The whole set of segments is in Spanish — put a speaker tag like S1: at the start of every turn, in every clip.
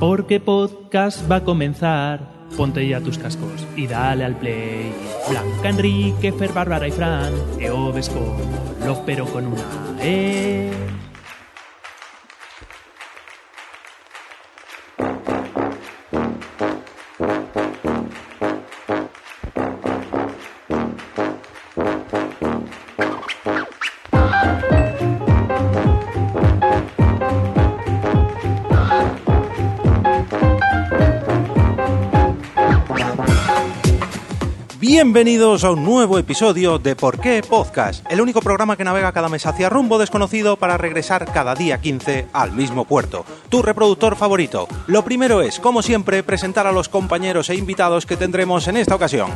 S1: porque podcast va a comenzar. Ponte ya tus cascos y dale al play. Blanca, Enrique, Fer, Bárbara y Fran. Eoves con Love, pero con una E.
S2: Bienvenidos a un nuevo episodio de Por qué Podcast, el único programa que navega cada mes hacia rumbo desconocido para regresar cada día 15 al mismo puerto. Tu reproductor favorito. Lo primero es, como siempre, presentar a los compañeros e invitados que tendremos en esta ocasión.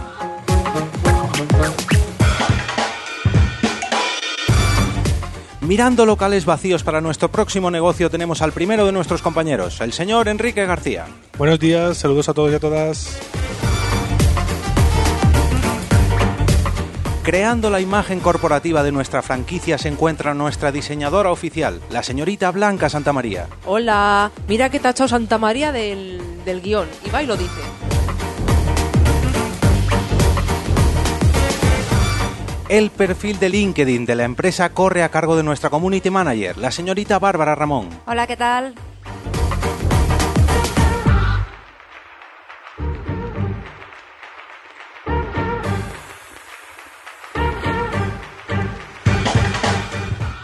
S2: Mirando locales vacíos para nuestro próximo negocio tenemos al primero de nuestros compañeros, el señor Enrique García.
S3: Buenos días, saludos a todos y a todas.
S2: Creando la imagen corporativa de nuestra franquicia se encuentra nuestra diseñadora oficial, la señorita Blanca Santamaría.
S4: Hola, mira que te ha echado Santa María del, del guión. Y va y lo dice.
S2: El perfil de LinkedIn de la empresa corre a cargo de nuestra community manager, la señorita Bárbara Ramón.
S5: Hola, ¿qué tal?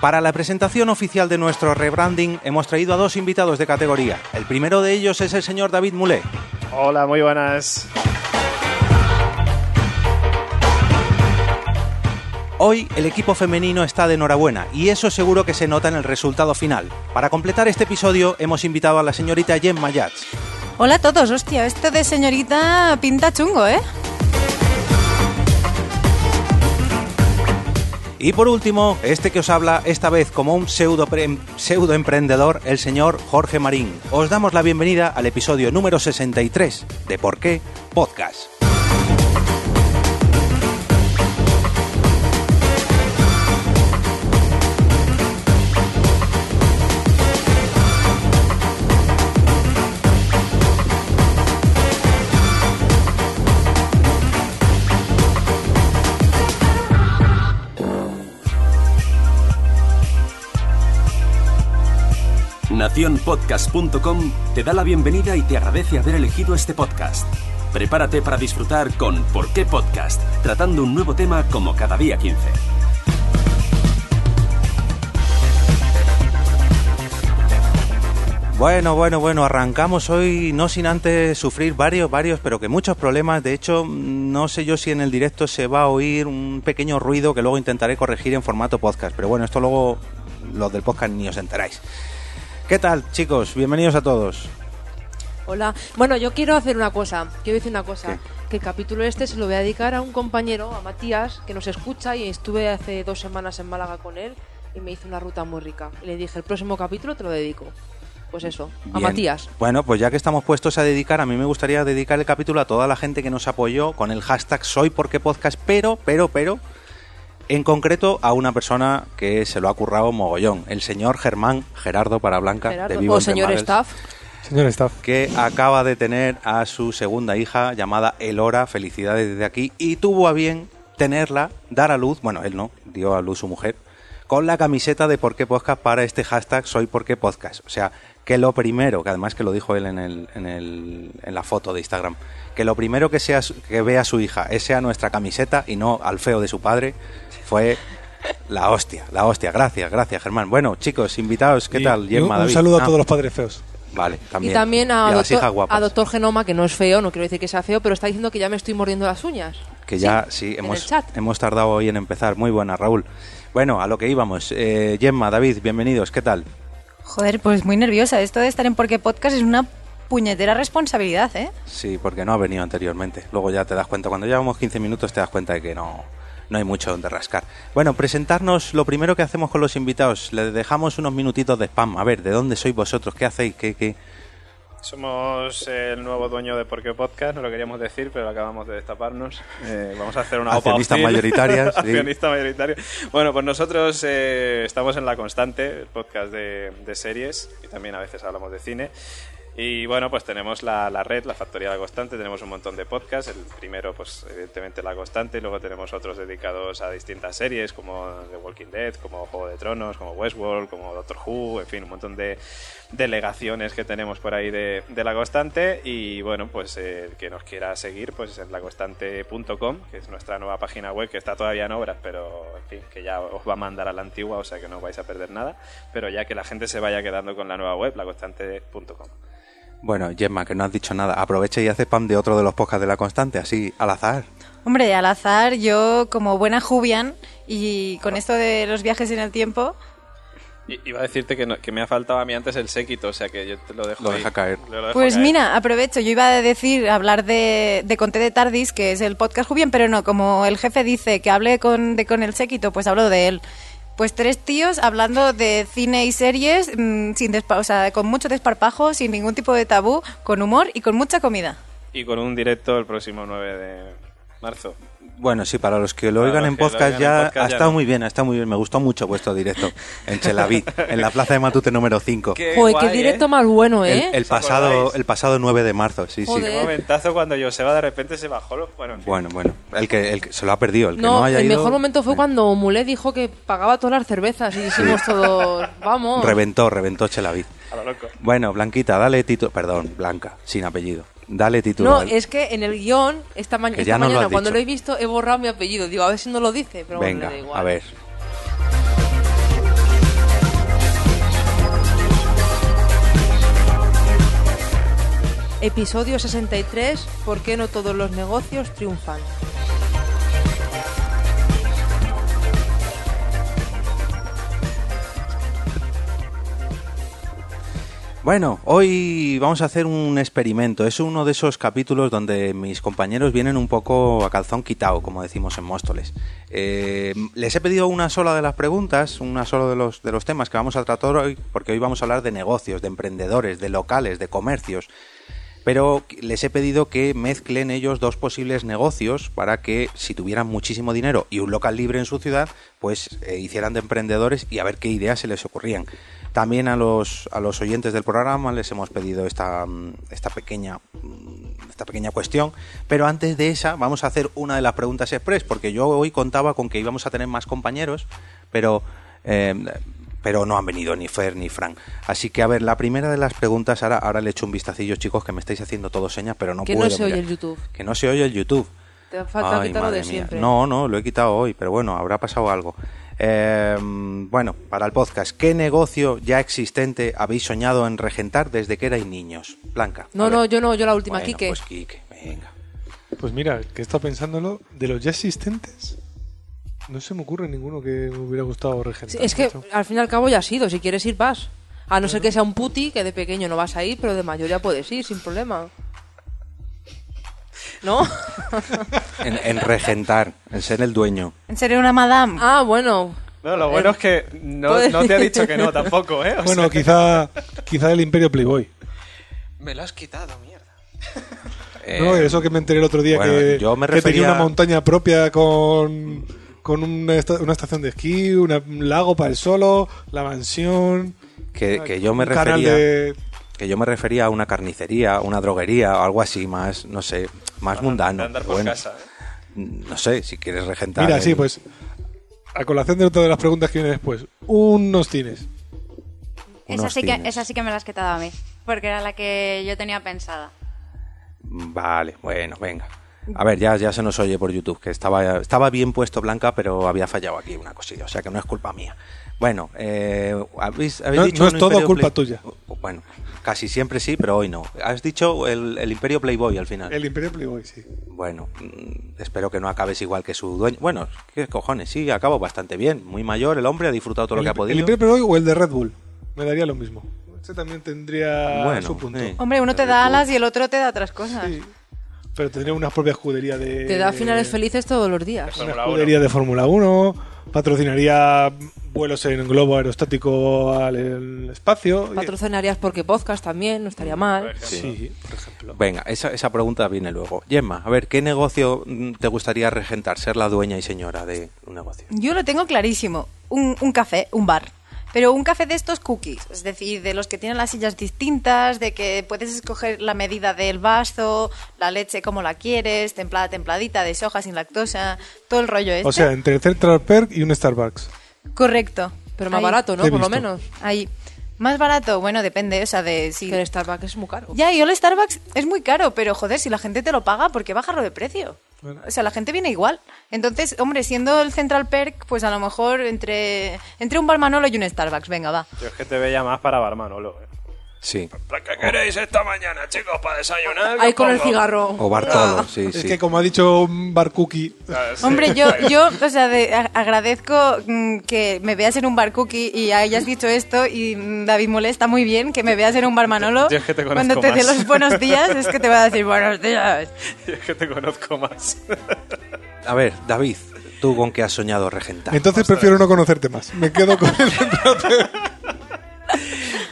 S2: Para la presentación oficial de nuestro rebranding hemos traído a dos invitados de categoría. El primero de ellos es el señor David Mulé.
S6: Hola, muy buenas.
S2: Hoy el equipo femenino está de enhorabuena y eso seguro que se nota en el resultado final. Para completar este episodio hemos invitado a la señorita Jen Mayats.
S5: Hola a todos, hostia, esto de señorita pinta chungo, ¿eh?
S2: Y por último, este que os habla, esta vez como un pseudo, pre- pseudo emprendedor, el señor Jorge Marín. Os damos la bienvenida al episodio número 63 de Por qué Podcast.
S7: Naciónpodcast.com te da la bienvenida y te agradece haber elegido este podcast. Prepárate para disfrutar con ¿Por qué podcast? Tratando un nuevo tema como cada día 15.
S2: Bueno, bueno, bueno, arrancamos hoy no sin antes sufrir varios, varios, pero que muchos problemas. De hecho, no sé yo si en el directo se va a oír un pequeño ruido que luego intentaré corregir en formato podcast. Pero bueno, esto luego los del podcast ni os enteráis. ¿Qué tal, chicos? Bienvenidos a todos.
S4: Hola. Bueno, yo quiero hacer una cosa. Quiero decir una cosa.
S2: ¿Qué?
S4: Que el capítulo este se lo voy a dedicar a un compañero, a Matías, que nos escucha y estuve hace dos semanas en Málaga con él y me hizo una ruta muy rica. Y le dije, el próximo capítulo te lo dedico. Pues eso, a
S2: Bien.
S4: Matías.
S2: Bueno, pues ya que estamos puestos a dedicar, a mí me gustaría dedicar el capítulo a toda la gente que nos apoyó con el hashtag Soy Porque Podcast, pero, pero, pero, en concreto a una persona que se lo ha currado mogollón, el señor Germán Gerardo para Blanca de
S4: Gerardo.
S2: Vivo
S4: O
S2: Entre
S4: señor
S2: Mares,
S4: staff.
S3: Señor Staff,
S2: que acaba de tener a su segunda hija llamada Elora, felicidades desde aquí, y tuvo a bien tenerla, dar a luz, bueno, él no, dio a luz su mujer, con la camiseta de Por qué Podcast para este hashtag Soy Por qué Podcast. O sea, que lo primero, que además que lo dijo él en, el, en, el- en la foto de Instagram, que lo primero que, sea, su- que vea su hija es sea nuestra camiseta y no al feo de su padre, fue... La hostia, la hostia. Gracias, gracias, Germán. Bueno, chicos, invitados, ¿qué
S3: Y
S2: tal?
S3: Un,
S2: Gemma,
S3: un
S2: David.
S3: saludo a
S2: Ah,
S3: todos los padres feos.
S2: Vale, también.
S4: Y también
S2: Y
S4: a,
S2: las
S4: doctor,
S2: hijas guapas.
S4: a doctor Genoma, que no es feo, no quiero decir que sea feo, pero está diciendo que ya me estoy mordiendo las uñas.
S2: Que ya, sí,
S4: en el
S2: hemos,
S4: chat.
S2: hemos tardado hoy en empezar. Muy buena, Raúl. Bueno, a lo que íbamos. Eh, Gemma, David, bienvenidos. ¿Qué tal?
S5: Joder, pues muy nerviosa. Esto de estar en Porque Podcast es una puñetera responsabilidad, ¿eh?
S2: Sí, porque no ha venido anteriormente. Luego ya te das cuenta. Cuando llevamos 15 minutos te das cuenta de que no, no hay mucho donde rascar. Bueno, presentarnos lo primero que hacemos con los invitados. Les dejamos unos minutitos de spam. A ver, ¿de dónde sois vosotros? ¿Qué hacéis? ¿Qué, qué?
S6: Somos el nuevo dueño de Porqué Podcast, no lo queríamos decir, pero acabamos de destaparnos. Eh, vamos a hacer una OPA
S2: Accionistas
S6: hostil.
S2: mayoritarias, sí.
S6: Accionista mayoritario. Bueno, pues nosotros eh, estamos en La Constante, el podcast de, de series, y también a veces hablamos de cine. Y bueno, pues tenemos la, la red, la factoría de La Constante, tenemos un montón de podcasts. El primero, pues evidentemente La Constante, y luego tenemos otros dedicados a distintas series como The Walking Dead, como Juego de Tronos, como Westworld, como Doctor Who, en fin, un montón de delegaciones que tenemos por ahí de, de La Constante. Y bueno, pues eh, el que nos quiera seguir, pues en laconstante.com, que es nuestra nueva página web que está todavía en obras, pero en fin, que ya os va a mandar a la antigua, o sea que no os vais a perder nada. Pero ya que la gente se vaya quedando con la nueva web, laconstante.com.
S2: Bueno, Gemma, que no has dicho nada. Aprovecha y hace spam de otro de los podcasts de La Constante, así, al azar.
S5: Hombre, al azar, yo como buena Jubian y con esto de los viajes en el tiempo,
S6: I- Iba a decirte que, no- que me ha faltado a mí antes el séquito, o sea que yo te lo dejo.
S2: Lo
S6: ahí.
S2: deja caer.
S6: Lo dejo
S5: pues
S6: caer.
S5: mira, aprovecho, yo iba a decir, hablar de, de Conté de Tardis, que es el podcast Jubian, pero no, como el jefe dice que hable con, de, con el séquito, pues hablo de él. Pues tres tíos hablando de cine y series, mm, sin despa- o sea, con mucho desparpajo, sin ningún tipo de tabú, con humor y con mucha comida.
S6: Y con un directo el próximo 9 de marzo.
S2: Bueno, sí, para los que lo
S6: Para
S2: oigan
S6: los
S2: en
S6: que lo
S2: podcast
S6: oigan en
S2: ya
S6: podcast
S2: ha
S6: ya
S2: estado
S6: no.
S2: muy bien, ha estado muy bien. Me gustó mucho vuestro directo en Chelaví, en la plaza de Matute número 5.
S4: Joder, qué directo más bueno,
S2: El,
S4: ¿eh?
S2: el
S6: ¿Os
S2: pasado,
S6: acordáis?
S2: el pasado 9 de marzo, sí,
S6: Qué
S4: Joder.
S2: sí.
S6: momentazo cuando Joseba de repente se bajó los. Bueno, en fin.
S2: Bueno, bueno, el que, el que se lo ha perdido, el que no,
S4: No,
S2: haya
S4: el
S2: ido,
S4: mejor momento fue
S2: eh,
S4: cuando Mulé dijo que pagaba todas las cervezas y dijimos todos, vamos.
S2: Reventó, reventó Chelaví.
S6: a lo loco.
S2: Bueno, Blanquita, dale título. Perdón, Blanca, sin apellido. Dale título.
S4: No,
S2: al-
S4: es que en el guión, esta, ma-
S2: Que
S4: esta
S2: ya no lo
S4: mañana,
S2: has
S4: cuando
S2: dicho.
S4: lo he visto, he borrado mi apellido. Digo, a ver si no lo dice, pero bueno,
S2: Venga,
S4: da igual.
S2: a ver.
S4: Episodio 63, ¿por qué no todos los negocios triunfan?
S2: Bueno, hoy vamos a hacer un experimento. Es uno de esos capítulos donde mis compañeros vienen un poco a calzón quitado, como decimos en Móstoles. Eh, les he pedido una sola de las preguntas, una sola de los, de los temas que vamos a tratar hoy, porque hoy vamos a hablar de negocios, de emprendedores, de locales, de comercios. Pero les he pedido que mezclen ellos dos posibles negocios para que si tuvieran muchísimo dinero y un local libre en su ciudad, pues eh, hicieran de emprendedores y a ver qué ideas se les ocurrían. También a los, a los oyentes del programa les hemos pedido esta, mm, esta, pequeña, mm, esta pequeña cuestión, pero antes de esa vamos a hacer una de las preguntas express, porque yo hoy contaba con que íbamos a tener más compañeros, pero... eh, pero no han venido ni Fer ni Frank. Así que, a ver, la primera de las preguntas, ahora, ahora le echo un vistacillo, chicos, que me estáis haciendo todos señas, pero no
S4: Que no
S2: puedo.
S4: se oye
S2: mirar.
S4: el YouTube.
S2: Que no se oye el YouTube.
S4: Te ha faltado
S2: Ay,
S4: quitarlo de
S2: madre mía.
S4: siempre.
S2: No, no, lo he quitado hoy, pero bueno, habrá pasado algo. Eh, bueno, para el podcast, ¿qué negocio ya existente habéis soñado en regentar desde que erais niños? Blanca.
S4: No,
S2: a ver.
S4: no, yo no, yo la última,
S2: Bueno,
S4: Quique.
S2: Pues Quique, venga.
S3: Pues mira, que he estado pensándolo, de los ya existentes, no se me ocurre ninguno que me hubiera gustado
S4: Sí,
S3: regentar.
S4: es que
S3: macho.
S4: al fin y al cabo ya has ido, si quieres ir vas. A no ser que sea un puti, que de pequeño no vas a ir, pero de mayor ya puedes ir sin problema. ¿No?
S2: En, en regentar, en ser el dueño.
S5: En serio, una madame.
S4: Ah, bueno.
S6: No, lo bueno es que no,
S4: Puede-
S6: no te ha dicho que no tampoco, ¿eh? O
S3: Bueno,
S6: sea,
S3: quizá, quizá el Imperio Playboy.
S6: me lo has quitado, mierda.
S3: No,
S2: Eh,
S3: eso que me enteré el otro día
S2: bueno,
S3: que,
S2: yo me
S3: que
S2: refería-
S3: tenía una montaña propia con, con una, esta- una estación de esquí, una- un lago para el solo, la mansión.
S2: que, que yo me
S3: un canal
S2: refería.
S3: de-
S2: que yo me refería a una carnicería, una droguería o algo así más, no sé, más mundano.
S6: De andar por
S2: Bueno,
S6: casa. ¿eh?
S2: No sé, si quieres regentar.
S3: Mira,
S2: el-
S3: sí, pues a colación de otra de las preguntas que viene después. Unos cines.
S2: unos
S8: Esa sí, que,
S2: cines.
S8: esa sí que me la has quitado a mí, porque era la que yo tenía pensada.
S2: Vale, bueno, venga. A ver, ya, ya se nos oye por YouTube, que estaba, estaba bien puesto Blanca, pero había fallado aquí una cosilla, o sea que no es culpa mía. Bueno, eh, ¿habéis, habéis
S3: No-
S2: dicho
S3: no
S2: un
S3: es todo
S2: Imperio Oh,
S3: culpa tuya.
S2: Bueno, casi siempre sí, pero hoy no. Has dicho el, el Imperio Playboy al final.
S3: El Imperio Playboy, sí.
S2: Bueno, mm, espero que no acabes igual que su dueño. Bueno, qué cojones, sí, acabo bastante bien. Muy mayor, el hombre ha disfrutado todo lo
S3: el,
S2: que ha
S3: Imp-
S2: podido.
S3: ¿El Imperio Playboy o el de Red Bull? Me daría lo mismo. Este también tendría
S2: Bueno,
S3: su punto.
S2: sí.
S5: Hombre, uno te da alas y el otro te da otras cosas.
S3: Sí. Pero tendría una propia escudería de.
S4: Te da finales felices todos los días.
S3: Una
S6: Fórmula
S3: escudería de Fórmula 1. Patrocinaría vuelos en globo aerostático al el espacio. Oye,
S4: Patrocinarías porque podcast también,
S3: Mm,
S4: no estaría mal.
S3: Sí, por ejemplo.
S2: Venga, esa, esa pregunta viene luego. Gemma, a ver, ¿qué negocio mm, te gustaría regentar? Ser la dueña y señora de un negocio.
S5: Yo lo tengo clarísimo. Un, un café, un bar. Pero un café de estos cookies, es decir, de los que tienen las sillas distintas, de que puedes escoger la medida del vaso, la leche como la quieres, templada, templadita, de soja, sin lactosa, todo el rollo este.
S3: O sea, entre Central Perk y un Starbucks.
S5: Correcto.
S4: Pero más
S5: Ahí.
S4: barato, ¿no?
S3: Te he
S4: Por lo
S3: visto.
S4: menos.
S5: Ahí. Más barato, bueno, depende, o sea, de si...
S4: Que el Starbucks es muy caro.
S5: Ya, y el Starbucks es muy caro, pero joder, si la gente te lo paga, ¿por qué bajarlo de precio? O sea, la gente viene igual. Entonces, hombre, siendo el Central Perk, pues a lo mejor entre, entre un Barmanolo y un Starbucks, venga, va.
S6: Yo es que te veía más para barmanolo. ¿eh?
S2: Sí.
S6: ¿Para ¿Qué queréis esta mañana, chicos, para desayunar? ¿Qué
S4: Ahí con el
S6: pongo?
S4: cigarro.
S3: Oh,
S2: O Bartolo, sí,
S3: es
S2: sí.
S3: que como ha dicho un Bar Cookie,
S6: Ah, sí.
S5: Hombre, yo, yo o sea, de- a- agradezco mm, que me veas en un bar cookie y hayas dicho esto y mm, David Molé está muy bien que me veas en un bar Manolo.
S6: Yo es que te conozco
S5: Cuando te dé
S6: más.
S5: los buenos días es que te va a decir buenos días.
S6: Yo es que te conozco más.
S2: A ver, David, tú con qué has soñado regentar.
S3: entonces prefiero no conocerte más. Me quedo con el Central Perk.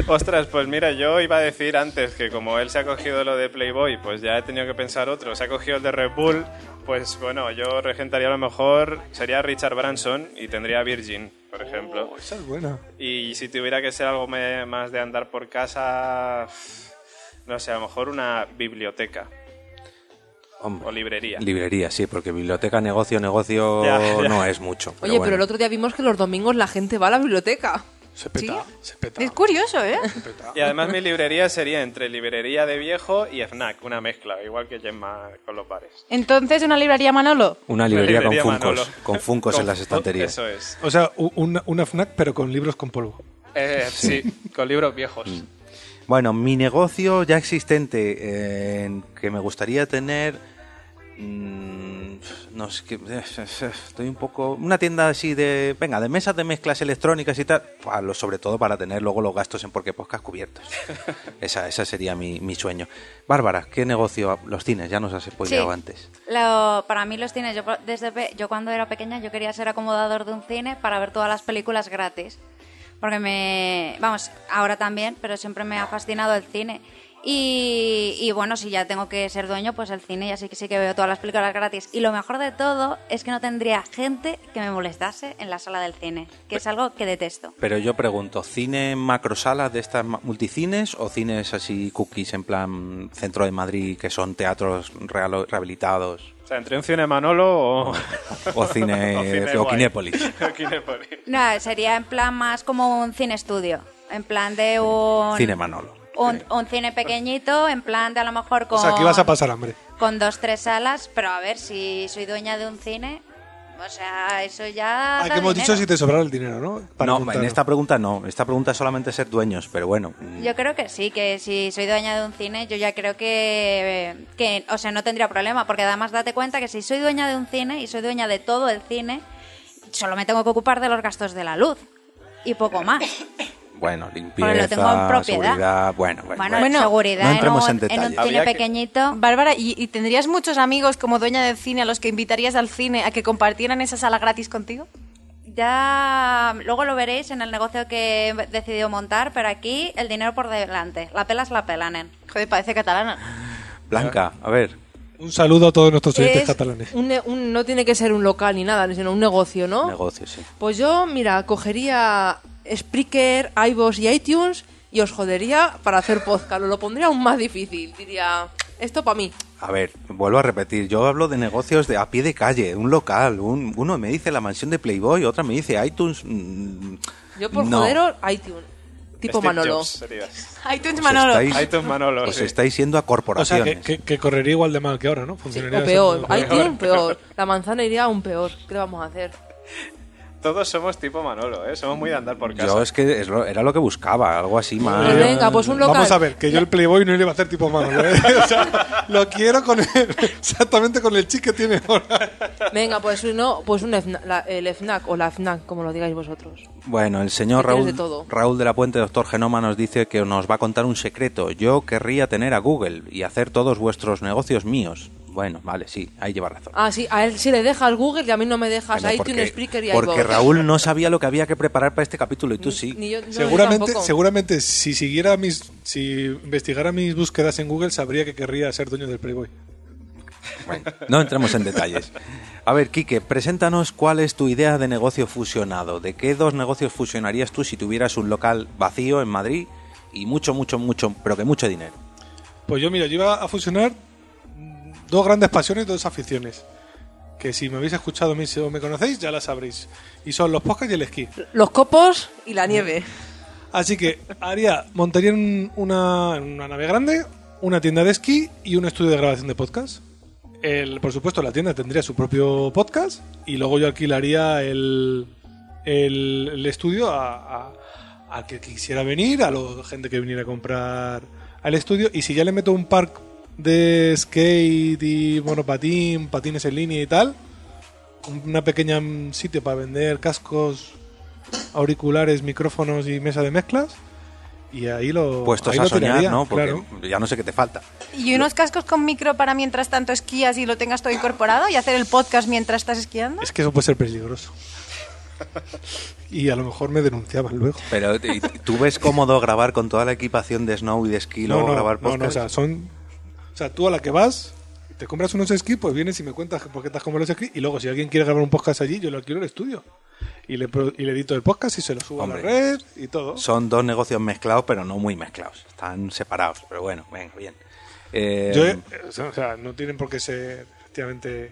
S6: Ostras, pues mira, yo iba a decir antes que como él se ha cogido lo de Playboy, pues ya he tenido que pensar otro. Se ha cogido el de Red Bull, pues bueno, yo regentaría a lo mejor, sería Richard Branson y tendría Virgin, por ejemplo.
S3: Esa es buena.
S6: Y si tuviera que ser algo me- más de andar por casa, no sé, a lo mejor una biblioteca
S2: Hombre,
S6: o librería.
S2: librería, sí, porque biblioteca, negocio, negocio
S6: Ya, ya.
S2: no es mucho.
S4: Oye, pero el
S2: bueno.
S4: otro día vimos que los domingos la gente va a la biblioteca.
S3: Se peta, se peta.
S5: Es curioso, ¿eh?
S6: Y además mi librería sería entre librería de viejo y FNAC, una mezcla, igual que Gemma con los bares.
S5: Entonces, una librería Manolo.
S2: Una librería, con
S6: Manolo.
S2: funcos, con funcos en
S6: Con
S2: las
S6: fu-
S2: estanterías.
S6: Eso es.
S3: O sea, u- una, una FNAC pero con libros con polvo.
S6: Eh, sí. con libros viejos.
S2: Mm. Bueno, mi negocio ya existente eh, que me gustaría tener. mm, no es que. Estoy un poco. Una tienda así de. Venga, de mesas de mezclas electrónicas y tal. pa- lo- sobre todo para tener luego los gastos en Porque Podcast cubiertos. Esa, esa sería mi, mi sueño. Bárbara, ¿qué negocio? Los cines, ya nos has spoileado
S8: Sí.
S2: antes.
S8: Lo- para mí los cines, yo, pro- desde, pe- yo cuando era pequeña yo quería ser acomodador de un cine para ver todas las películas gratis. Porque me, vamos, ahora también, pero siempre me ha fascinado el cine. Y, y bueno, si ya tengo que ser dueño, pues el cine ya sí que sí que veo todas las películas gratis. Y lo mejor de todo es que no tendría gente que me molestase en la sala del cine, que es algo que detesto.
S2: Pero yo pregunto, ¿cine en macrosalas de estas ma- multicines o cines así cookies en plan centro de Madrid que son teatros realo- rehabilitados?
S6: O sea, entre un cine Manolo o...
S2: O cine- o
S6: guay.
S2: Kinépolis.
S6: O Kinépolis.
S8: No, sería en plan más como un cine estudio, en plan de un...
S2: Cine Manolo.
S8: Un, un cine pequeñito, en plan de a lo mejor con...
S3: O sea, aquí vas a pasar hambre.
S8: con dos, tres salas, pero a ver, si soy dueña de un cine, o sea, eso ya...
S3: Ah,
S8: da
S3: que hemos
S8: dinero.
S3: dicho si te sobrara el dinero, ¿no? Para
S2: no,
S3: juntarlo.
S2: en esta pregunta no. Esta pregunta es solamente ser dueños, pero bueno. mm,
S8: Yo creo que sí, que si soy dueña de un cine, yo ya creo que, que, o sea, no tendría problema, porque además date cuenta que si soy dueña de un cine y soy dueña de todo el cine, solo me tengo que ocupar de los gastos de la luz y poco más.
S2: Bueno,
S8: Porque
S2: limpieza,
S8: lo tengo en propiedad.
S2: seguridad... Bueno, bueno,
S8: Bueno,
S2: bueno.
S8: seguridad
S2: no
S8: en
S2: entremos
S8: un-
S2: en
S8: en, un
S2: detalle.
S8: cine
S6: Habría que-
S8: pequeñito.
S5: Bárbara, ¿y, y tendrías muchos amigos como dueña de cine a los que invitarías al cine a que compartieran esa sala gratis contigo?
S8: Ya luego lo veréis en el negocio que he decidido montar, pero aquí el dinero por delante. La pelas la pelanen.
S5: Joder, parece catalana.
S2: Blanca, a ver.
S3: Un saludo a todos nuestros oyentes
S4: Es
S3: catalanes.
S4: un ne- un- no tiene que ser un local ni nada, sino un negocio, ¿no?
S2: Negocio, sí.
S4: Pues yo, mira, cogería Spreaker, iVoox y iTunes y os jodería para hacer podcast. Lo pondría aún más difícil. Diría, esto para mí.
S2: A ver, vuelvo a repetir, yo hablo de negocios de a pie de calle, un local, un- uno me dice la mansión de Playboy, otra me dice iTunes. mm,
S4: Yo por
S2: no.
S4: joderos, iTunes. Tipo
S6: Steve
S4: Manolo.
S6: Jobs serías.
S5: iTunes
S2: Os
S5: Manolo.
S2: estáis-
S6: iTunes Manolo,
S2: Os
S6: sí.
S2: estáis yendo a
S3: O sea, que,
S2: corporaciones.
S3: que- que correría igual de mal que ahora, ¿no?
S4: Sí,
S3: Funcionaría
S4: o
S3: de
S4: peor.
S3: esa Ah. manera.
S4: iTunes, peor. La manzana iría aún peor. ¿Qué le vamos a hacer?
S6: Todos somos tipo Manolo, ¿eh? Somos muy de andar por casa.
S2: Yo es que es lo- era lo que buscaba, algo así más.
S4: Pues venga, pues un local.
S3: Vamos a ver, que yo el Playboy no le iba a hacer tipo Manolo. ¿eh? O sea, lo quiero con el- exactamente con el chic que tiene ahora.
S4: Venga, pues uno, pues un FNAC, la- el FNAC o la FNAC, como lo digáis vosotros.
S2: Bueno, el señor
S4: Que tienes
S2: Raúl
S4: de todo.
S2: Raúl de la Puente, doctor Genoma, nos dice que nos va a contar un secreto. Yo querría tener a Google y hacer todos vuestros negocios míos. Bueno, vale, sí, ahí lleva razón.
S4: Ah, sí, a él sí le dejas Google y a mí no me dejas
S2: Bueno,
S4: iTunes, Spreaker y
S2: porque
S4: iVoox.
S2: Raúl no sabía lo que había que preparar para este capítulo y tú sí.
S4: Ni yo- no, yo
S3: seguramente,
S4: tampoco.
S3: seguramente, si siguiera mis, si investigara mis búsquedas en Google, sabría que querría ser dueño del Playboy.
S2: Bueno, no entremos en detalles. A ver, Quique, preséntanos cuál es tu idea de negocio fusionado. ¿De qué dos negocios fusionarías tú si tuvieras un local vacío en Madrid y mucho, mucho, mucho, pero que mucho dinero?
S3: Pues yo, mira, yo iba a fusionar dos grandes pasiones y dos aficiones. Que si me habéis escuchado a mí, si me conocéis, ya las sabréis. Y son los podcasts y el esquí.
S4: Los copos y la nieve.
S3: Así que haría, montaría en una, en una nave grande, una tienda de esquí y un estudio de grabación de podcast. El, por supuesto, la tienda tendría su propio podcast y luego yo alquilaría el, el, el estudio a, a, a que quisiera venir, a la gente que viniera a comprar al estudio. Y si ya le meto un park de skate y monopatín, patines en línea y tal, una pequeña mm, sitio para vender cascos, auriculares, micrófonos y mesa de mezclas. Y ahí lo.
S2: Puestos
S3: Oh, ahí
S2: a
S3: lo
S2: soñar,
S3: tiraría,
S2: ¿no? Porque
S3: claro.
S2: ya no sé qué te falta.
S5: Y unos cascos con micro para mientras tanto esquías y lo tengas todo incorporado y hacer el podcast mientras estás esquiando.
S3: Es que eso puede ser peligroso. Y a lo mejor me denunciaban luego.
S2: Pero ¿y- y ¿tú ves cómodo grabar con toda la equipación de snow y de esquí y luego grabar
S3: no,
S2: podcast?
S3: no, o sea, son. O sea, tú a la que vas, te compras unos esquí, pues vienes y me cuentas por qué te has comprado los esquí. Y luego, si alguien quiere grabar un podcast allí, yo lo alquilo en el estudio. Y le, pro- y le edito el podcast y se lo subo a
S2: Hombre.
S3: la red y todo.
S2: Son dos negocios mezclados, pero no muy mezclados. Están separados, pero bueno, venga, bien. Eh,
S3: Yo, eh, o sea, no tienen por qué ser efectivamente.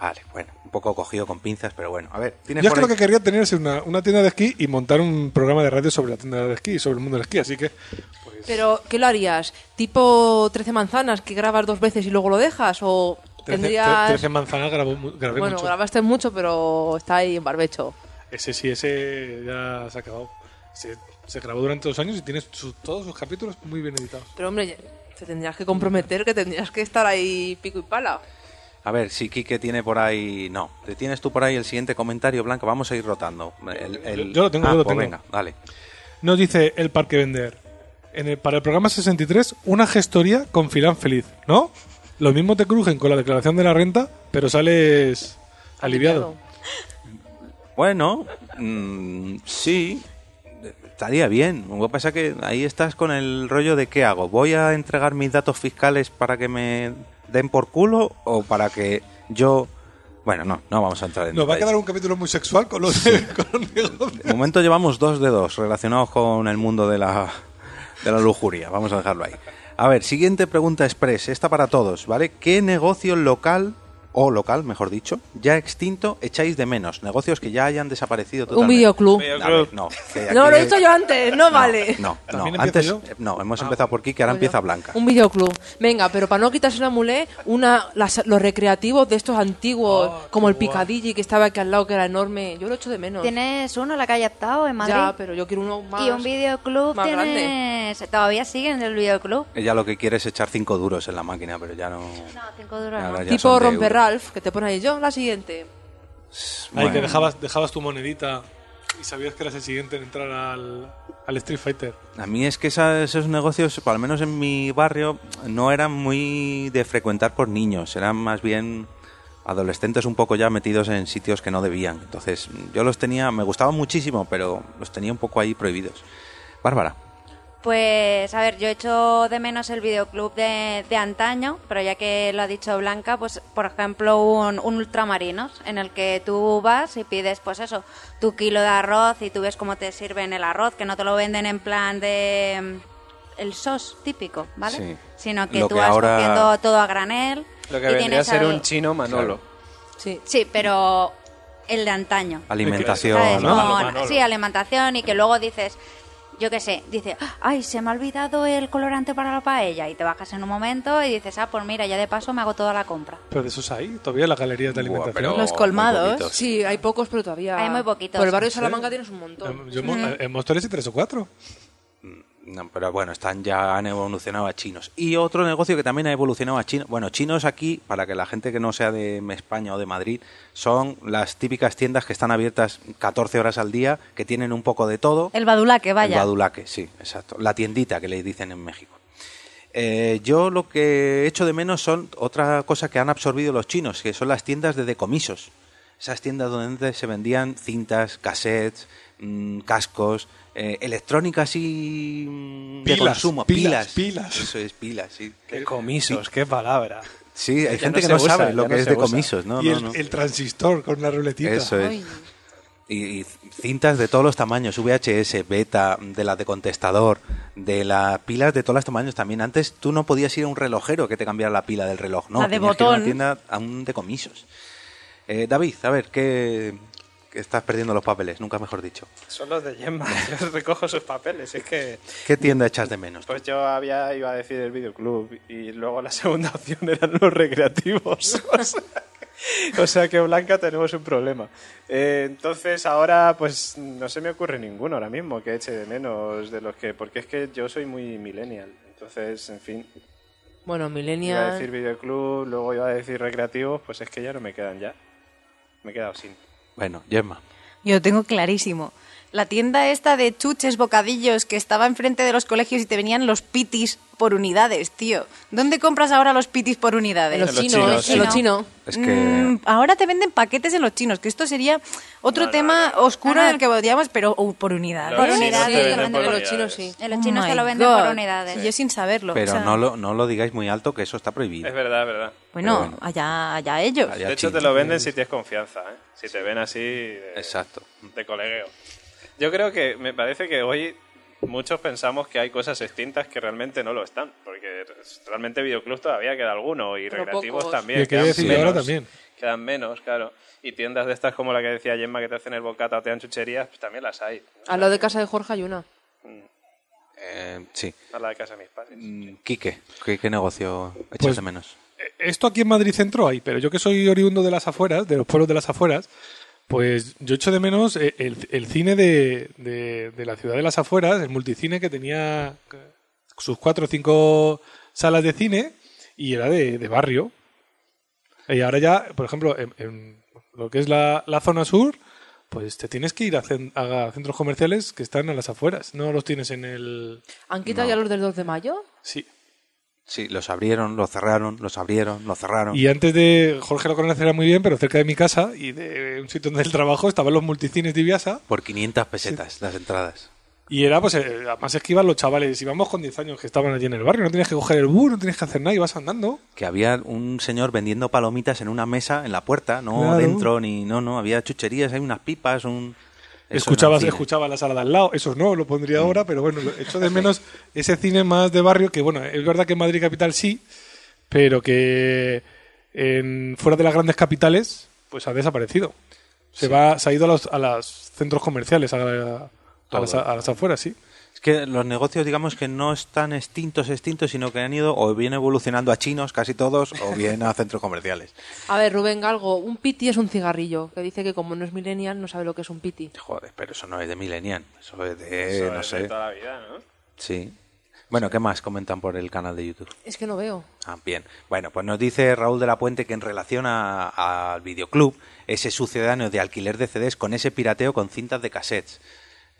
S2: Vale, bueno, un poco cogido con pinzas, pero bueno. A ver,
S3: Yo
S2: tienes
S3: es
S2: por
S3: que lo
S2: ahí-
S3: que quería tener es una, una tienda de esquí y montar un programa de radio sobre la tienda de esquí y sobre el mundo del esquí. Así que,
S4: Pero, ¿qué lo harías? ¿Tipo 13 manzanas que grabas dos veces y luego lo dejas? ¿O
S3: 13,
S4: tendrías.?
S3: manzanas grabó mu- grabé
S4: bueno,
S3: mucho.
S4: grabaste mucho, pero está ahí en barbecho.
S3: Ese sí, ese ya se ha acabado. Se, se grabó durante dos años y tiene su- todos sus capítulos muy bien editados.
S4: Pero, hombre, ya- te tendrías que comprometer, que tendrías que estar ahí pico y pala.
S2: A ver, si Quique tiene por ahí. No, te tienes tú por ahí el siguiente comentario, Blanca. Vamos a ir rotando. El- el-
S3: Yo lo tengo,
S2: Ah,
S3: yo lo
S2: pues
S3: tengo.
S2: venga, dale.
S3: Nos dice el Parque Vender. En el, para el programa 63, una gestoría con filán feliz, ¿no? Lo mismo te crujen con la declaración de la renta, pero sales aliviado.
S2: Bueno, mm, sí, estaría bien. Lo que pasa es que ahí estás con el rollo de qué hago. ¿Voy a entregar mis datos fiscales para que me den por culo o para que yo... Bueno, no, no vamos a entrar en
S3: Nos va a
S2: detalles.
S3: quedar un capítulo muy sexual con los, de- con los negocios.
S2: De momento llevamos dos de dos relacionados con el mundo de la, de la lujuria. Vamos a dejarlo ahí. A ver, siguiente pregunta express. Esta para todos, ¿vale? ¿Qué negocio local, o local, mejor dicho, ya extinto, echáis de menos? Negocios que ya hayan desaparecido
S4: Un
S2: totalmente.
S4: videoclub.
S6: Video-
S2: A ver, no, que aquí-
S4: No, lo he dicho yo antes, no, vale.
S2: No, no,
S3: ¿También
S2: antes
S3: empiezo yo? Ah.
S2: eh, no, hemos empezado por aquí que ahora empieza Blanca.
S4: Un videoclub. Venga, pero para no quitarse la mulé, una, las- los recreativos de estos antiguos,
S2: Oh,
S4: como el Picadilly que estaba aquí al lado, que era enorme. Yo lo echo de menos.
S8: Tienes uno en la calle Octavo en Madrid.
S4: Ya, pero yo quiero uno más.
S8: y un videoclub
S4: más
S8: tienes.
S4: grande.
S8: Todavía siguen el videoclub.
S2: Ella lo que quiere es echar cinco duros en la máquina, pero ya no.
S8: No, cinco duros
S2: Ahora
S8: no.
S2: ya son
S4: Tipo
S2: de
S4: Romper
S2: euros.
S4: Ralph, que te pone ahí yo, la siguiente.
S3: Ahí que
S2: Bueno.
S3: dejabas, dejabas tu monedita y sabías que eras el siguiente en entrar al, al Street Fighter.
S2: A mí es que esa- esos negocios, al menos en mi barrio, no eran muy de frecuentar por niños, eran más bien adolescentes un poco ya metidos en sitios que no debían. Entonces, yo los tenía, me gustaban muchísimo, pero los tenía un poco ahí prohibidos. Bárbara,
S8: Pues, a ver, yo echo de menos el videoclub de, de antaño, pero ya que lo ha dicho Blanca, pues, por ejemplo, un, un ultramarinos, en el que tú vas y pides, pues eso, tu kilo de arroz y tú ves cómo te sirven el arroz, que no te lo venden en plan de mm, el sos típico, ¿vale?
S2: Sí.
S8: Sino que
S2: Lo
S8: tú
S2: que
S8: vas
S2: ahora-
S8: cogiendo todo a granel.
S6: Lo que vendría
S8: y
S6: a
S8: tienes
S6: ser
S8: al-
S6: un chino Manolo.
S4: Sí.
S8: Sí, pero el de antaño.
S2: alimentación,
S8: ¿sabes?
S2: ¿no?
S8: Con- Sí, alimentación y que luego dices, yo qué sé, dice, ay, se me ha olvidado el colorante para la paella y te bajas en un momento y dices, ah, pues mira, ya de paso me hago toda la compra.
S3: Pero de esos hay todavía en las galerías de
S2: Buah,
S3: alimentación.
S2: pero
S5: Los colmados.
S2: muy poquitos.
S4: Sí, hay pocos, pero todavía.
S8: Hay muy poquitos.
S4: Por el barrio de Salamanca tienes un montón.
S3: En- yo en Mo- En Móstoles hay tres o cuatro.
S2: No, pero bueno, están ya han evolucionado a chinos. Y otro negocio que también ha evolucionado a chinos. Bueno, chinos aquí, para que la gente que no sea de España o de Madrid, son las típicas tiendas que están abiertas 14 horas al día, que tienen un poco de todo.
S5: El badulaque,
S2: El
S5: vaya.
S2: badulaque, sí, exacto. La tiendita que le dicen en México. Eh, yo lo que echo de menos son otra cosa que han absorbido los chinos, que son las tiendas de decomisos. Esas tiendas donde antes se vendían cintas, cassettes, mm, cascos, eh, electrónica así mm, de
S3: Pilas,
S2: consumo,
S3: pilas,
S2: pilas.
S3: pilas.
S2: Eso es, pilas, sí.
S6: Qué comisos, qué palabra.
S2: Sí, hay
S9: Ya
S2: gente
S9: no
S2: que
S9: se
S2: no
S9: usa,
S2: sabe lo
S9: ya
S2: que
S9: no
S2: es
S9: se
S2: de
S9: usa.
S2: comisos, Pues ¿no?
S3: y
S2: no,
S3: el,
S2: no.
S3: el transistor con la ruletita.
S2: Eso es. Y, y cintas de todos los tamaños, VHS, beta, de las de contestador, de las pilas de todos los tamaños también. Antes tú no podías ir a un relojero que te cambiara la pila del reloj, ¿no?
S5: La de
S2: Tenías que ir a
S5: botón.
S2: una tienda a un de comisos. Eh, David, a ver, ¿qué, qué estás perdiendo los papeles? Nunca mejor dicho.
S9: Son los de Gemma. Yo recojo sus papeles. Es que.
S2: ¿Qué tienda echas de menos?
S6: Pues yo había, iba a decir el videoclub y luego la segunda opción eran los recreativos. O sea, que- o sea que Blanca tenemos un problema. Eh, entonces ahora pues no se me ocurre ninguno ahora mismo que eche de menos de los que... Porque es que yo soy muy millennial. Entonces, en fin,
S4: Bueno,
S6: iba a
S4: Millennial.
S6: decir videoclub, luego iba a decir recreativos, pues es que ya no me quedan ya. Me he quedado sin.
S2: Bueno, Gemma.
S5: Yo lo tengo clarísimo. La tienda esta de chuches, bocadillos, que estaba enfrente de los colegios y te venían los pitis por unidades, tío. ¿Dónde compras ahora los pitis por unidades?
S4: En los
S6: En los
S4: chinos,
S6: chinos,
S4: en los
S8: sí.
S4: chinos.
S2: Es que...
S5: Mm, ahora te venden paquetes en los chinos, que esto sería otro tema oscuro en el que podríamos, pero oh, por unidades.
S6: Los
S8: Sí,
S6: chinos
S8: sí,
S6: te
S8: lo
S6: venden
S8: venden
S6: por
S8: por
S4: los chinos,
S6: unidades.
S4: sí.
S8: En los
S5: Oh
S8: chinos
S5: my
S8: te lo venden
S5: God.
S8: por unidades.
S5: Y Yo sin saberlo.
S2: Pero
S5: o sea,
S2: no, lo, no lo digáis muy alto, que eso está prohibido.
S6: Es verdad, es verdad.
S5: Bueno,
S2: Pero bueno.
S5: allá, allá ellos.
S2: Allá. Ya
S6: De hecho,
S2: chino.
S6: te lo venden si tienes confianza, ¿eh? Si te ven así... eh, de-
S2: Exacto.
S6: de colegueo. Yo creo que me parece que hoy muchos pensamos que hay cosas extintas que realmente no lo están, porque realmente videoclub todavía queda alguno y
S4: Pero
S6: recreativos
S4: pocos.
S6: también.
S3: Y que
S6: quedan
S3: decir,
S6: menos,
S3: ahora también.
S6: Quedan menos, claro. Y tiendas de estas como la que decía Gemma que te hacen el bocata o te dan chucherías, pues también las hay.
S4: A lo Eh, de casa de Jorge hay una.
S2: Eh, sí.
S6: A la de casa de mis padres.
S2: Mm, Quique, ¿qué, qué negocio echas
S3: Pues-
S2: de menos?
S3: Eh, Esto aquí en Madrid Centro hay, pero yo que soy oriundo de las afueras, de los pueblos de las afueras, pues yo echo de menos eh, el, el cine de, de- de la ciudad de las afueras, el multicine que tenía eh, sus cuatro o cinco salas de cine y era de, de barrio. Y ahora ya, por ejemplo, en, en lo que es la, la zona sur, pues te tienes que ir a, cen- a centros comerciales que están a las afueras, no los tienes en el...
S4: ¿Han quitado ya los del 2 de mayo?
S3: Sí,
S2: Sí, los abrieron, los cerraron, los abrieron, los cerraron.
S3: Y antes de Jorge lo conocerá muy bien, pero cerca de mi casa y de un sitio donde el trabajo estaban los multicines de Ibiasa
S2: Por 500 pesetas las entradas.
S3: y era pues eh, además es que iban los chavales, íbamos con 10 años que estaban allí en el barrio, no tenías que coger el bus, no tenías que hacer nada, ibas andando.
S2: Que había un señor vendiendo palomitas en una mesa en la puerta, no
S3: Claro.
S2: dentro ni. No, no, había chucherías, hay unas pipas, un. eso era
S3: escuchabas,
S2: un cine.
S3: escuchabas la sala de al lado, eso no lo pondría ahora, pero bueno, lo- echo de menos ese cine más de barrio que bueno, es verdad que en Madrid capital sí, pero que en, fuera de las grandes capitales pues ha desaparecido. Se va, se ha ido a los, a los centros comerciales, a, a las, a las afueras, sí.
S2: Es que los negocios, digamos que no están extintos, extintos, sino que han ido o bien evolucionando a chinos, casi todos, o bien a centros comerciales.
S4: A ver, Rubén Galgo, un piti es un cigarrillo, que dice que como no es millennial no sabe lo que es un piti.
S2: Joder, pero eso no es de Millennial, eso es de.
S6: Eso
S2: no
S6: es de
S2: sé.
S6: toda la vida, ¿no?
S2: Sí. Bueno, ¿qué más comentan por el canal de YouTube?
S4: Es que no veo.
S2: Ah, bien. Bueno, pues nos dice Raúl de la Puente que en relación a- al videoclub, ese sucedáneo de alquiler de CDs con ese pirateo con cintas de cassettes.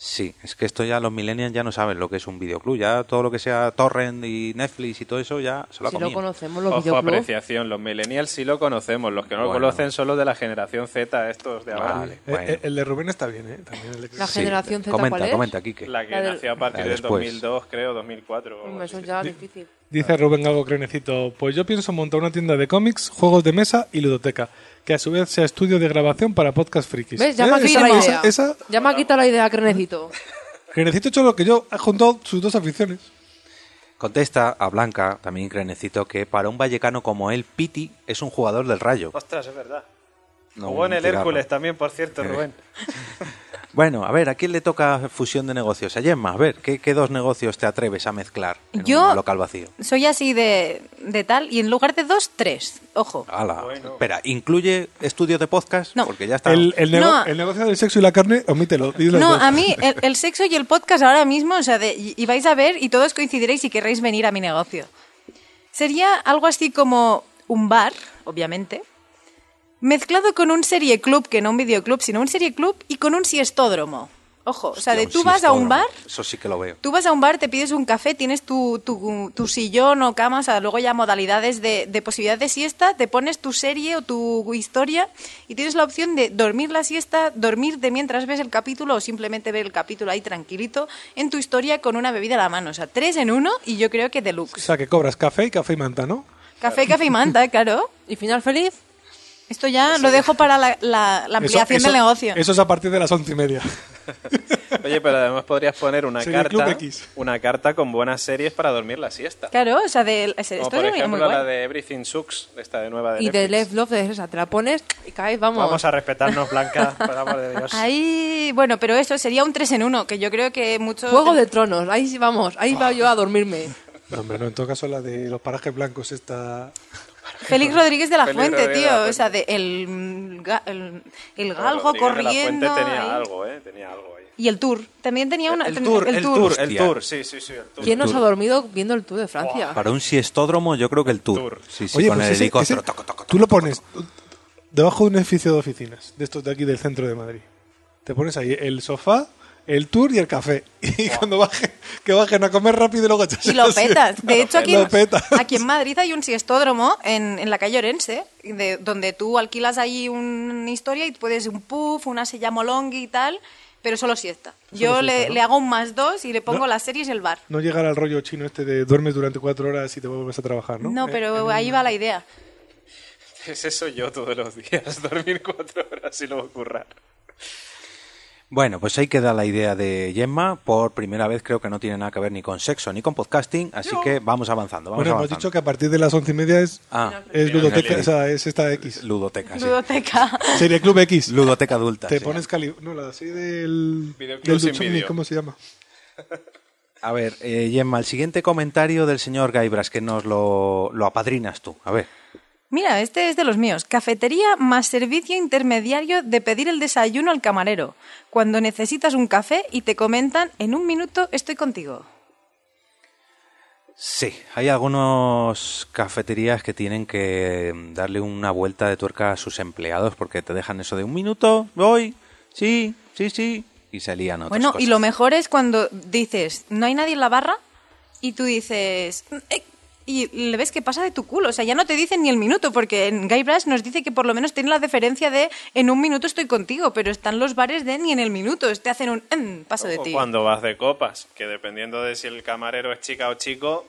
S2: Sí, es que esto ya los millennials ya no saben lo que es un videoclub. Ya todo lo que sea torrent y Netflix y todo eso ya se lo ha
S4: Si lo
S2: comido.
S4: conocemos, los
S6: Ojo,
S4: videoclubs.
S6: apreciación. Los millennials sí lo conocemos. Los que no
S2: Bueno.
S6: lo conocen son los de la generación Z, estos de ahora.
S2: Vale,
S3: Eh,
S2: bueno.
S3: eh, el de Rubén está bien, ¿eh? También el de-
S4: La generación Z,
S2: comenta,
S4: ¿cuál es?
S2: comenta, Quique.
S6: La que
S4: La del-
S6: nació a partir
S2: La
S6: del
S2: después.
S6: 2002, creo, 2004. o algo
S4: Mm, Eso
S6: así.
S4: ya es difícil.
S3: Dice Rubén algo crenecito. Pues yo pienso montar una tienda de cómics, juegos de mesa y ludoteca, que a su vez sea estudio de grabación para podcast frikis.
S4: ¿Ves? Ya
S3: Eh,
S4: me ha quitado
S3: esa,
S4: la idea.
S3: esa- esa-
S4: Ya me ha quitado la idea, Crenecito.
S3: Crenecito ha hecho lo que yo, ha juntado sus dos aficiones.
S2: Contesta a Blanca, también Crenecito, que para un vallecano como él, Piti es un jugador del rayo.
S6: Ostras, es verdad.
S2: No,
S6: Jugó en el
S2: tirarlo.
S6: Hércules también, por cierto,
S2: Eh.
S6: Rubén.
S2: Bueno, a ver, ¿a quién le toca fusión de negocios? A Gemma, a ver, ¿qué, qué dos negocios te atreves a mezclar en
S5: Yo-
S2: un local vacío?
S5: Soy así de, de tal y en lugar de dos, tres. Ojo.
S2: Ala,
S6: Bueno.
S2: espera, ¿incluye estudios de podcast?
S5: No.
S2: Porque ya está.
S3: El, el nego-
S5: No.
S3: el negocio del sexo y la carne, omítelo. di los
S5: No,
S3: dos.
S5: a mí el, el sexo y el podcast ahora mismo, o sea, de- y, y vais a ver y todos coincidiréis y querréis venir a mi negocio. Sería algo así como un bar, obviamente, mezclado con un serie club, que no un videoclub, sino un serie club y con un siestódromo. Ojo, o sea, de
S2: Hostia,
S5: tú vas a un
S2: sistódromo.
S5: bar,
S2: Eso sí que lo veo.
S5: tú vas a un bar, te pides un café, tienes tu, tu, tu sillón o cama, o sea, luego ya modalidades de, de posibilidad de siesta, te pones tu serie o tu historia y tienes la opción de dormir la siesta, dormirte mientras ves el capítulo o simplemente ver el capítulo ahí tranquilito en tu historia con una bebida a la mano. O sea, tres en uno y yo creo que
S3: O
S5: deluxe.
S3: sea, que cobras café y café y manta, ¿no?
S5: Café, café y manta, ¿eh? claro.
S4: ¿Y final feliz?
S5: Esto ya lo dejo para la, la- la
S3: Eso-
S5: ampliación
S3: eso-
S5: del negocio.
S3: Eso es a partir de las once y media.
S6: Oye, pero además podrías poner una
S3: Sería Club
S6: carta,
S3: X.
S6: una carta con buenas series para dormir la siesta.
S5: Claro, o sea, de, ese-
S6: Como
S5: esto
S6: por
S5: es muy- muy
S6: ejemplo la
S5: guay.
S6: de Everything Sucks, esta de nueva de
S4: Y de
S6: Netflix.
S4: Left Love, es esa, te la pones y caes, vamos.
S9: Vamos a respetarnos, Blanca, por amor de Dios.
S5: Ahí, bueno, pero eso sería un tres en uno, que yo creo que mucho...
S4: Juego de Tronos, ahí sí vamos, ahí va yo a dormirme.
S3: No, hombre, no, en todo caso la de los parajes blancos está...
S5: Félix Rodríguez de la
S6: Félix
S5: Fuente,
S6: Rodríguez de la
S5: tío.
S6: Fuente.
S5: O sea, de el, ga- el, el
S6: Pero
S5: galgo
S6: Rodríguez de
S5: corriendo.
S6: La fuente tenía
S5: ahí.
S6: algo, ¿eh? Tenía algo ahí.
S5: Y el tour. También tenía una.
S6: el
S5: ten-
S6: tour, el tour, el
S2: Hostia.
S6: tour, sí, sí, sí, el tour.
S4: ¿Quién nos ha
S2: Tour.
S4: dormido viendo el Tour de Francia?
S2: Para un siestódromo, yo creo que el tour.
S6: Tour.
S2: Sí, sí, con
S3: pues
S2: el
S3: ese-
S2: helicóptero.
S3: ese-
S2: toco, toco,
S3: Tú lo pones debajo de un edificio de oficinas, de estos de aquí del centro de Madrid. Te pones ahí el sofá, el tour y el café. Y cuando bajen, que bajen a comer rápido y luego echas
S5: Y lo
S3: el asiento.
S5: petas. De hecho, aquí, en-
S3: Lo petas.
S5: aquí en Madrid hay un siestódromo en, en la calle Orense, de- donde tú alquilas ahí una historia y puedes un puff, una silla molongui y tal, pero solo siesta. Yo
S3: siesta,
S5: le,
S3: ¿no?
S5: le hago un más dos y le pongo
S3: No.
S5: las series y el bar.
S3: No llegar al rollo chino este de duermes durante cuatro horas y te vuelves a trabajar, ¿no?
S5: No,
S3: Eh,
S5: pero ahí va la idea.
S6: Es eso yo todos los días, dormir cuatro horas y luego currar.
S2: Bueno, pues ahí queda la idea de Gemma. Por primera vez creo que no tiene nada que ver ni con sexo ni con podcasting, así que vamos avanzando. Vamos
S3: Bueno, hemos
S2: avanzando.
S3: dicho que a partir de las once y media es,
S2: Ah,
S3: es ludoteca,
S2: sí.
S3: o sea, es esta X.
S2: Ludoteca, sí.
S5: Ludoteca.
S3: Serie Club X.
S2: Ludoteca adulta.
S3: Te
S2: sí.
S3: pones cali... No, la serie del...
S6: Videoclub
S3: del
S6: sin
S3: Duchovny,
S6: vídeo.
S3: ¿Cómo se llama?
S2: A ver, eh, Gemma, el siguiente comentario del señor Gaibras, que nos lo, lo apadrinas tú. A ver,
S5: Mira, este es de los míos. Cafetería más servicio intermediario de pedir el desayuno al camarero. Cuando necesitas un café y te comentan, en un minuto estoy contigo.
S2: sí, hay algunas cafeterías que tienen que mm, darle una vuelta de tuerca a sus empleados porque te dejan eso de un minuto, voy, sí, sí, sí, y se lían otras
S5: bueno, y
S2: cosas.
S5: lo mejor es cuando dices, no hay nadie en la barra y tú dices... "Mm, eh", y le ves que pasa de tu culo. O sea, ya no te dicen ni el minuto, porque en Guybrush nos dice que por lo menos tiene la deferencia de en un minuto estoy contigo, pero están los bares de ni en el minuto. Te hacen un "Mm", paso de
S6: O
S5: ti.
S6: cuando vas de copas, que dependiendo de si el camarero es chica o chico,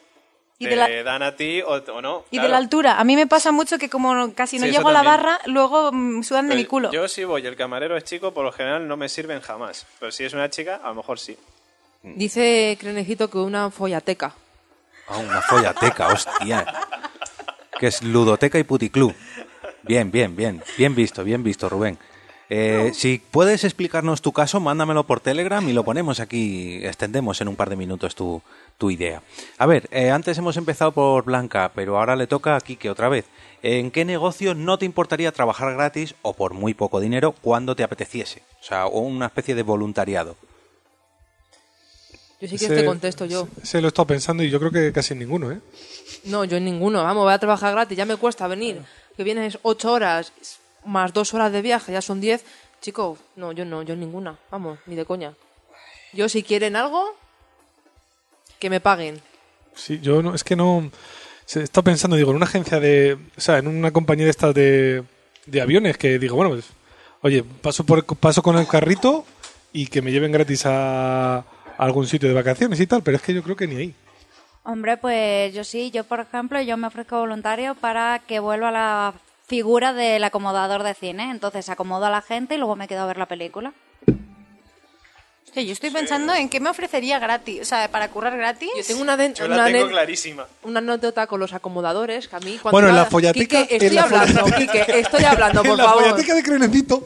S5: Y
S6: te
S5: de la-
S6: dan a ti o, o no.
S5: Y
S6: claro.
S5: de la altura. A mí me pasa mucho que como casi no
S6: Sí, eso
S5: llego a la
S6: también.
S5: barra, luego mm, sudan de
S6: Pero
S5: mi culo.
S6: Yo si voy, y el camarero es chico, por lo general no me sirven jamás. Pero si es una chica, a lo mejor sí.
S4: Dice Crenecito que una follateca.
S2: Ah, una follateca, hostia. Que es ludoteca y puticlub. Bien, bien, bien. Bien visto, bien visto, Rubén. Eh, Si puedes explicarnos tu caso, mándamelo por Telegram y lo ponemos aquí, extendemos en un par de minutos tu, tu idea. A ver, eh, antes hemos empezado por Blanca, pero ahora le toca a Quique otra vez. ¿En qué negocio no te importaría trabajar gratis o por muy poco dinero cuando te apeteciese? O sea, o una especie de voluntariado.
S4: Yo sí que
S3: Se-
S4: este contesto yo.
S3: Se, se lo he estado pensando y yo creo que casi ninguno, ¿eh?
S4: No, yo en ninguno. Vamos, voy a trabajar gratis, ya me cuesta venir. Que vienes ocho horas más dos horas de viaje, ya son diez. Chico, no, yo no, yo en ninguna. Vamos, ni de coña. Yo si quieren algo, que me paguen.
S3: Sí, yo no, es que no. Se está pensando, digo, en una agencia de. O sea, en una compañía de estas de, de aviones que digo, bueno, pues. Oye, paso, por, paso con el carrito y que me lleven gratis a, a algún sitio de vacaciones y tal, pero es que yo creo que ni ahí.
S8: Hombre, pues yo sí, yo por ejemplo, yo me ofrezco voluntario para que vuelva la figura del acomodador de cine. Entonces acomodo a la gente y luego me quedo a ver la película.
S5: Que yo estoy pensando en qué me ofrecería gratis, o sea, para currar gratis.
S4: Yo tengo una, de-
S6: Yo
S4: una
S6: la tengo
S4: ane-
S6: clarísima.
S4: una anécdota con los acomodadores que a mí cuando
S3: Bueno, en
S4: iba-
S3: la follateca.
S4: Quique,
S3: en
S4: estoy
S3: la
S4: hablando,
S3: follateca-
S4: Quique, estoy hablando, por
S3: en la
S4: favor.
S3: follateca de Crenecito.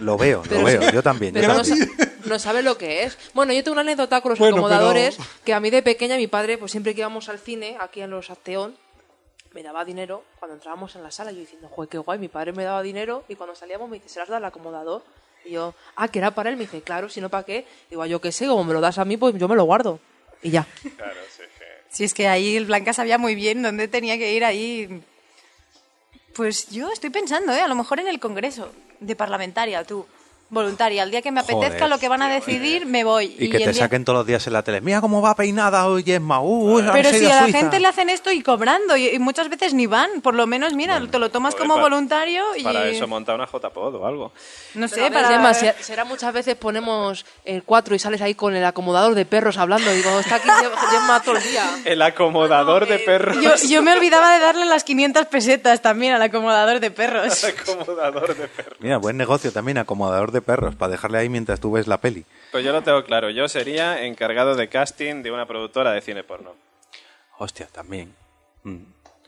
S2: Lo veo, lo
S4: Pero-
S2: veo, yo también. yo
S4: Pero no,
S2: también.
S4: sa- no sabe lo que es. Bueno, yo tengo una anécdota con los
S3: Bueno,
S4: acomodadores
S3: pero-
S4: que a mí de pequeña mi padre, pues siempre que íbamos al cine, aquí a los Ateón, me daba dinero cuando entrábamos en la sala. Yo diciendo, joder, qué guay, mi padre me daba dinero y cuando salíamos me dice, ¿se lo has dado al acomodador? Y yo, ah, que era para él. Me dice, claro, si no, ¿para qué? Digo, "Ah, yo qué sé, como me lo das a mí, pues yo me lo guardo. Y ya.
S5: Si es que ahí el Blanca sabía muy bien dónde tenía que ir ahí. Pues yo estoy pensando, ¿eh? A lo mejor en el Congreso de parlamentaria, tú. voluntaria. El día que me
S2: Joder,
S5: apetezca lo que van a decidir, me voy.
S2: Y, que
S5: el
S2: te
S5: día-
S2: saquen todos los días en la tele. Mira cómo va peinada hoy Esma. Uh, uh,
S5: Pero
S2: soy de
S5: si Pues a la
S2: Suiza".
S5: gente le hacen esto y cobrando, y, y muchas veces ni van, por lo menos, mira, te lo tomas
S6: joder,
S5: como
S6: para-
S5: voluntario y...
S6: Para eso monta una JPod o algo.
S5: no
S4: Pero a
S5: sé,
S4: ver,
S5: para...
S4: Gemma, si- será muchas veces ponemos el 4 y sales ahí con el acomodador de perros hablando. Digo, está aquí Ge- Gemma todo el día.
S6: El acomodador de
S4: eh,
S6: perros.
S5: Yo, yo me olvidaba de darle las 500 pesetas también al acomodador de perros.
S6: acomodador de perros.
S2: Mira, buen negocio también, acomodador de perros, para dejarle ahí mientras tú ves la peli.
S6: Pues yo lo tengo claro. Yo sería encargado de casting de una productora de cine porno.
S2: Hostia, también. Mm.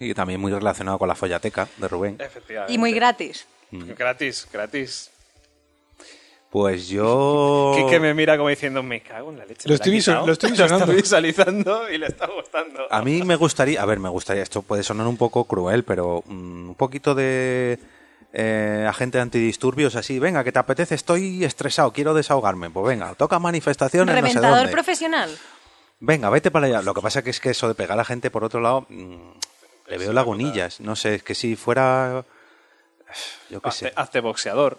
S2: Y también muy relacionado con la follateca de Rubén.
S6: Efectivamente.
S5: Y muy gratis.
S2: Mm.
S6: Gratis, gratis.
S2: Pues yo...
S6: Quique me mira como diciendo, me cago en la leche.
S3: Lo
S6: ¿me
S3: estoy
S6: la ha
S3: visu-
S6: quitado?".
S3: lo estoy visionando.
S6: estoy visualizando y le está gustando.
S2: A mí me gustaría, a ver, me gustaría, esto puede sonar un poco cruel, pero mm, un poquito de eh, agente de antidisturbios así, venga, que te apetece, estoy estresado, quiero desahogarme, pues venga, toca manifestaciones, no sé
S5: Reventador
S2: dónde.
S5: profesional.
S2: Venga, vete para allá. Lo que pasa que es que eso de pegar a gente por otro lado, mm, le veo lagunillas, no sé, es que si fuera... Yo qué
S6: Hazte,
S2: sé.
S6: hazte boxeador.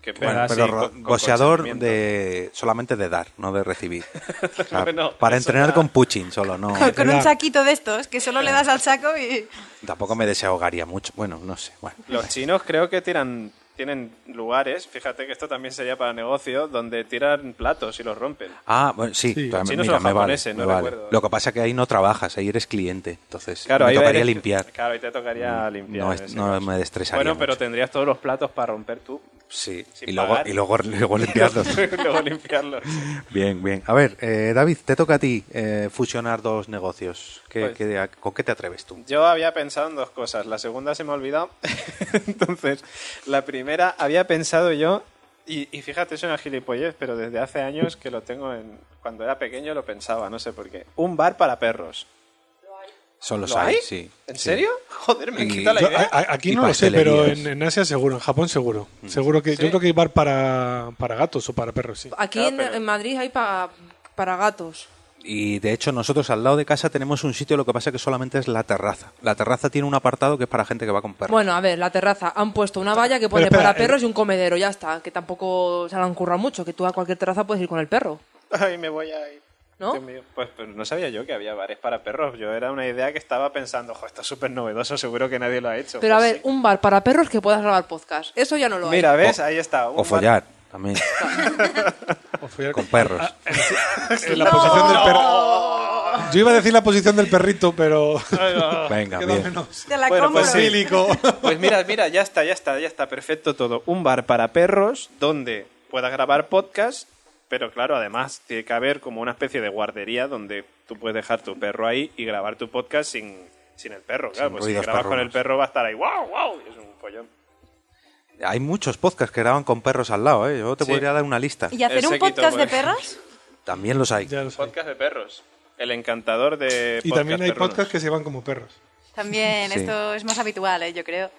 S6: Que pega
S2: pues Bueno,
S6: ah, así
S2: pero
S6: con-
S2: ro-
S6: con
S2: boxeador
S6: consentimiento.
S2: de, solamente de dar, no de recibir. O sea,
S6: Bueno,
S2: para
S6: eso
S2: entrenar
S6: ya-
S2: con puching solo, no.
S5: Con, con un
S3: verdad.
S5: saquito de estos, que solo le das al saco y...
S2: Tampoco me desahogaría mucho. Bueno, no sé. Bueno,
S6: Los chinos creo que tiran tienen lugares, fíjate que esto también sería para negocio, donde tiran platos y los rompen.
S2: Ah, bueno, sí.
S3: Sí.
S2: todavía-
S6: Chinos
S2: mira,
S6: o
S2: me vale,
S6: japoneses,
S2: me
S6: no
S2: vale.
S6: recuerdo.
S2: Lo que pasa es que ahí no trabajas, ahí eres cliente. Entonces,
S6: Claro,
S2: me
S6: ahí
S2: tocaría
S6: eres-
S2: limpiar. Mm,
S6: Claro, ahí te tocaría limpiar.
S2: No
S6: en
S2: es-
S6: ese
S2: no
S6: caso.
S2: me estresaría
S6: Bueno, pero
S2: mucho.
S6: tendrías todos los platos para romper tú.
S2: Sí.
S6: Sin
S2: Y luego,
S6: pagar.
S2: y luego, luego limpiarlos.
S6: Luego limpiarlos.
S2: bien, bien. A ver, eh, David, te toca a ti eh, fusionar dos negocios. ¿Qué-
S6: Pues-
S2: qué- a- ¿Con qué te atreves tú?
S6: Yo había pensado en dos cosas. La segunda se me ha olvidado. Entonces, la primera había pensado yo. Y, y fíjate, es una gilipollez, pero desde hace años que lo tengo en. Cuando era pequeño lo pensaba, no sé por qué. Un bar para perros.
S2: Son los
S6: ¿Lo hay?
S2: sí.
S6: ¿En
S2: Sí.
S6: serio? Joder, me
S2: Y-
S6: quita la
S2: yo-
S3: Yo,
S6: idea.
S3: a- a- aquí
S2: Y
S3: no lo sé, pero en,
S2: pastelerías. Mm.
S3: en Asia seguro, en Japón seguro. Seguro que
S6: Sí.
S3: yo creo que hay bar para, para gatos o para perros, sí.
S4: Aquí
S6: Claro,
S4: en,
S6: pero-
S4: en Madrid hay pa- para gatos.
S2: Y de hecho nosotros al lado de casa tenemos un sitio, lo que pasa que solamente es la terraza. La terraza tiene un apartado que es para gente que va con perros.
S4: Bueno, a ver, la terraza. Han puesto una valla que pone
S3: espera,
S4: para
S3: eh,
S4: perros y un comedero, ya está. Que tampoco se la han currado mucho, que tú a cualquier terraza puedes ir con el perro.
S6: Ay, me voy a ir.
S4: ¿No?
S6: Dios mío. Pues, pero no sabía yo que había bares para perros. Yo era una idea que estaba pensando, jo, esto es súper novedoso, seguro que nadie lo ha hecho.
S4: Pero a
S6: Pues
S4: ver,
S6: sí.
S4: un bar para perros que puedas grabar podcast. Eso ya no lo hay.
S6: Mira, ¿ves? Ahí está. un
S2: o
S6: bar-
S2: follar, también,
S3: O follar-
S2: con perros.
S3: en la posición del perro. Yo iba a decir la posición del perrito, pero
S2: Venga,
S3: queda
S2: bien.
S3: menos
S5: Te la
S6: Bueno,
S5: compro.
S6: Ah, pues sí.
S3: cílico.
S6: Pues mira, mira, ya está, ya está, ya está, perfecto todo. Un bar para perros donde puedas grabar podcast, pero claro, además tiene que haber como una especie de guardería donde tú puedes dejar tu perro ahí y grabar tu podcast sin, sin el perro. Claro,
S2: Sin
S6: pues si
S2: ruidos
S6: grabas con el
S2: perrunos.
S6: perro va a estar ahí, wow, wow, es un follón.
S2: Hay muchos podcasts que graban con perros al lado, ¿eh? Yo te
S6: Sí.
S2: podría dar una lista.
S5: ¿Y hacer
S6: El
S5: un
S6: séquito,
S5: podcast de
S6: pues.
S5: perros?
S2: También los hay.
S3: Ya lo sé.
S6: Podcast de perros. El encantador de
S3: Y también hay
S6: perrunos.
S3: podcasts que se van como perros.
S5: También,
S2: Sí.
S5: esto es más habitual, ¿eh? yo creo.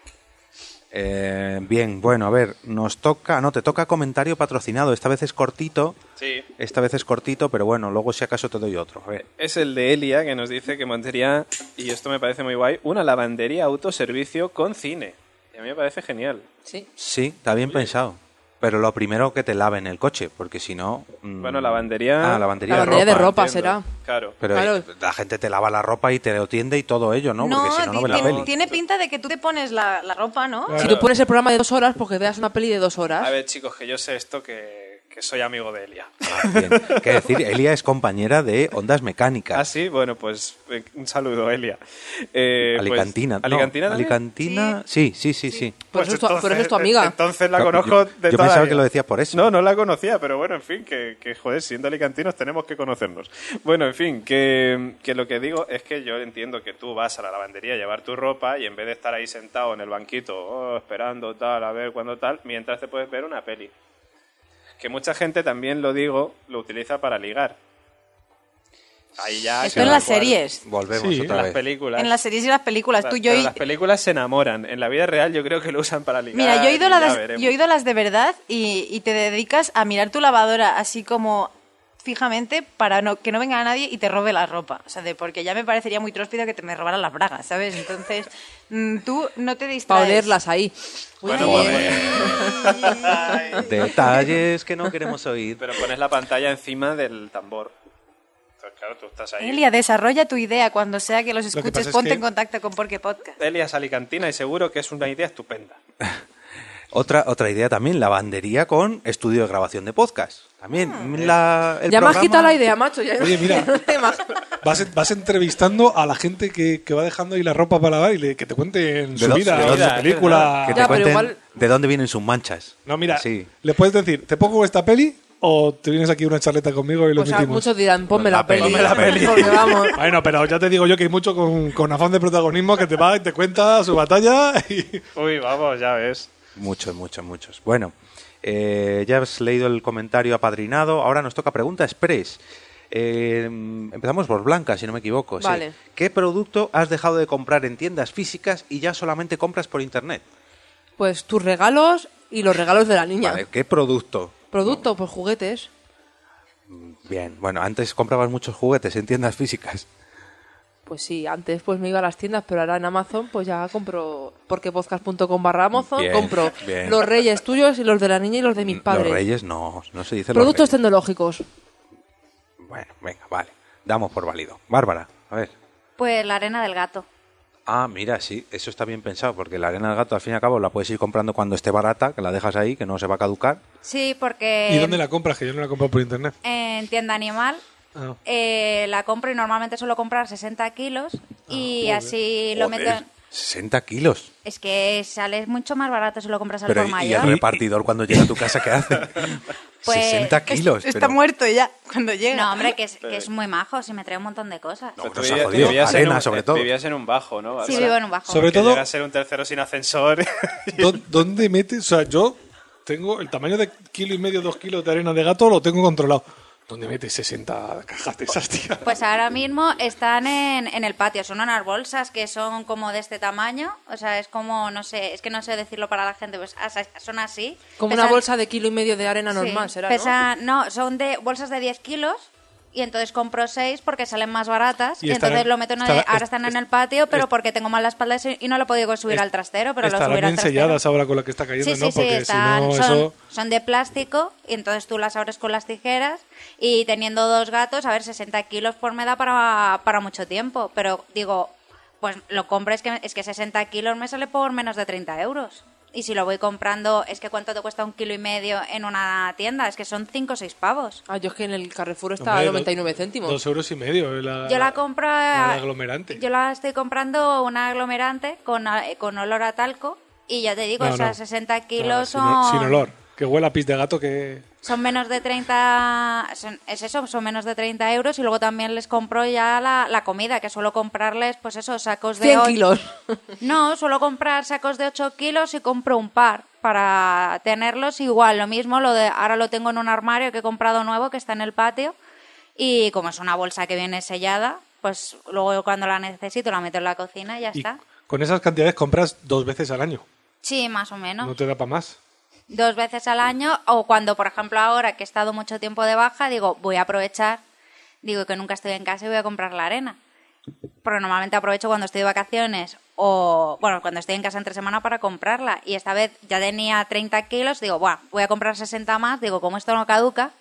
S2: Eh, bien, bueno, a ver, nos toca, no, te toca comentario patrocinado. Esta vez es cortito,
S6: Sí.
S2: esta vez es cortito, pero bueno, luego si acaso te doy otro. A ver.
S6: Es el de Elia que nos dice que montaría, y esto me parece muy guay, una lavandería autoservicio con cine. Y a mí me parece genial.
S4: Sí.
S2: Sí, está bien pensado. Pero lo primero que te laven el coche, porque si no. mm,
S6: Bueno, lavandería.
S2: Ah, lavandería,
S4: Lavandería
S2: de
S4: de
S2: ropa.
S4: ropa.
S6: entiendo.
S4: será.
S6: Claro.
S2: Pero eh,
S4: Claro.
S2: la gente te lava la ropa y te lo tiende y todo ello, ¿no? Porque si no, no
S5: ti-
S2: ven la
S5: tiene,
S2: peli. Ah,
S5: tiene pinta de que tú te pones la, la ropa, ¿no?
S4: Si tú pones el programa de dos horas porque veas una peli de dos horas.
S6: A ver, chicos, que yo sé esto, que, que soy amigo de Elia.
S2: Ah, bien. Qué decir, Elia es compañera de Ondas Mecánicas.
S6: Ah, sí, bueno, pues eh, un saludo, Elia. Eh, pues,
S2: Alicantina. no,
S6: Alicantina. también?
S2: Alicantina. Sí, sí, sí, sí.
S5: Pues
S4: Por eso es tu- por eso es pues tu amiga.
S6: pues Entonces la
S2: Yo- yo
S6: conozco de toda la
S2: pensaba
S6: vida.
S2: que lo decías por eso.
S6: No, no la conocía, pero bueno, en fin, que, que, joder, siendo alicantinos tenemos que conocernos. Bueno, en fin, que, que lo que digo es que yo entiendo que tú vas a la lavandería a llevar tu ropa y en vez de estar ahí sentado en el banquito, oh, esperando tal, a ver cuándo tal, mientras te puedes ver una peli. Que mucha gente también lo digo, lo utiliza para ligar. Ahí ya.
S5: Esto
S6: cada
S5: en las
S6: cual-
S5: series.
S2: Volvemos
S3: Sí,
S2: otra
S6: En las
S2: vez.
S6: películas.
S5: En las series y las películas. Tú, yo,
S6: Pero
S5: he-
S6: las películas se enamoran. En la vida real yo creo que lo usan para ligar.
S5: mira, yo he, ido a
S6: y ya
S5: las,
S6: veremos.
S5: yo he ido a las de verdad y, y te dedicas a mirar tu lavadora así como fijamente para no, que no venga nadie y te robe la ropa. O sea, de, porque ya me parecería muy tróspido que te me robaran las bragas, ¿sabes? Entonces, mm, tú no te
S10: Para
S5: distraes.
S10: olerlas ahí.
S6: Bueno,
S5: Ay,
S6: pues,
S5: ay, ay.
S2: Detalles que no queremos oír.
S6: pero pones la pantalla encima del tambor. Entonces, claro, tú estás ahí.
S5: Elia, desarrolla tu idea cuando sea que los
S3: que
S5: escuches.
S3: pasa es
S5: ponte
S3: que-
S5: en contacto con Porque Podcast.
S6: Elias Alicantina y seguro que es una idea estupenda.
S2: Otra, otra idea también, lavandería con estudio de grabación de podcast. También
S10: Ah,
S2: la, el
S10: eh. Ya me has
S2: programa-
S10: quitado la idea,
S4: macho, ya
S3: Oye, mira.
S4: no te imagino.
S3: Vas, vas entrevistando a la gente que, que va dejando ahí la ropa para lavar y le- que te cuenten
S2: De
S3: su
S2: los-
S3: vida,
S2: de
S3: su
S2: los-
S3: película.
S2: Que te
S10: Ya, pero
S2: cuenten
S10: igual-
S2: de dónde vienen sus manchas.
S3: No, mira,
S2: Sí.
S3: le puedes decir, ¿te pongo esta peli o te vienes aquí a una charleta conmigo y lo
S4: O sea,
S3: emitimos?
S4: muchos dirán, ponme la,
S2: La peli,
S4: peli.
S2: la peli.
S4: Porque vamos.
S3: Bueno, pero ya te digo yo que hay mucho con, con afán de protagonismo que te va y te cuenta su batalla y...
S6: Uy, vamos, ya ves.
S2: Muchos, muchos, muchos. Bueno, eh, ya has leído el comentario apadrinado. Ahora nos toca pregunta express. Eh, empezamos por Blanca, si no me equivoco. sí.
S4: Vale.
S2: ¿Qué producto has dejado de comprar en tiendas físicas y ya solamente compras por internet?
S4: Pues tus regalos y los regalos de la niña.
S2: Vale, ¿qué producto?
S4: Producto, pues juguetes.
S2: Bien, bueno, antes comprabas muchos juguetes en tiendas físicas.
S4: Pues sí, antes pues me iba a las tiendas, pero ahora en Amazon pues ya compro porquepodcast.com barra Amazon,
S2: Bien,
S4: compro
S2: bien.
S4: los reyes tuyos y los de la niña y los de mis padres.
S2: Los Reyes no, no se dice
S4: Productos
S2: los Reyes.
S4: tecnológicos.
S2: Bueno, venga, vale. Damos por válido. Bárbara, a ver.
S8: Pues la arena del gato.
S2: Ah, mira, sí, eso está bien pensado, porque la arena del gato al fin y al cabo la puedes ir comprando cuando esté barata, que la dejas ahí, que no se va a caducar.
S8: Sí, porque
S3: ¿Y
S4: Eh,
S3: dónde la compras? Que yo no la compro por internet.
S8: en tienda animal
S3: Ah.
S8: eh, la compro y normalmente suelo comprar 60 kilos y así lo meto...
S2: Ah, Joder,
S8: en-
S2: 60 kilos.
S8: Es que sale mucho más barato si lo compras al
S2: Pero
S8: por
S2: ¿y- ¿y el
S8: mayor.
S2: repartidor cuando llega a tu casa qué hace?
S8: Pues,
S2: 60 kilos.
S5: Está
S2: pero-
S5: muerto ya cuando llega.
S8: No, hombre, que es, que es muy majo, si me trae un montón de cosas.
S2: No,
S6: Tú
S2: nos ha
S6: vivías-
S2: jodido.
S6: vivías en
S2: Arena,
S6: un-
S2: sobre todo.
S6: Vivías en un bajo, ¿no?
S8: Sí,
S6: Bárbara?
S8: vivo en un bajo.
S3: Sobre
S6: Que
S3: todo-
S6: llega a ser un tercero sin ascensor.
S3: ¿Dó- ¿Dónde metes? O sea, yo tengo el tamaño de kilo y medio, dos kilos de arena de gato, lo tengo controlado. ¿Dónde metes 60 cajas de esas, tío?
S8: Pues ahora mismo están en, en el patio, son unas bolsas que son como de este tamaño, o sea, es como, no sé, es que no sé decirlo para la gente, pues asa- son así.
S4: Como una
S8: Pesan-
S4: bolsa de kilo y medio de arena
S8: sí,
S4: normal, será, ¿no?
S8: pesan- ¿no? son de bolsas de 10 kilos y entonces compro 6 porque salen más baratas
S3: Y
S8: y,
S3: estarán-
S8: entonces lo meto en
S3: estará-
S8: ahora están en el patio, pero porque tengo mal la espalda y y no lo he podido subir al trastero, pero lo
S3: Estarán
S8: subiré al
S3: bien
S8: trastero.
S3: selladas ahora con la que está cayendo,
S8: Sí, sí,
S3: ¿no?
S8: sí,
S3: Porque
S8: están,
S3: si no,
S8: son,
S3: eso...
S8: son de plástico y entonces tú las abres con las tijeras y teniendo dos gatos, a ver, 60 kilos por me da para, para mucho tiempo, pero digo, pues lo compro, es que, es que 60 kilos me sale por menos de 30 euros. Y si lo voy comprando, es que cuánto te cuesta un kilo y medio en una tienda, es que son 5 o 6 pavos.
S4: Ah, yo es que en el Carrefour está
S3: Hombre,
S4: a
S3: do-
S4: 99 céntimos.
S3: Dos euros y medio. eh, La,
S8: Yo la compro... eh,
S3: la de aglomerante.
S8: Yo la estoy comprando una aglomerante con, eh, con olor a talco y ya te digo,
S3: No,
S8: esas
S3: no.
S8: 60
S3: Nada,
S8: kilos
S3: sin ol-
S8: son...
S3: Sin olor. Que huela a pis de gato que...
S8: Son menos de 30, son- es eso, son menos de 30 euros y luego también les compro ya la, la comida, que suelo comprarles, pues esos sacos de...
S4: 100
S8: ocho-
S4: kilos.
S8: No, suelo comprar sacos de 8 kilos y compro un par para tenerlos igual, lo mismo, lo de ahora lo tengo en un armario que he comprado nuevo que está en el patio y como es una bolsa que viene sellada, pues luego cuando la necesito la meto en la cocina y ya
S3: y
S8: está.
S3: con esas cantidades compras dos veces al año.
S8: Sí, más o menos.
S3: No te da para más.
S8: dos veces al año o cuando, por ejemplo, ahora que he estado mucho tiempo de baja, digo, voy a aprovechar, digo que nunca estoy en casa y voy a comprar la arena. Porque normalmente aprovecho cuando estoy de vacaciones o, bueno, cuando estoy en casa entre semana para comprarla. Y esta vez ya tenía 30 kilos, digo, Buah, voy a comprar 60 más, digo, como esto no caduca,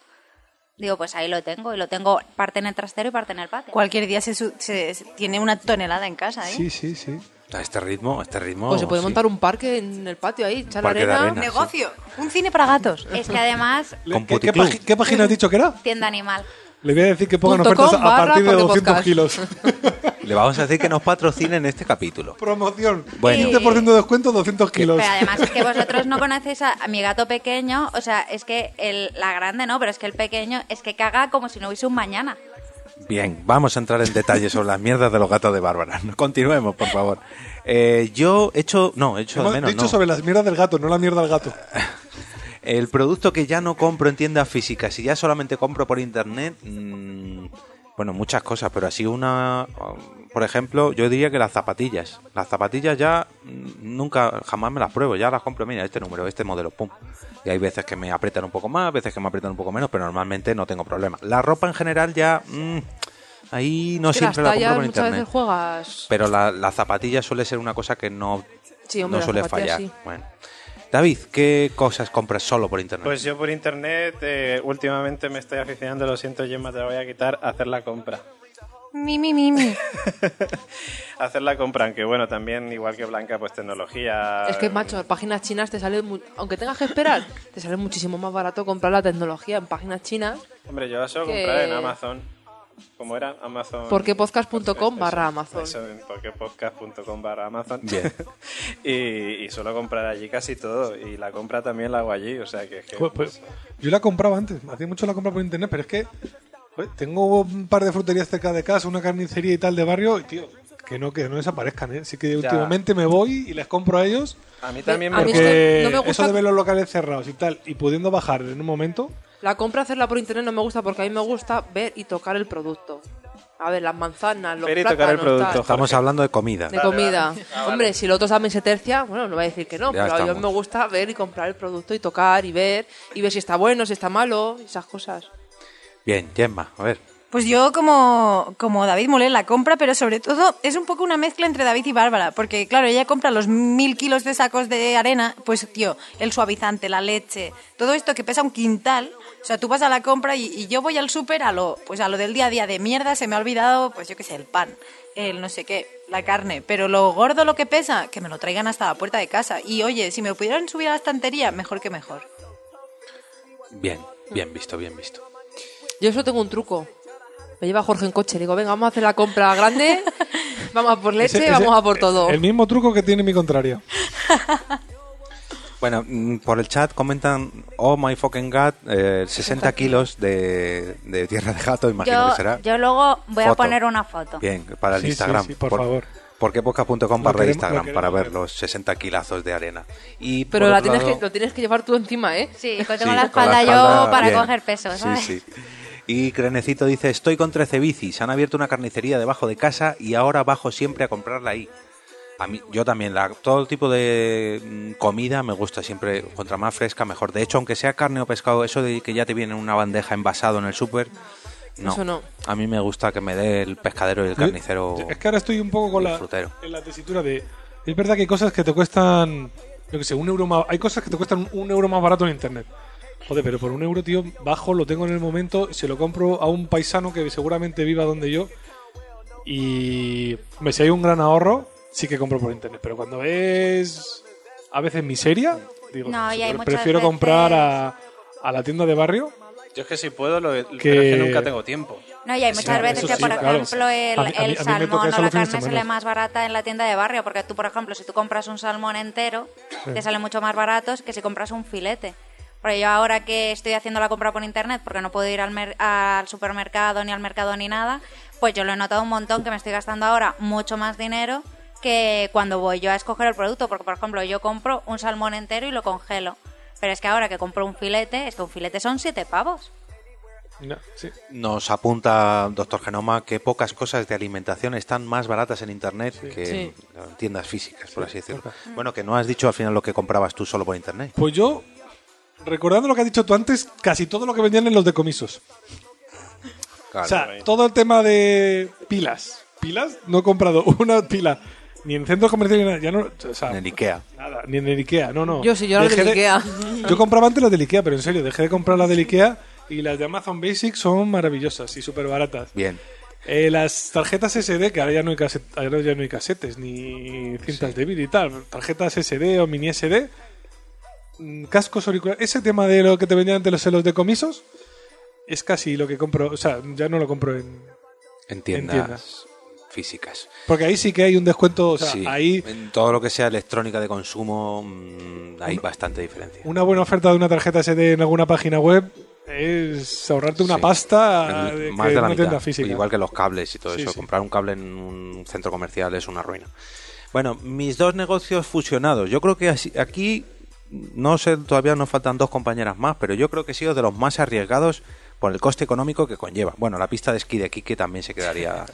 S8: digo, pues ahí lo tengo y lo tengo parte en el trastero y parte en el patio.
S5: Cualquier día se, su- se- se- tiene una tonelada en casa, ¿eh?
S3: Sí, sí, sí.
S2: A este ritmo, a este ritmo.
S4: Pues se puede
S2: sí.
S4: montar un parque en el patio ahí, echar
S2: Parque de
S4: arena.
S2: arena.
S5: Negocio. Un cine para gatos.
S8: Es que además,
S2: Con
S3: ¿Qué, qué
S2: Puticlub.
S3: pagi- qué página has dicho que era?
S8: tienda animal.
S3: Le voy a decir que pongan
S4: Punto
S3: ofertas
S4: com
S3: a partir de
S4: barra
S3: 200
S4: podcast.
S3: kilos.
S2: Le vamos a decir que nos patrocinen este capítulo.
S3: Promoción.
S2: Bueno.
S3: 15% de descuento, 200 kilos.
S8: Pero además es que vosotros no conocéis a, a mi gato pequeño, o sea, es que el, la grande no, pero es que el pequeño es que caga como si no hubiese un mañana.
S2: Bien, vamos a entrar en detalle sobre las mierdas de los gatos de Bárbara. Continuemos, por favor. Eh, yo he hecho. No, he hecho de
S3: Hemos
S2: menos.
S3: dicho
S2: no.
S3: sobre las mierdas del gato, no la mierda del gato.
S2: El producto que ya no compro en tiendas físicas y ya solamente compro por internet. mm, bueno, muchas cosas, pero así una. um, por ejemplo, yo diría que las zapatillas. Las zapatillas ya mm, nunca, jamás me las pruebo, ya las compro, mira, este número, este modelo, pum. Y hay veces que me apretan un poco más, veces que me apretan un poco menos, pero normalmente no tengo problema. La ropa en general ya, mm, ahí no
S4: que las
S2: siempre la compro
S4: tallas
S2: por
S4: muchas
S2: internet.
S4: veces juegas.
S2: Pero la, la zapatilla suele ser una cosa que no,
S4: Sí, hombre,
S2: no
S4: la
S2: suele
S4: zapatilla
S2: fallar.
S4: sí.
S2: Bueno. David, ¿qué cosas compras solo por internet?
S9: Pues yo por internet eh, últimamente me estoy aficionando, lo siento Gemma, te la voy a quitar, a hacer la compra.
S5: Mi, mi, mi, mi.
S6: Hacer la compra, aunque bueno, también igual que Blanca, pues tecnología.
S4: Es que, macho, en páginas chinas te sale, mu- aunque tengas que esperar, te sale muchísimo más barato comprar la tecnología en páginas chinas.
S6: Hombre, yo la suelo
S4: que-
S6: comprar en Amazon. ¿Cómo era? Amazon.
S4: Porquepodcast.com
S6: Eso,
S4: barra Amazon.
S6: Eso, en porquepodcast.com barra Amazon.
S2: Bien.
S6: y, y suelo comprar allí casi todo. Y la compra también la hago allí, o sea que. es que-
S3: Joder, pues, yo la compraba antes, hacía mucho la compra por internet, pero es que joder, tengo un par de fruterías cerca de casa, una carnicería y tal de barrio, y tío, que no, que no desaparezcan, ¿eh? Así que últimamente me voy y les compro a ellos,
S6: A mí también
S4: A
S6: me
S4: mí
S6: gusta.
S3: porque
S4: no me gusta-
S3: eso de ver los locales cerrados y tal, y pudiendo bajar en un momento,
S4: La compra hacerla por internet no me gusta porque a mí me gusta ver y tocar el producto. A ver, las manzanas, los
S6: Ver y
S4: plátanos,
S6: tocar el producto,
S4: tal,
S2: Estamos hablando de comida.
S4: de comida. Hombre, si los otros también se tercia, bueno, no voy a decir que no,
S2: Ya
S4: pero a mí
S2: estamos.
S4: me gusta ver y comprar el producto y tocar y ver y ver si está bueno, si está malo, y esas cosas.
S2: Bien, Gemma, a ver.
S5: Pues yo como, como David Molé la compra, pero sobre todo es un poco una mezcla entre David y Bárbara, porque claro, ella compra los mil kilos de sacos de arena, pues tío, el suavizante, la leche, todo esto que pesa un quintal, o sea, tú vas a la compra y, y yo voy al súper a lo, pues a lo del día a día de mierda, se me ha olvidado, pues yo qué sé, el pan, el no sé qué, la carne, pero lo gordo lo que pesa, que me lo traigan hasta la puerta de casa. Y oye, si me lo pudieran subir a la estantería, mejor que mejor.
S2: Bien, bien visto, bien visto.
S4: Yo eso tengo un truco. Me lleva Jorge en coche, digo, venga, vamos a hacer la compra grande, vamos a por leche,
S3: Ese- ese-
S4: vamos a por todo.
S3: el mismo truco que tiene mi contraria.
S2: Bueno, mm, por el chat comentan, oh my fucking god, eh, 60 kilos de, de tierra de gato, imagino
S8: Yo,
S2: que será.
S8: yo luego voy a
S2: Foto.
S8: poner una foto.
S2: Bien, para el
S3: Sí, sí,
S2: Instagram.
S3: sí, por favor.
S2: Porquepodcast.com
S3: Lo
S2: barra
S3: queremos-
S2: Instagram
S3: lo
S2: para
S3: queremos
S2: ver los 60 kilazos de arena. Y por
S4: Pero la
S2: otro
S4: tienes
S2: lado-
S4: que, lo tienes que llevar tú encima, ¿eh?
S8: Sí, pues
S2: Sí,
S8: tengo la
S2: con
S8: espalda
S2: espalda
S8: yo para
S2: bien.
S8: coger peso, ¿sabes?
S2: Sí, sí. Y Crenecito dice, estoy con 13 bicis, han abierto una carnicería debajo de casa y ahora bajo siempre a comprarla ahí. A mí, yo también, la, todo tipo de mm, comida me gusta siempre, contra más fresca mejor. De hecho, aunque sea carne o pescado, eso de que ya te viene en una bandeja envasado en el súper, no.
S4: Eso no.
S2: A mí me gusta que me dé el pescadero y el
S3: Yo-
S2: carnicero.
S3: Es que ahora estoy un poco con
S2: y
S3: la,
S2: frutero.
S3: en la tesitura de. Es verdad que hay cosas que te cuestan. Yo que sé, un euro más. Hay cosas que te cuestan un euro más barato en internet. Joder, pero por un euro, tío, bajo, lo tengo en el momento, se lo compro a un paisano que seguramente viva donde yo. Y. Hombre, si hay un gran ahorro, sí que compro por internet. Pero cuando es. A veces miseria, digo,
S8: No, y hay
S3: pre-
S8: muchas
S3: prefiero
S8: veces-
S3: comprar a, a la tienda de barrio.
S6: Yo es que si puedo, lo, pero es
S3: Que-
S6: que nunca tengo tiempo.
S8: No, y hay muchas
S3: Sí,
S8: veces
S3: eso
S8: que,
S3: sí,
S8: por
S3: claro.
S8: ejemplo, el,
S3: A mí- a mí- a mí
S8: el
S3: me toca
S8: salmón
S3: eso
S8: o la
S3: los fines de
S8: carne
S3: semana.
S8: sale más barata en la tienda de barrio, porque tú, por ejemplo, si tú compras un salmón entero, te sale mucho más barato que si compras un filete. Porque yo ahora que estoy haciendo la compra por internet, porque no puedo ir al, mer- al supermercado, ni al mercado, ni nada, pues yo lo he notado un montón que me estoy gastando ahora mucho más dinero que cuando voy yo a escoger el producto, porque, por ejemplo, yo compro un salmón entero y lo congelo. Pero es que ahora que compro un filete, es que un filete son siete pavos.
S3: No, sí.
S2: Nos apunta doctor Genoma que pocas cosas de alimentación están más baratas en internet que
S4: Sí.
S2: en tiendas físicas, por así decirlo. Bueno, que no has dicho al final lo que comprabas tú solo por internet.
S3: Pues yo, recordando lo que has dicho tú antes, casi todo lo que vendían en los decomisos. o sea, todo el tema de pilas. Pilas, no he comprado una pila ni en centros comerciales ni nada. Ya no, o sea,
S2: en el Ikea.
S3: nada, ni en el Ikea, no, no.
S4: Yo sí, yo las
S3: Dejé
S4: del
S3: de-
S4: Ikea.
S3: yo compraba antes las del Ikea, pero en serio, dejé de comprar las del Ikea y las de Amazon Basic son maravillosas y súper baratas.
S2: Bien.
S3: Eh, las tarjetas SD, que ahora ya no hay, caset- ahora ya no hay casetes ni cintas de vídeo y tal. Tarjetas SD o mini SD. mm, Cascos auriculares. Ese tema de lo que te vendían antes los celos de comisos es casi lo que compro. O sea, ya no lo compro en.
S2: En tiendas,
S3: tiendas.
S2: físicas.
S3: Porque ahí sí que hay un descuento. O sea,
S2: Sí,
S3: ahí
S2: En todo lo que sea electrónica de consumo mm, hay bastante diferencia.
S3: una buena oferta de una tarjeta SD en alguna página web es ahorrarte una
S2: Sí.
S3: pasta
S2: En-
S3: Ah, de,
S2: más
S3: que
S2: de
S3: en
S2: la
S3: una tienda
S2: mitad.
S3: física.
S2: Igual que los cables y todo
S3: Sí,
S2: eso.
S3: sí.
S2: Comprar un cable en un centro comercial es una ruina. Bueno, mis dos negocios fusionados. Yo creo que así- aquí, no sé, todavía nos faltan dos compañeras más, pero yo creo que he sido de los más arriesgados por el coste económico que conlleva. Bueno, la pista de esquí de Quique también se quedaría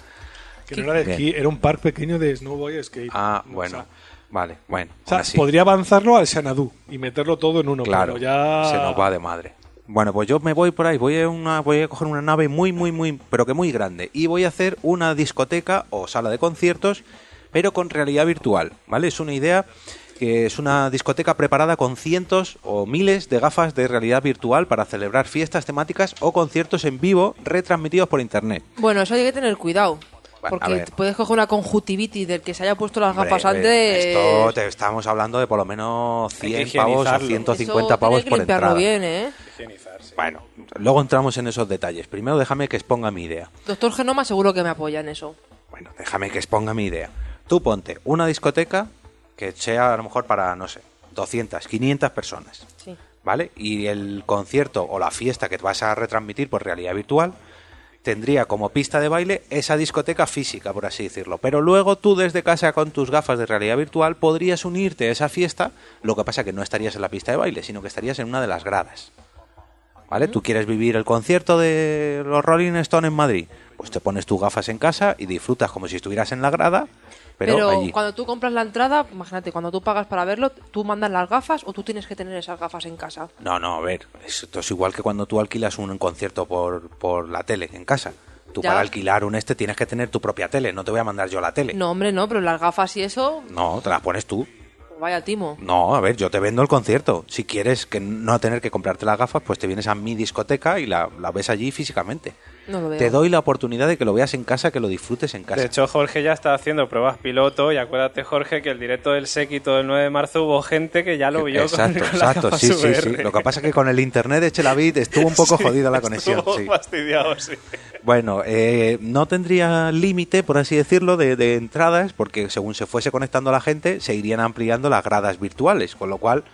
S3: Que no era de
S2: Bien.
S3: esquí, era un parque pequeño de snowboard y skate.
S2: Ah,
S3: O
S2: bueno.
S3: sea,
S2: vale, bueno.
S3: o sea,
S2: aún así.
S3: podría avanzarlo al Xanadu y meterlo todo en uno.
S2: Claro,
S3: pero ya...
S2: se nos va de madre. Bueno, pues yo me voy por ahí, voy a, una, voy a coger una nave muy, muy, muy, pero que muy grande. Y voy a hacer una discoteca o sala de conciertos, pero con realidad virtual, ¿vale? Es una idea que es una discoteca preparada con cientos o miles de gafas de realidad virtual para celebrar fiestas temáticas o conciertos en vivo retransmitidos por internet.
S4: Bueno, eso hay que tener cuidado.
S2: Bueno, a
S4: Porque
S2: ver.
S4: puedes coger una conjuntivitis del que se haya puesto las
S2: Hombre,
S4: gafas
S2: hombre,
S4: antes.
S2: Esto te estamos hablando de por lo menos
S9: Hay que
S2: 100 pavos o
S9: higienizarlo.
S4: Eso
S2: 150 pavos
S4: tiene que
S2: por entrada.
S4: limpiarlo bien, ¿eh?
S2: Bueno, luego entramos en esos detalles. Primero déjame que exponga mi idea.
S4: Doctor Genoma seguro que me apoya en eso.
S2: Bueno, déjame que exponga mi idea. Tú ponte una discoteca que sea a lo mejor para, no sé, 200, 500 personas,
S4: Sí.
S2: ¿vale? Y el concierto o la fiesta que vas a retransmitir por realidad virtual tendría como pista de baile esa discoteca física, por así decirlo. Pero luego tú desde casa con tus gafas de realidad virtual podrías unirte a esa fiesta, lo que pasa que no estarías en la pista de baile, sino que estarías en una de las gradas. ¿Vale? Tú quieres vivir el concierto de los Rolling Stones en Madrid. Pues te pones tus gafas en casa y disfrutas como si estuvieras en la grada, pero,
S4: Pero,
S2: allí.
S4: cuando tú compras la entrada, imagínate, cuando tú pagas para verlo, tú mandas las gafas o tú tienes que tener esas gafas en casa.
S2: No, no, a ver, esto es igual que cuando tú alquilas un concierto por, por la tele en casa. Tú
S4: Ya.
S2: para alquilar un este tienes que tener tu propia tele, no te voy a mandar yo la tele.
S4: No, hombre, no, pero las gafas y eso,
S2: No, te las pones tú.
S4: pues vaya timo.
S2: No, a ver, yo te vendo el concierto. Si quieres que no tener que comprarte las gafas, pues te vienes a mi discoteca y la, la ves allí físicamente.
S4: No lo veo.
S2: Te doy la oportunidad de que lo veas en casa, que lo disfrutes en casa.
S9: De hecho, Jorge ya está haciendo pruebas piloto y acuérdate, Jorge, que el directo del séquito del 9 de marzo hubo gente que ya lo vio con-
S2: exacto,
S9: con, las
S2: exacto,
S9: gafas
S2: sí, sí,
S9: VR.
S2: sí. Lo que pasa es que con el internet de Chelavit estuvo un poco
S9: Sí,
S2: jodida la
S9: estuvo
S2: conexión. sí.
S9: fastidiado, sí.
S2: Bueno, eh, no tendría límite, por así decirlo, de, de entradas, porque según se fuese conectando la gente, se irían ampliando las gradas virtuales, con lo cual,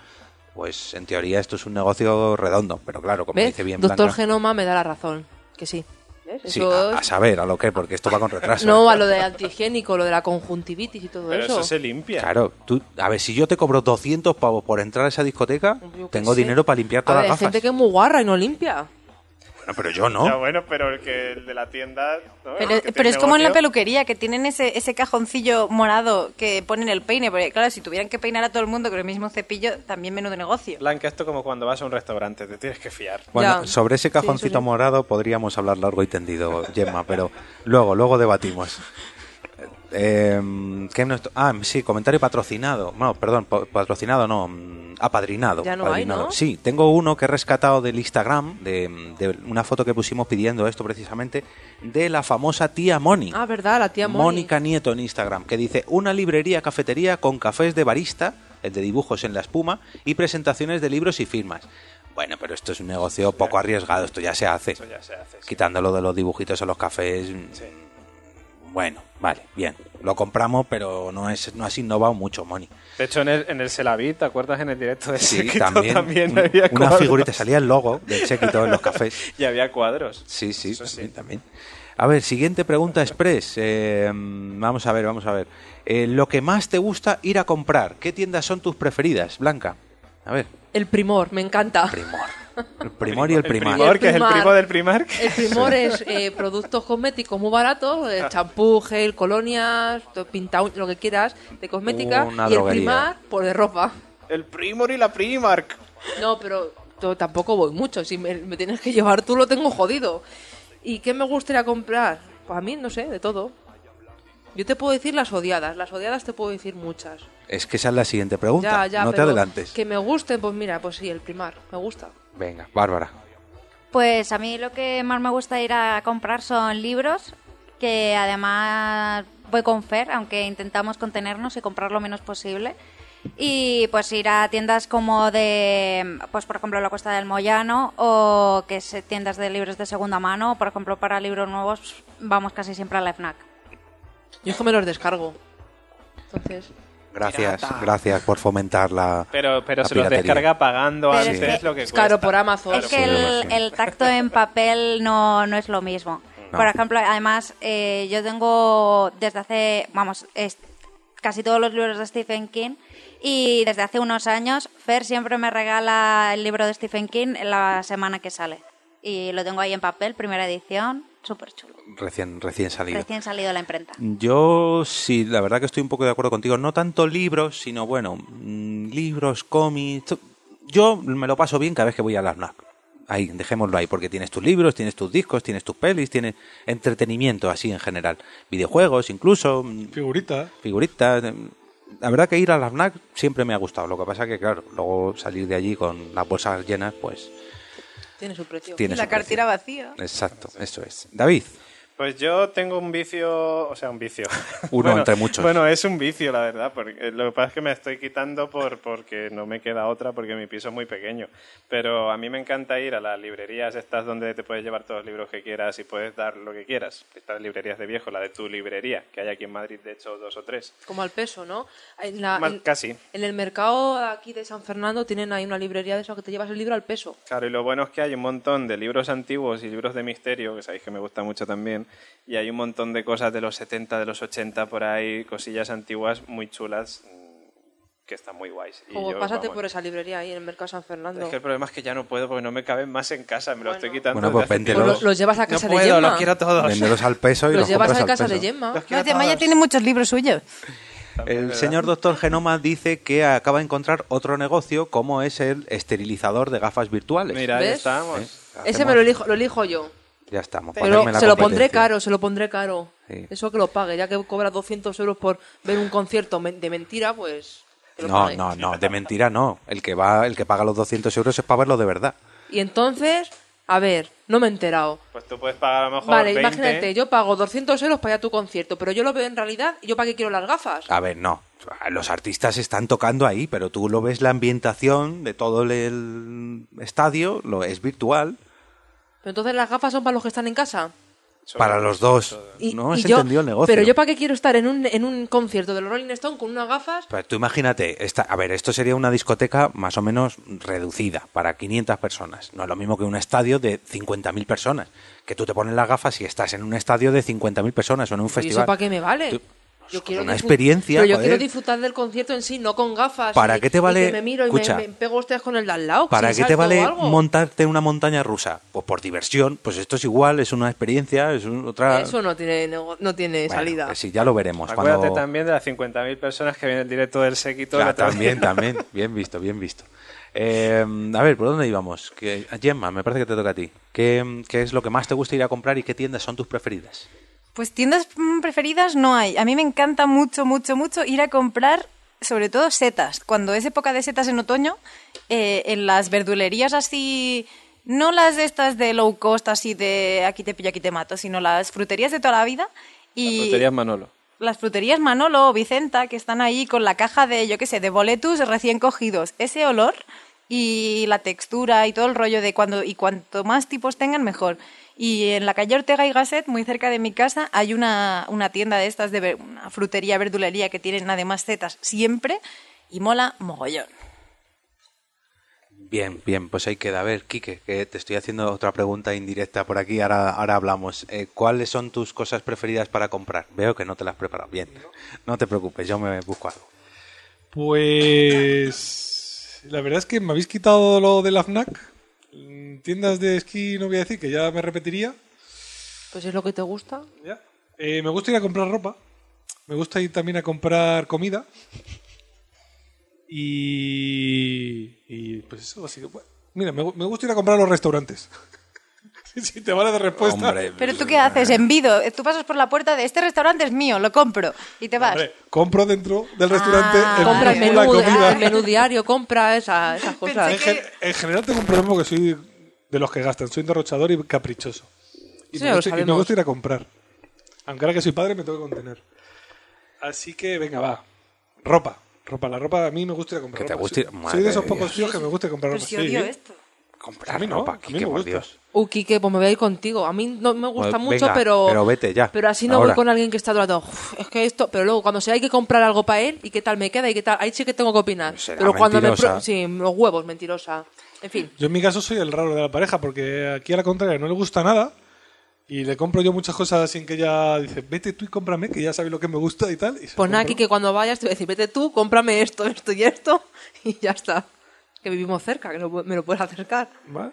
S2: pues en teoría esto es un negocio redondo, pero claro, como
S4: ¿Ves?
S2: dice bien
S4: Doctor
S2: Blanca,
S4: Genoma me da la razón, que sí. ¿Ves?
S2: sí,
S4: Eso
S2: a, a
S4: es-
S2: saber a lo que, porque esto va con retraso. ¿eh?
S4: No, a lo de antihigiénico, lo de la conjuntivitis y todo
S9: Pero
S4: eso.
S9: eso se limpia.
S2: Claro, tú, a ver, si yo te cobro 200 pavos por entrar a esa discoteca,
S4: Yo qué
S2: tengo
S4: sé.
S2: dinero para limpiar
S4: A
S2: todas
S4: ver, hay
S2: las gafas.
S4: gente que es muy guarra y no limpia.
S2: Bueno, pero yo
S9: Ya,
S2: no.
S9: bueno, pero el que el de la tienda. ¿no? El que
S5: Pero, pero
S9: tiene
S5: es como en la
S9: negocio.
S5: peluquería, que tienen ese, ese cajoncillo morado que ponen el peine. Porque, claro, si tuvieran que peinar a todo el mundo con el mismo cepillo, también menudo negocio.
S9: Blanca, esto como cuando vas a un restaurante, te tienes que fiar.
S2: Bueno,
S4: Ya.
S2: sobre ese
S4: Sí, eso
S2: cajoncito
S4: sí.
S2: morado podríamos hablar largo y tendido, Gemma, pero luego, luego debatimos. Eh, ¿qué nos to- ah, sí, comentario patrocinado. No, perdón, pa- patrocinado no, mm, apadrinado.
S4: Ya no hay,
S2: apadrinado.
S4: ¿no?
S2: Sí, tengo uno que he rescatado del Instagram, de, de una foto que pusimos pidiendo esto precisamente, de la famosa tía Moni.
S4: Ah, verdad, la tía Moni.
S2: Mónica Nieto en Instagram, que dice una librería cafetería con cafés de barista, el de dibujos en la espuma, y presentaciones de libros y firmas. Bueno, pero esto es un negocio poco arriesgado, esto ya se hace.
S9: Ya se hace. sí.
S2: Quitándolo de los dibujitos a los cafés. mm, Bueno, vale, bien. Lo compramos, pero no es no has innovado mucho, Moni.
S9: De hecho, en el, en el Selavit, ¿te acuerdas en el directo de
S2: Sí,
S9: séquito?
S2: también, un-
S9: había
S2: una
S9: cuadros.
S2: figurita, salía el logo del séquito en los cafés.
S9: Y había cuadros.
S2: Sí, sí,
S9: Eso
S2: también, también. A ver, siguiente pregunta express. Eh, vamos a ver, vamos a ver. Eh, lo que más te gusta ir a comprar. ¿Qué tiendas son tus preferidas, Blanca? A ver,
S4: El primor, me encanta.
S2: primor. El primor y el primar.
S9: Primor, que es el
S4: Primark.
S9: primo del Primark.
S4: El primor es eh, productos cosméticos muy baratos, eh, champú, gel, colonias, to- pinta uñas, lo que quieras, de cosmética.
S2: Una
S4: y el
S2: droguería.
S4: primar, por de ropa.
S9: El Primor y la Primark.
S4: No, pero yo tampoco voy mucho. Si me, me tienes que llevar tú, lo tengo jodido. ¿Y qué me gustaría comprar? Pues a mí, no sé, de todo. Yo te puedo decir las odiadas. Las odiadas te puedo decir muchas.
S2: Es que esa es la siguiente pregunta.
S4: Ya, ya,
S2: no te
S4: pero
S2: adelantes.
S4: Que me gusten, pues mira, pues sí, el primar. Me gusta.
S2: Venga, Bárbara.
S8: Pues a mí lo que más me gusta ir a comprar son libros, que además voy con Fer, aunque intentamos contenernos y comprar lo menos posible. Y pues ir a tiendas como de, pues por ejemplo, la Cuesta del Moyano, o que es tiendas de libros de segunda mano, por ejemplo, para libros nuevos vamos casi siempre a la FNAC.
S4: Yo es que me los descargo. Entonces,
S2: Gracias, gracias por fomentar la.
S9: Pero, pero
S2: la
S9: se los
S2: piratería.
S9: descarga pagando
S8: Pero
S9: antes
S8: es que-
S9: lo que
S4: es caro
S9: cuesta.
S4: por Amazon. pues
S8: Es que
S2: sí,
S8: el,
S2: sí.
S8: el tacto en papel no, no es lo mismo.
S2: No.
S8: Por ejemplo, además, eh, yo tengo desde hace, vamos, es- casi todos los libros de Stephen King y desde hace unos años Fer siempre me regala el libro de Stephen King la semana que sale. Y lo tengo ahí en papel, primera edición, súper chulo.
S2: Recién, recién salido.
S8: Recién salido de la imprenta.
S2: Yo sí, la verdad que estoy un poco de acuerdo contigo. No tanto libros, sino bueno, mm, libros, cómics. to- Yo me lo paso bien cada vez que voy a la FNAC. Ahí, dejémoslo ahí, porque tienes tus libros, tienes tus discos, tienes tus pelis, tienes entretenimiento así en general. Videojuegos incluso, mm,
S3: Figurita.
S2: figuritas. eh, La verdad que ir a la FNAC siempre me ha gustado. Lo que pasa que, claro, luego salir de allí con las bolsas llenas, pues
S4: Tiene su precio.
S2: tienes...
S5: la
S2: un precio.
S5: cartera vacía.
S2: Exacto, eso es. David,
S9: Pues yo tengo un vicio, o sea, un vicio.
S2: Uno Uh, entre muchos.
S9: Bueno, es un vicio, la verdad. Porque eh, lo que pasa es que me estoy quitando por porque no me queda otra, porque mi piso es muy pequeño. Pero a mí me encanta ir a las librerías estas donde te puedes llevar todos los libros que quieras y puedes dar lo que quieras. Estas librerías de viejo, la de tu librería, que hay aquí en Madrid, de hecho, dos o tres.
S4: Como al peso, ¿no? En la-
S9: Más-
S4: Ah, en-
S9: casi.
S4: En el mercado aquí de San Fernando tienen ahí una librería de eso que te llevas el libro al peso.
S9: Claro, y lo bueno es que hay un montón de libros antiguos y libros de misterio, que sabéis que me gusta mucho también, y hay un montón de cosas de los 70, de los 80 por ahí, cosillas antiguas muy chulas mm, que están muy guays. Y
S4: O
S9: yo,
S4: pásate
S9: vamos,
S4: por esa librería ahí en el mercado San Fernando.
S9: Es que el problema es que ya no puedo porque no me caben más en casa, me los estoy quitando.
S2: Bueno, pues
S9: desde hace
S2: véntelos.
S9: tiempo.
S2: Pues
S4: lo- los llevas a casa
S9: no
S4: de
S9: puedo,
S4: Gemma.
S9: los quiero todos.
S2: venderos al peso y los,
S4: Los llevas
S2: compras
S4: a
S2: al
S4: casa
S2: peso.
S4: de Gemma.
S9: Los quiero
S5: No, además ya
S9: todos.
S5: tiene muchos libros suyos.
S2: El señor doctor Genoma dice que acaba de encontrar otro negocio como es el esterilizador de gafas virtuales. ¿Eh?
S9: Mira, ahí
S4: ¿Ves?
S9: estamos.
S4: Ese me lo elijo, lo elijo yo.
S2: Ya estamos.
S4: Pero
S2: ponerme la
S4: se lo pondré
S2: competencia.
S4: caro, se lo pondré caro.
S2: Sí.
S4: Eso que lo pague, ya que cobra 200 euros por ver un concierto men- de mentira, pues... que lo
S2: No,
S4: pague.
S2: no, no, de mentira no. El que va, el que paga los 200 euros es para verlo de verdad.
S4: Y entonces, a ver, no me he enterado.
S9: Pues tú puedes pagar a lo mejor
S4: Vale,
S9: 20.
S4: imagínate, yo pago 200 euros para ir a tu concierto, pero yo lo veo en realidad y yo para qué quiero las gafas.
S2: A ver, no. Los artistas están tocando ahí, pero tú lo ves la ambientación de todo el- el estadio, lo es virtual
S4: Pero entonces las gafas son para los que están en casa.
S2: para los dos.
S4: Y,
S2: no
S4: y
S2: has
S4: yo-
S2: entendido el negocio.
S4: Pero yo para qué quiero estar en un, en un concierto de los Rolling Stone con unas gafas.
S2: Pero tú imagínate, esta, a ver, esto sería una discoteca más o menos reducida para 500 personas. No es lo mismo que un estadio de 50.000 personas. Que tú te pones las gafas y estás en un estadio de 50.000 personas o en un
S4: ¿Y
S2: festival.
S4: eso para qué me vale?
S2: Tú-
S4: yo
S2: pues
S4: quiero
S2: una
S4: disfrut-
S2: experiencia,
S4: Pero yo
S2: joder.
S4: quiero disfrutar del concierto en sí, no con gafas.
S2: ¿Para
S4: y-
S2: qué te
S4: y
S2: vale-
S4: que me miro y me-
S2: escucha,
S4: me, pego ustedes con el de al lado.
S2: ¿Para
S4: si
S2: qué te
S4: salto o
S2: vale
S4: algo.
S2: montarte en una montaña rusa? Pues por diversión, pues esto es igual, es una experiencia, es un- otra...
S4: Eso no tiene, nego- no tiene
S2: Bueno,
S4: salida.
S2: pues sí, ya lo veremos.
S9: Acuérdate
S2: cuando-
S9: también de las 50.000 personas que vienen el directo del séquito.
S2: Claro,
S9: la otra vez.
S2: también, también. Bien visto, bien visto. Eh, a ver, ¿por dónde íbamos? Que, ah, Gemma, me parece que te toca a ti. ¿Qué, ¿Qué es lo que más te gusta ir a comprar y qué tiendas son tus preferidas?
S5: Pues tiendas mm, preferidas no hay. A mí me encanta mucho, mucho, mucho ir a comprar, sobre todo setas. Cuando es época de setas en otoño, eh, en las verdulerías así, no las de estas de low cost, así de aquí te pillo, aquí te mato, sino las fruterías de toda la vida. Y
S9: Fruterías Manolo.
S5: las fruterías Manolo o Vicenta, que están ahí con la caja de, yo qué sé, de boletus recién cogidos. Ese olor y la textura y todo el rollo de cuando, y cuanto más tipos tengan, mejor. Y en la calle Ortega y Gasset, muy cerca de mi casa, hay una, una tienda de estas, de ver- una frutería, verdulería, que tienen además setas siempre y mola mogollón.
S2: Bien, bien, pues ahí queda. A ver, Quique, que te estoy haciendo otra pregunta indirecta por aquí, ahora, ahora hablamos. Eh, ¿Cuáles son tus cosas preferidas para comprar? Veo que no te las has preparado bien. No te preocupes, yo me busco algo.
S3: Pues. La verdad es que me habéis quitado lo de la FNAC. Mm, Tiendas de esquí, no voy a decir, que ya me repetiría.
S4: Pues es lo que te gusta.
S3: Ya. Eh, me gusta ir a comprar ropa. Me gusta ir también a comprar comida. Y. Y pues eso, así que. bueno. Mira, me, gu- me gusta ir a comprar a los restaurantes. si te vale de respuesta.
S2: Hombre,
S5: Pero tú qué haces, envido, Eh, tú pasas por la puerta de este restaurante es mío, lo compro y te vas.
S3: Hombre, compro dentro del restaurante.
S5: Ah,
S3: en
S4: Compra el
S5: vale.
S3: la
S4: menú,
S3: comida.
S4: el menú diario, compra esa- esas
S3: En,
S4: cosas.
S3: gen- en general tengo un problema que soy de los que gastan. Soy derrochador y caprichoso. Y,
S4: Sí,
S3: me,
S4: lo
S3: gusta, y me
S4: sabemos.
S3: gusta ir a comprar. Aunque ahora que soy padre me tengo que contener. Así que venga, va. Ropa. Ropa, la ropa a mí me gusta ir a comprar.
S2: Que te
S3: ropa.
S2: guste-
S3: Soy-
S2: madre
S3: Soy de
S2: de
S3: esos
S2: Dios.
S3: pocos tíos que me gusta comprar
S5: Pero
S3: ropa.
S5: si
S3: Sí.
S5: odio esto.
S2: comprar
S3: a mí no,
S2: ropa,
S3: a mí
S2: Quique,
S3: me
S2: por
S3: gusta.
S2: Dios.
S4: Uh, Quique, pues me voy a ir contigo. A mí no me gusta
S2: Pues
S4: mucho,
S2: venga,
S4: pero.
S2: pero vete ya,
S4: Pero así no
S2: ahora.
S4: voy con alguien que está durando. "Uf, Es que esto. Pero luego, cuando sea, hay que comprar algo para él, ¿y qué tal me queda? ¿Y qué tal? Ahí sí que tengo que opinar.
S2: Será
S4: pero cuando me.
S2: mentirosa.
S4: pro- Sí, los huevos, mentirosa. En fin.
S3: Yo en mi caso soy el raro de la pareja porque aquí a la contraria no le gusta nada y le compro yo muchas cosas sin que ella dice, vete tú y cómprame, que ya sabes lo que me gusta y tal. y se
S4: Pues nada,
S3: compro.
S4: Quique, cuando vayas te voy a decir, vete tú, cómprame esto, esto y esto, y ya está. Que vivimos cerca, que no pu- me lo puedes acercar.
S3: Va.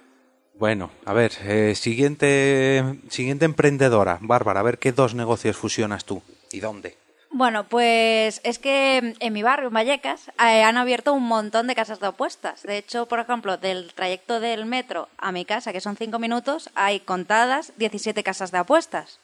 S2: Bueno, a ver, eh, siguiente, siguiente emprendedora, Bárbara, a ver qué dos negocios fusionas tú y dónde.
S8: Bueno, pues es que en mi barrio, en Vallecas, eh, han abierto un montón de casas de apuestas. De hecho, por ejemplo, del trayecto del metro a mi casa, que son cinco minutos, hay contadas 17 casas de apuestas.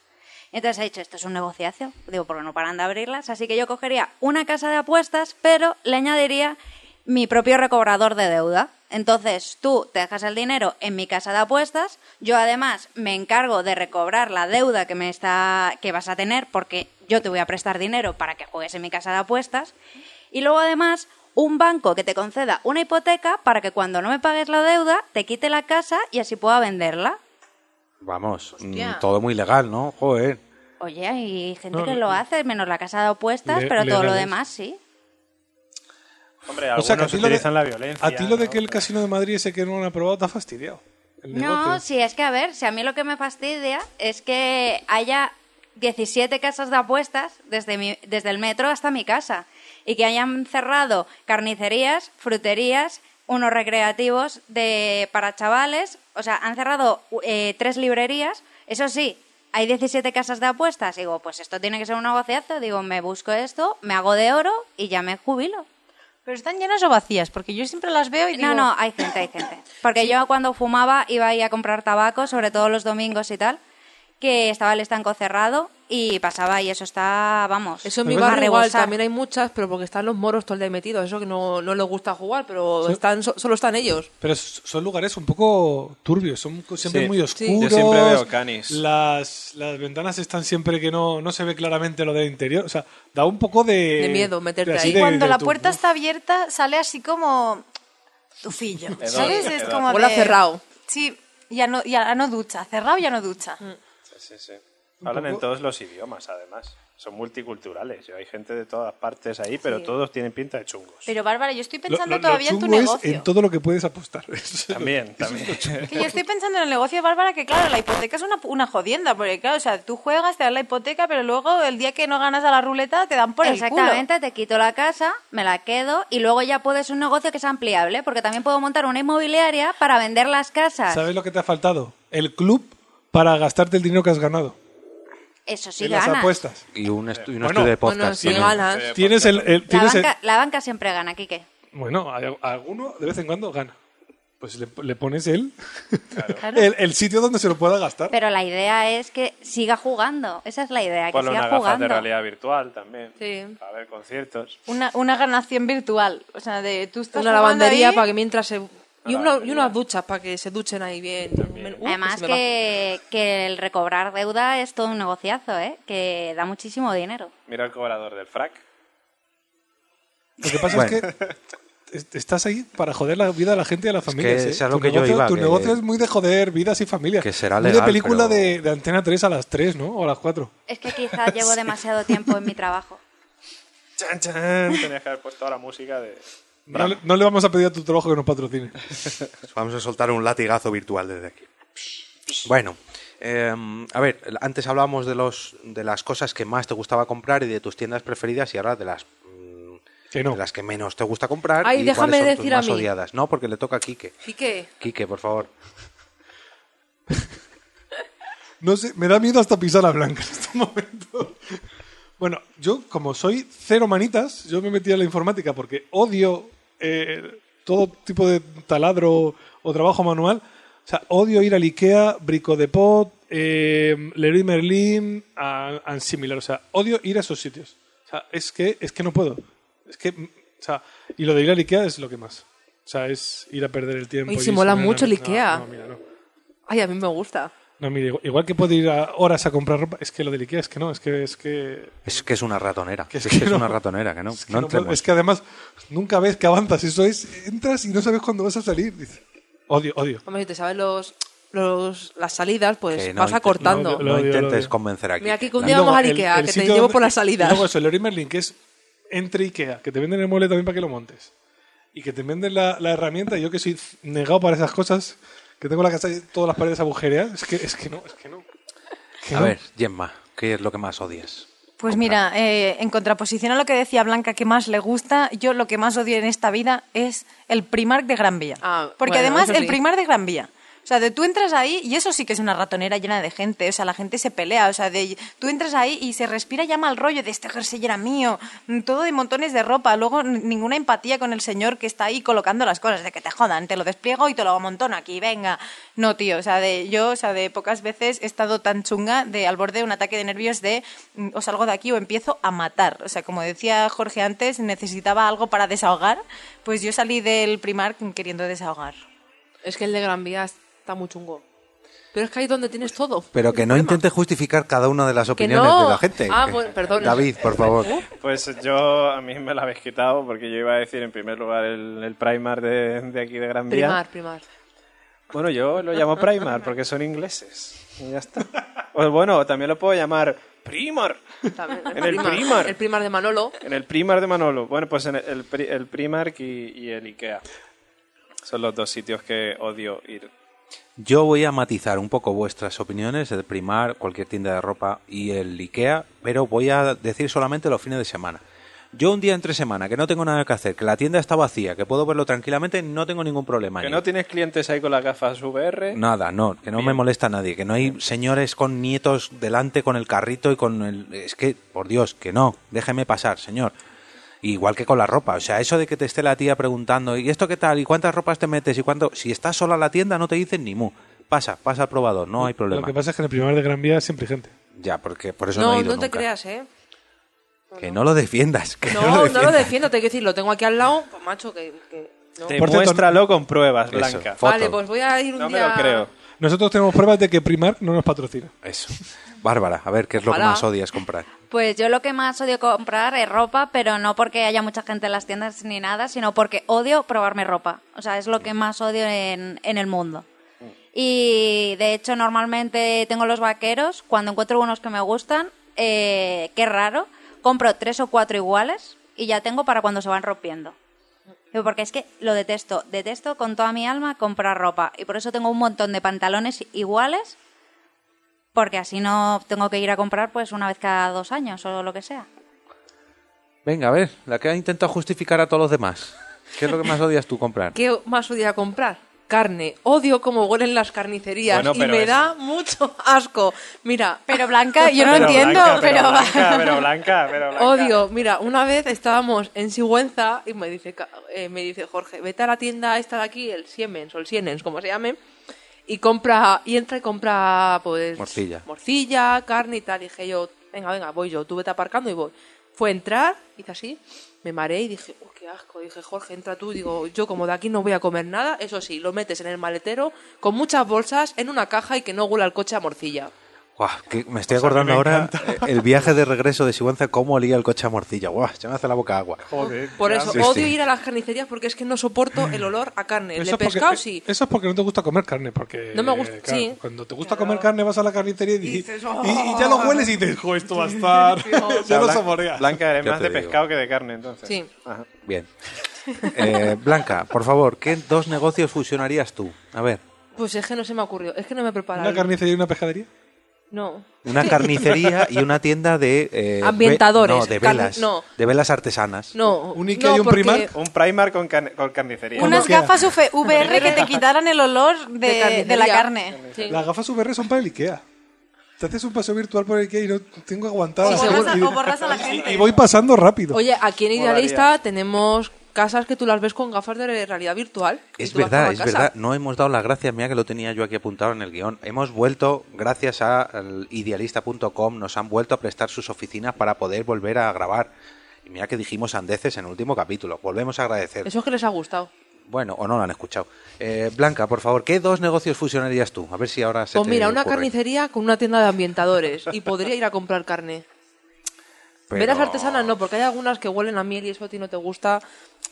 S8: Entonces he dicho, esto es un negociazo, digo, porque no paran de abrirlas, así que yo cogería una casa de apuestas, pero le añadiría mi propio recobrador de deuda. Entonces tú te dejas el dinero en mi casa de apuestas, yo además me encargo de recobrar la deuda que me está que vas a tener porque yo te voy a prestar dinero para que juegues en mi casa de apuestas y luego además un banco que te conceda una hipoteca para que cuando no me pagues la deuda te quite la casa y así pueda venderla.
S2: Vamos, mm,
S4: Hostia.
S2: todo muy legal, ¿no? Joder.
S8: Oye, hay gente
S3: No,
S8: que
S3: le-
S8: lo hace, menos la casa de apuestas,
S3: le-
S8: pero todo lo
S3: legales.
S8: demás sí.
S9: Hombre,
S3: O
S9: algunos
S3: sea, que a ti lo de-
S9: utilizan la violencia.
S3: A ti lo de
S9: ¿no?
S3: que el casino de Madrid ese que no han aprobado te ha fastidiado. El
S8: No,
S3: negocio.
S8: sí, es que a ver, si a mí lo que me fastidia es que haya 17 casas de apuestas desde, mi- desde el metro hasta mi casa y que hayan cerrado carnicerías, fruterías, unos recreativos de, para chavales, o sea, han cerrado u- eh, tres librerías, eso sí. Hay 17 casas de apuestas. Digo, pues esto tiene que ser un negociazo. Digo, me busco esto, me hago de oro y ya me jubilo.
S10: Pero están llenas o vacías, porque yo siempre las veo y digo...
S8: No, no, hay gente, hay gente. Porque yo cuando fumaba iba ahí a comprar tabaco, sobre todo los domingos y tal, que estaba el estanco cerrado y pasaba y eso está, vamos,
S4: Eso en mi
S8: a
S4: barrio igual
S8: rebosar.
S4: también hay muchas, pero porque están los moros todo el día metidos, eso que no, no les gusta jugar, pero están so- solo están ellos.
S3: Pero s- son lugares un poco turbios, son co- siempre
S9: Sí.
S3: muy
S9: Sí. Yo
S3: oscuros.
S9: siempre veo canis.
S3: Las, las ventanas están siempre que no, no se ve claramente lo del interior. O sea, da un poco de.
S4: De miedo meterte
S3: así
S4: ahí.
S3: de-
S5: Cuando
S3: de
S5: la
S3: tu-
S5: puerta está abierta, sale así como tufillo,
S9: Hedor,
S5: ¿sabes? Es
S9: hedor.
S5: como
S4: Huele a
S5: de-
S4: cerrado.
S5: Sí, ya no, ya no ducha, cerrado ya no ducha.
S9: Sí, sí, sí. Hablan en todos los idiomas, además. Son multiculturales. Yo- Hay gente de todas partes ahí, pero todos tienen pinta de chungos.
S10: Pero Bárbara, yo estoy
S3: Lo-
S10: pensando
S3: lo- lo
S10: todavía en tu
S3: chungo es
S10: negocio.
S3: en todo lo que puedes apostar. Eso es-
S9: También, también.
S5: Que yo estoy pensando en el negocio de Bárbara, que claro, la hipoteca es una, una jodienda, porque claro, o sea, tú juegas, te dan la hipoteca, pero luego el día que no ganas a la ruleta te dan por el culo.
S8: Exactamente, te quito la casa, me la quedo y luego ya puedes un negocio que es ampliable, porque también puedo montar una inmobiliaria para vender las casas.
S3: ¿Sabes lo que te ha faltado? El club para gastarte el dinero que has ganado.
S8: Eso sí
S3: en las
S8: ganas.
S3: apuestas.
S2: Y un, estu- y un
S3: Bueno,
S2: estudio de
S4: Bueno,
S2: podcast.
S4: si
S2: también.
S4: ganas.
S3: Tienes el. el-
S8: La
S3: tienes el-
S8: banca, la banca siempre gana, Quique.
S3: Bueno, hay- alguno de vez en cuando gana. Pues le, le pones el, el, el sitio donde se lo pueda gastar.
S8: Pero la idea es que siga jugando. Esa es la idea, que
S9: Ponle
S8: siga
S9: una gafas
S8: jugando.
S9: de realidad virtual también.
S4: Sí.
S9: Para ver conciertos.
S5: Una, una ganación virtual, o sea, de tú estás
S4: Una
S5: jugando
S4: lavandería
S5: ahí,
S4: para que mientras se... Y,
S9: Una
S4: una- y
S9: lavandería.
S4: unas duchas para que se duchen ahí bien. Uh, que
S8: Además
S4: se me va.
S8: que, que el recobrar deuda es todo un negociazo, ¿eh? Que da muchísimo dinero.
S9: Mira el cobrador del frac.
S3: Lo que pasa
S2: Bueno.
S3: es que est- estás ahí para joder la vida de la gente y de las familias.
S2: que
S3: ¿eh?
S2: es a lo
S3: Tu
S2: que yo
S3: negocio-
S2: iba,
S3: Tu
S2: que-
S3: negocio es muy de joder vidas y familias.
S2: Que será
S3: Muy
S2: legal,
S3: de película
S2: pero-
S3: de, de Antena 3 a las 3, ¿no? O a las 4.
S8: Es que quizás llevo demasiado tiempo en mi trabajo.
S3: Chan, chan.
S9: Tenías que haber puesto ahora música de...
S3: No, le- no le vamos a pedir a tu trabajo que nos patrocine.
S2: Vamos a soltar un latigazo virtual desde aquí. Bueno, eh, a ver, antes hablábamos de, los, de las cosas que más te gustaba comprar y de tus tiendas preferidas y ahora de las, mm,
S3: Que no.
S2: de las que menos te gusta comprar
S4: Ay,
S2: y
S4: déjame
S2: cuáles son tus
S4: decir a
S2: más
S4: mí.
S2: odiadas. No, porque le toca a Quique.
S4: ¿Y qué?
S2: Quique, por favor.
S3: No sé, me da miedo hasta pisar a Blanca en este momento. Bueno, yo como soy cero manitas, yo me metí a la informática porque odio eh, todo tipo de taladro o trabajo manual. O sea, odio ir al Ikea, Brico Depot, eh, Leroy Merlin, a, and similar. O sea, odio ir a esos sitios. O sea, es que, es que no puedo. Es que, mm, o sea, y lo de ir al Ikea es lo que más. O sea, es ir a perder el tiempo.
S4: Oye,
S3: y
S4: se
S3: es
S4: mola
S3: una-
S4: mucho el
S3: no,
S4: Ikea.
S3: no, mira, no.
S4: Ay, a mí me gusta.
S3: No, mire, igual- igual que puedo ir a horas a comprar ropa, es que lo del Ikea es que no, es que es que
S2: Es que es una ratonera.
S3: Que
S2: es
S3: es
S2: que
S3: que
S2: es
S3: no.
S2: una ratonera, que no.
S3: es que,
S2: no
S3: no
S2: entremos.
S3: puedo- es que además nunca ves que avanzas, eso es entras y no sabes cuándo vas a salir. Dice, odio, odio.
S4: Hombre, si te sabes los, los, las salidas, pues
S2: Que no,
S4: vas
S2: inte-
S4: acortando.
S3: no,
S2: No
S3: Lo odio, lo
S2: intentes
S3: odio.
S2: convencer aquí.
S4: Mira, Kike, un
S3: Y
S4: día vamos
S3: luego
S4: al
S3: el-
S4: Ikea,
S3: el
S4: que te
S3: sitio
S4: llevo
S3: donde-
S4: por las
S3: Y
S4: salidas.
S3: luego eso, el Leroy Merlin, que es entre Ikea, que te venden el mueble también para que lo montes. Y que te venden la, la herramienta, y yo que soy negado para esas cosas, que tengo la casa y todas las paredes agujereadas, es que, es que no, es que no. Que
S2: A
S3: no.
S2: ver, Gemma, ¿qué es lo que más odias?
S5: Pues mira, eh, en contraposición a lo que decía Blanca que más le gusta, yo lo que más odio en esta vida es el Primark de Gran Vía.
S4: Ah,
S5: Porque
S4: bueno,
S5: además
S4: eso
S5: el
S4: sí.
S5: Primark de Gran Vía O sea, de tú entras ahí y eso sí que es una ratonera llena de gente. O sea, la gente se pelea. O sea, de, tú entras ahí y se respira ya mal rollo de este jersey era mío. mm, Todo de montones de ropa. Luego n- ninguna empatía con el señor que está ahí colocando las cosas. De que te jodan, te lo despliego y te lo amontono aquí, venga. No, tío. O sea, de, yo, o sea, de pocas veces he estado tan chunga de al borde de un ataque de nervios de mm, o salgo de aquí o empiezo a matar. O sea, como decía Jorge antes, necesitaba algo para desahogar. Pues yo salí del primar queriendo desahogar.
S4: Es que el de Gran Vía está muy chungo. Pero es que ahí es donde tienes todo.
S2: Pero que no intentes justificar cada una de las
S4: Que
S2: opiniones
S4: no.
S2: de la gente.
S4: Ah,
S2: Que-
S4: bueno, perdón. ¿Eh?
S2: David, por favor.
S9: Pues yo, a mí me la habéis quitado porque yo iba a decir en primer lugar el, el Primar de, de aquí de Gran Vía.
S4: Primar, primar.
S9: Bueno, yo lo llamo Primar porque son ingleses. Y ya está. Pues bueno, también lo puedo llamar Primar.
S4: También,
S9: En el primar.
S4: El primar de Manolo.
S9: En el Primar de Manolo. Bueno, pues en el, el, Pri- el Primark y, y el Ikea. Son los dos sitios que odio ir.
S2: Yo voy a matizar un poco vuestras opiniones, el primar, cualquier tienda de ropa y el IKEA, pero voy a decir solamente los fines de semana. Yo un día entre semana, que no tengo nada que hacer, que la tienda está vacía, que puedo verlo tranquilamente, no tengo ningún problema.
S9: Que
S2: Ni-
S9: no tienes clientes ahí con las gafas
S6: ¿Eh?
S9: VR.
S2: Nada, no, que no me molesta a nadie, que no hay señores con nietos delante con el carrito y con el... Es que, por Dios, que no, déjeme pasar, señor. Igual que con la ropa, o sea, eso de que te esté la tía preguntando, ¿y esto qué tal? ¿Y cuántas ropas te metes? ¿Y cuánto? Si estás sola en la tienda no te dicen ni mu. Pasa, pasa al probador, no hay problema.
S3: Lo que pasa es que en el primer de Gran Vía siempre hay gente.
S2: Ya, porque por eso no,
S4: No,
S2: he
S4: no,
S2: ido
S4: te
S2: nunca.
S4: creas, ¿eh?
S2: Que no lo defiendas, que no,
S4: No,
S2: lo
S4: no lo
S2: defiendas.
S4: defiendo, te quiero decir, lo tengo aquí al lado, pues macho, que... que
S3: Por
S4: no.
S3: cierto,
S9: Demuéstralo con pruebas,
S2: Eso,
S9: Blanca.
S2: foto.
S4: Vale, pues voy a ir un
S9: No me
S4: día...
S9: lo creo.
S3: Nosotros tenemos pruebas de que Primark no nos patrocina.
S2: Eso. Bárbara, a ver, ¿qué es lo que
S4: Ojalá.
S2: más odias comprar?
S8: Pues yo lo que más odio comprar es ropa, pero no porque haya mucha gente en las tiendas ni nada, sino porque odio probarme ropa. O sea, es lo que más odio en, en el mundo. Y de hecho, normalmente tengo los vaqueros. Cuando encuentro unos que me gustan, eh, qué raro, compro tres o cuatro iguales y ya tengo para cuando se van rompiendo. Digo, Porque es que lo detesto, detesto con toda mi alma comprar ropa. Y por eso tengo un montón de pantalones iguales porque así no tengo que ir a comprar pues una vez cada dos años o lo que sea.
S2: Venga, a ver, la que ha intentado justificar a todos los demás. ¿Qué es lo que más odias tú comprar?
S4: ¿Qué más odia comprar? Carne. Odio cómo huelen las carnicerías
S9: Bueno,
S4: y
S9: pero
S4: me
S9: es-
S4: da mucho asco. Mira,
S5: Pero Blanca, yo no
S9: Pero
S5: entiendo,
S9: Blanca,
S5: pero...
S9: pero Blanca, pero Blanca, pero Blanca.
S4: Odio, mira, una vez estábamos en Sigüenza y me dice, ca- eh, me dice Jorge, vete a la tienda esta de aquí, el Siemens o el Siemens, como se llame, y compra, y entra y compra, pues...
S2: Morcilla.
S4: Morcilla, carne y tal. Y dije yo, venga, venga, voy yo, tú vete aparcando y voy. Fue a entrar, hice así, me mareé y dije, "Oh, qué asco. Dije, Jorge, entra tú. Digo, yo como de aquí no voy a comer nada, eso sí, lo metes en el maletero con muchas bolsas en una caja y que no huela el coche a morcilla.
S2: Guau, que me estoy acordando ahora eh, el viaje de regreso de Sigüenza, cómo olía el coche a morcilla. Guau, se me hace la boca agua.
S4: Por eso,
S2: Sí,
S4: odio
S2: sí.
S4: ir a las carnicerías porque es que no soporto el olor a carne. El de
S3: es porque- eh,
S4: pescado sí.
S3: eso es porque no te gusta comer carne. Porque,
S4: No me gusta-
S3: claro,
S4: sí.
S3: Cuando te gusta comer carne, vas a la carnicería y, "Oh". y- y ya lo hueles y dices, jo, esto va a estar. ya lo
S9: Blan-
S3: saboreas.
S9: Blanca, eres
S2: Ya
S9: más
S2: te
S9: de
S2: digo.
S9: pescado que de carne, entonces.
S4: Sí.
S9: Ajá.
S2: Bien. Eh, Blanca, por favor, ¿qué dos negocios fusionarías tú? A ver,
S4: Pues es que no se me ocurrió, es que no me he preparado.
S3: ¿Una carnicería y una pescadería?
S4: No.
S2: una carnicería y una tienda de... eh, ve-
S4: Ambientadores,
S2: No, de
S4: carni-
S2: velas.
S4: no.
S2: De velas artesanas.
S4: No.
S3: ¿Un Ikea
S4: no,
S3: y un
S4: porque-
S3: Primark?
S9: Un primar con, can- con carnicería.
S5: Unas
S3: queda.
S5: gafas UF VR que te quitaran el olor de,
S4: carnicería.
S5: de la carne.
S4: Sí.
S3: Las gafas VR son para el IKEA. Te haces un paseo virtual por el IKEA y no tengo aguantada.
S5: O borras a-
S3: Y-
S5: o borras a la gente.
S3: Y voy pasando rápido.
S4: Oye, aquí en Idealista tenemos casas que tú las ves con gafas de realidad virtual. y
S2: Es
S4: tú vas por
S2: verdad,
S4: la
S2: es
S4: casa.
S2: verdad. No hemos dado las gracias, mira que lo tenía yo aquí apuntado en el guión. Hemos vuelto, gracias a al idealista.com, nos han vuelto a prestar sus oficinas para poder volver a grabar. Y mira que dijimos andeces en el último capítulo. Volvemos a agradecer.
S4: Eso es que les ha gustado.
S2: Bueno, o no lo han escuchado. Eh, Blanca, por favor, ¿qué dos negocios fusionarías tú? A ver si ahora se
S4: Pues
S2: te
S4: mira, una
S2: ocurre.
S4: carnicería con una tienda de ambientadores y podría ir a comprar carne.
S2: Pero-
S4: Veras artesanas no, porque hay algunas que huelen a miel y eso a ti no te gusta.
S2: Claro,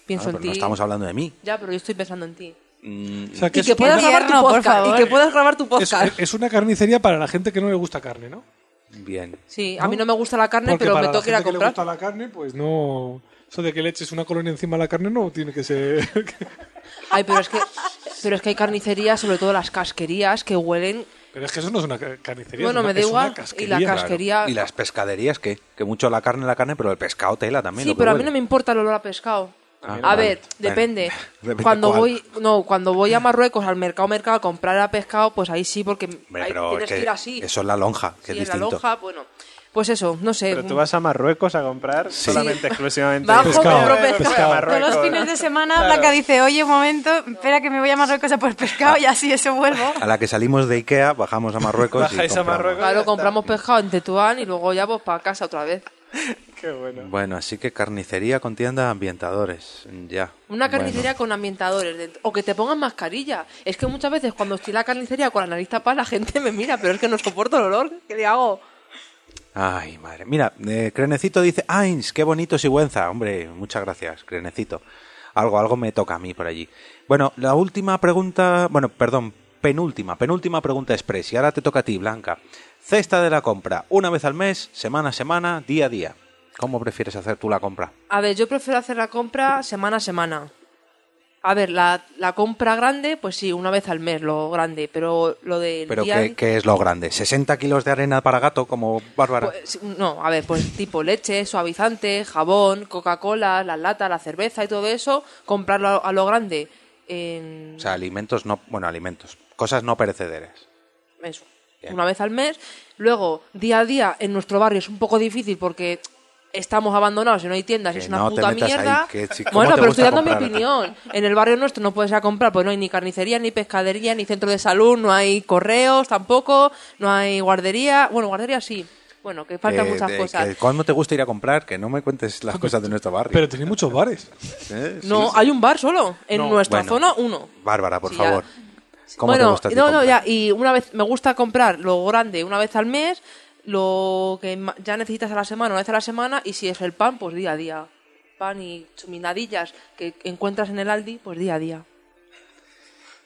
S4: Pienso
S2: Ah, pero
S4: en ti. Mm,
S2: no estamos hablando de mí.
S4: Ya, pero yo estoy pensando en ti.
S3: O sea, que
S4: Y
S3: es,
S4: que, puedas
S5: Tierno,
S4: grabar tu
S5: por
S4: podcast, y
S5: favor.
S4: que puedas grabar tu
S3: es-
S4: podcast.
S3: es una carnicería para la gente que no le gusta carne, ¿no?
S2: Bien.
S4: Sí, a mí no me gusta la carne,
S3: Porque
S4: pero me
S3: para la
S4: toca ir a
S3: gente que
S4: comprar.
S3: le gusta la carne, pues no. Eso de que le eches una colonia encima a la carne no tiene que ser.
S4: Ay, pero es que, pero es que hay carnicerías, sobre todo las casquerías, que huelen.
S3: Pero es que eso no es una ca- carnicería.
S4: Bueno,
S3: es una-
S4: me da
S3: es
S4: igual,
S3: una
S4: y
S3: casquería.
S4: la cas- Pesquería-
S2: Y las pescaderías, ¿qué? Que mucho la carne, la carne, pero el pescado tela también.
S4: Sí,
S2: lo que
S4: pero a mí
S2: huele.
S4: no me importa el olor a pescado.
S2: Ah,
S4: A
S2: vale.
S4: ver, depende.
S2: Depende
S4: cuando
S2: cuál.
S4: voy, no, cuando voy a Marruecos al mercado mercado a comprar a pescado, pues ahí sí, porque
S2: Hombre,
S4: ahí
S2: pero
S4: tienes
S2: es
S4: que,
S2: que
S4: ir así.
S2: eso es la lonja, que
S4: Sí,
S2: es
S4: en la
S2: distinto.
S4: lonja, bueno. Pues eso, no sé.
S9: Pero tú vas a Marruecos a comprar
S2: Sí.
S9: solamente, exclusivamente.
S4: Bajo,
S3: Pescado,
S4: compro pescado.
S3: pescado.
S5: Todos los fines de semana Blanca dice, oye, un momento, espera que me voy a Marruecos a por pescado y así eso vuelvo.
S2: A la que salimos de Ikea, bajamos a Marruecos. y
S9: Bajáis a
S2: compramos.
S9: Marruecos.
S4: Claro, compramos pescado en Tetuán y luego ya pues para casa otra vez.
S9: Qué bueno.
S2: Bueno, así que carnicería con tienda ambientadores. Ya.
S4: Una carnicería
S2: Bueno.
S4: con ambientadores dentro. O que te pongan mascarilla. Es que muchas veces cuando estoy en la carnicería con la nariz tapada, la gente me mira, pero es que no soporto el olor. ¿Qué le hago?
S2: Ay, madre. Mira, eh, Crenecito dice: ¡Ains! ¡Qué bonito Sigüenza! Hombre, muchas gracias, Crenecito. Algo, algo me toca a mí por allí. Bueno, la última pregunta. Bueno, perdón, penúltima, penúltima pregunta express. Y ahora te toca a ti, Blanca. Cesta de la compra. Una vez al mes, semana a semana, día a día. ¿Cómo prefieres hacer tú la compra?
S4: A ver, yo prefiero hacer la compra semana a semana. A ver, la, la compra grande, pues sí, una vez al mes, lo grande. Pero lo del
S2: Pero
S4: día...
S2: ¿qué, qué es lo grande? ¿60 kilos de arena para gato como Bárbara?
S4: Pues, no, a ver, pues tipo leche, suavizante, jabón, Coca-Cola, las latas, la cerveza y todo eso, comprarlo a, a lo grande en
S2: o sea, alimentos no... Bueno, alimentos. Cosas no perecederas.
S4: eso,
S2: Bien.
S4: una vez al mes. Luego, día a día en nuestro barrio es un poco difícil porque estamos abandonados y no hay tiendas,
S2: Que
S4: es una
S2: no te
S4: puta
S2: metas ahí,
S4: mierda.
S2: que si- ¿cómo
S4: bueno,
S2: te
S4: pero
S2: gusta
S4: estoy dando mi
S2: comprar?
S4: opinión. En el barrio nuestro no puedes ir a comprar, pues no hay ni carnicería, ni pescadería, ni centro de salud, no hay correos tampoco, no hay guardería. Bueno, guardería sí. Bueno, que faltan
S2: Que-
S4: muchas
S2: Eh, de-
S4: cosas.
S2: que ¿Cuándo te gusta ir a comprar? Que no me cuentes las cosas de nuestro barrio.
S3: Pero tenéis muchos bares.
S2: ¿Eh? Sí,
S4: No,
S2: sí.
S4: hay un bar solo. En
S3: No,
S4: nuestra
S2: Bueno,
S4: zona, uno.
S2: Bárbara, por
S4: Sí, ya.
S2: favor. ¿Cómo
S4: bueno,
S2: te gusta a ti
S4: no, no,
S2: comprar?
S4: ya. Y una vez, me gusta comprar lo grande una vez al mes, lo que ma- ya necesitas a la semana, una vez a la semana, y si es el pan, pues día a día. Pan y chuminadillas que encuentras en el Aldi, pues día a día.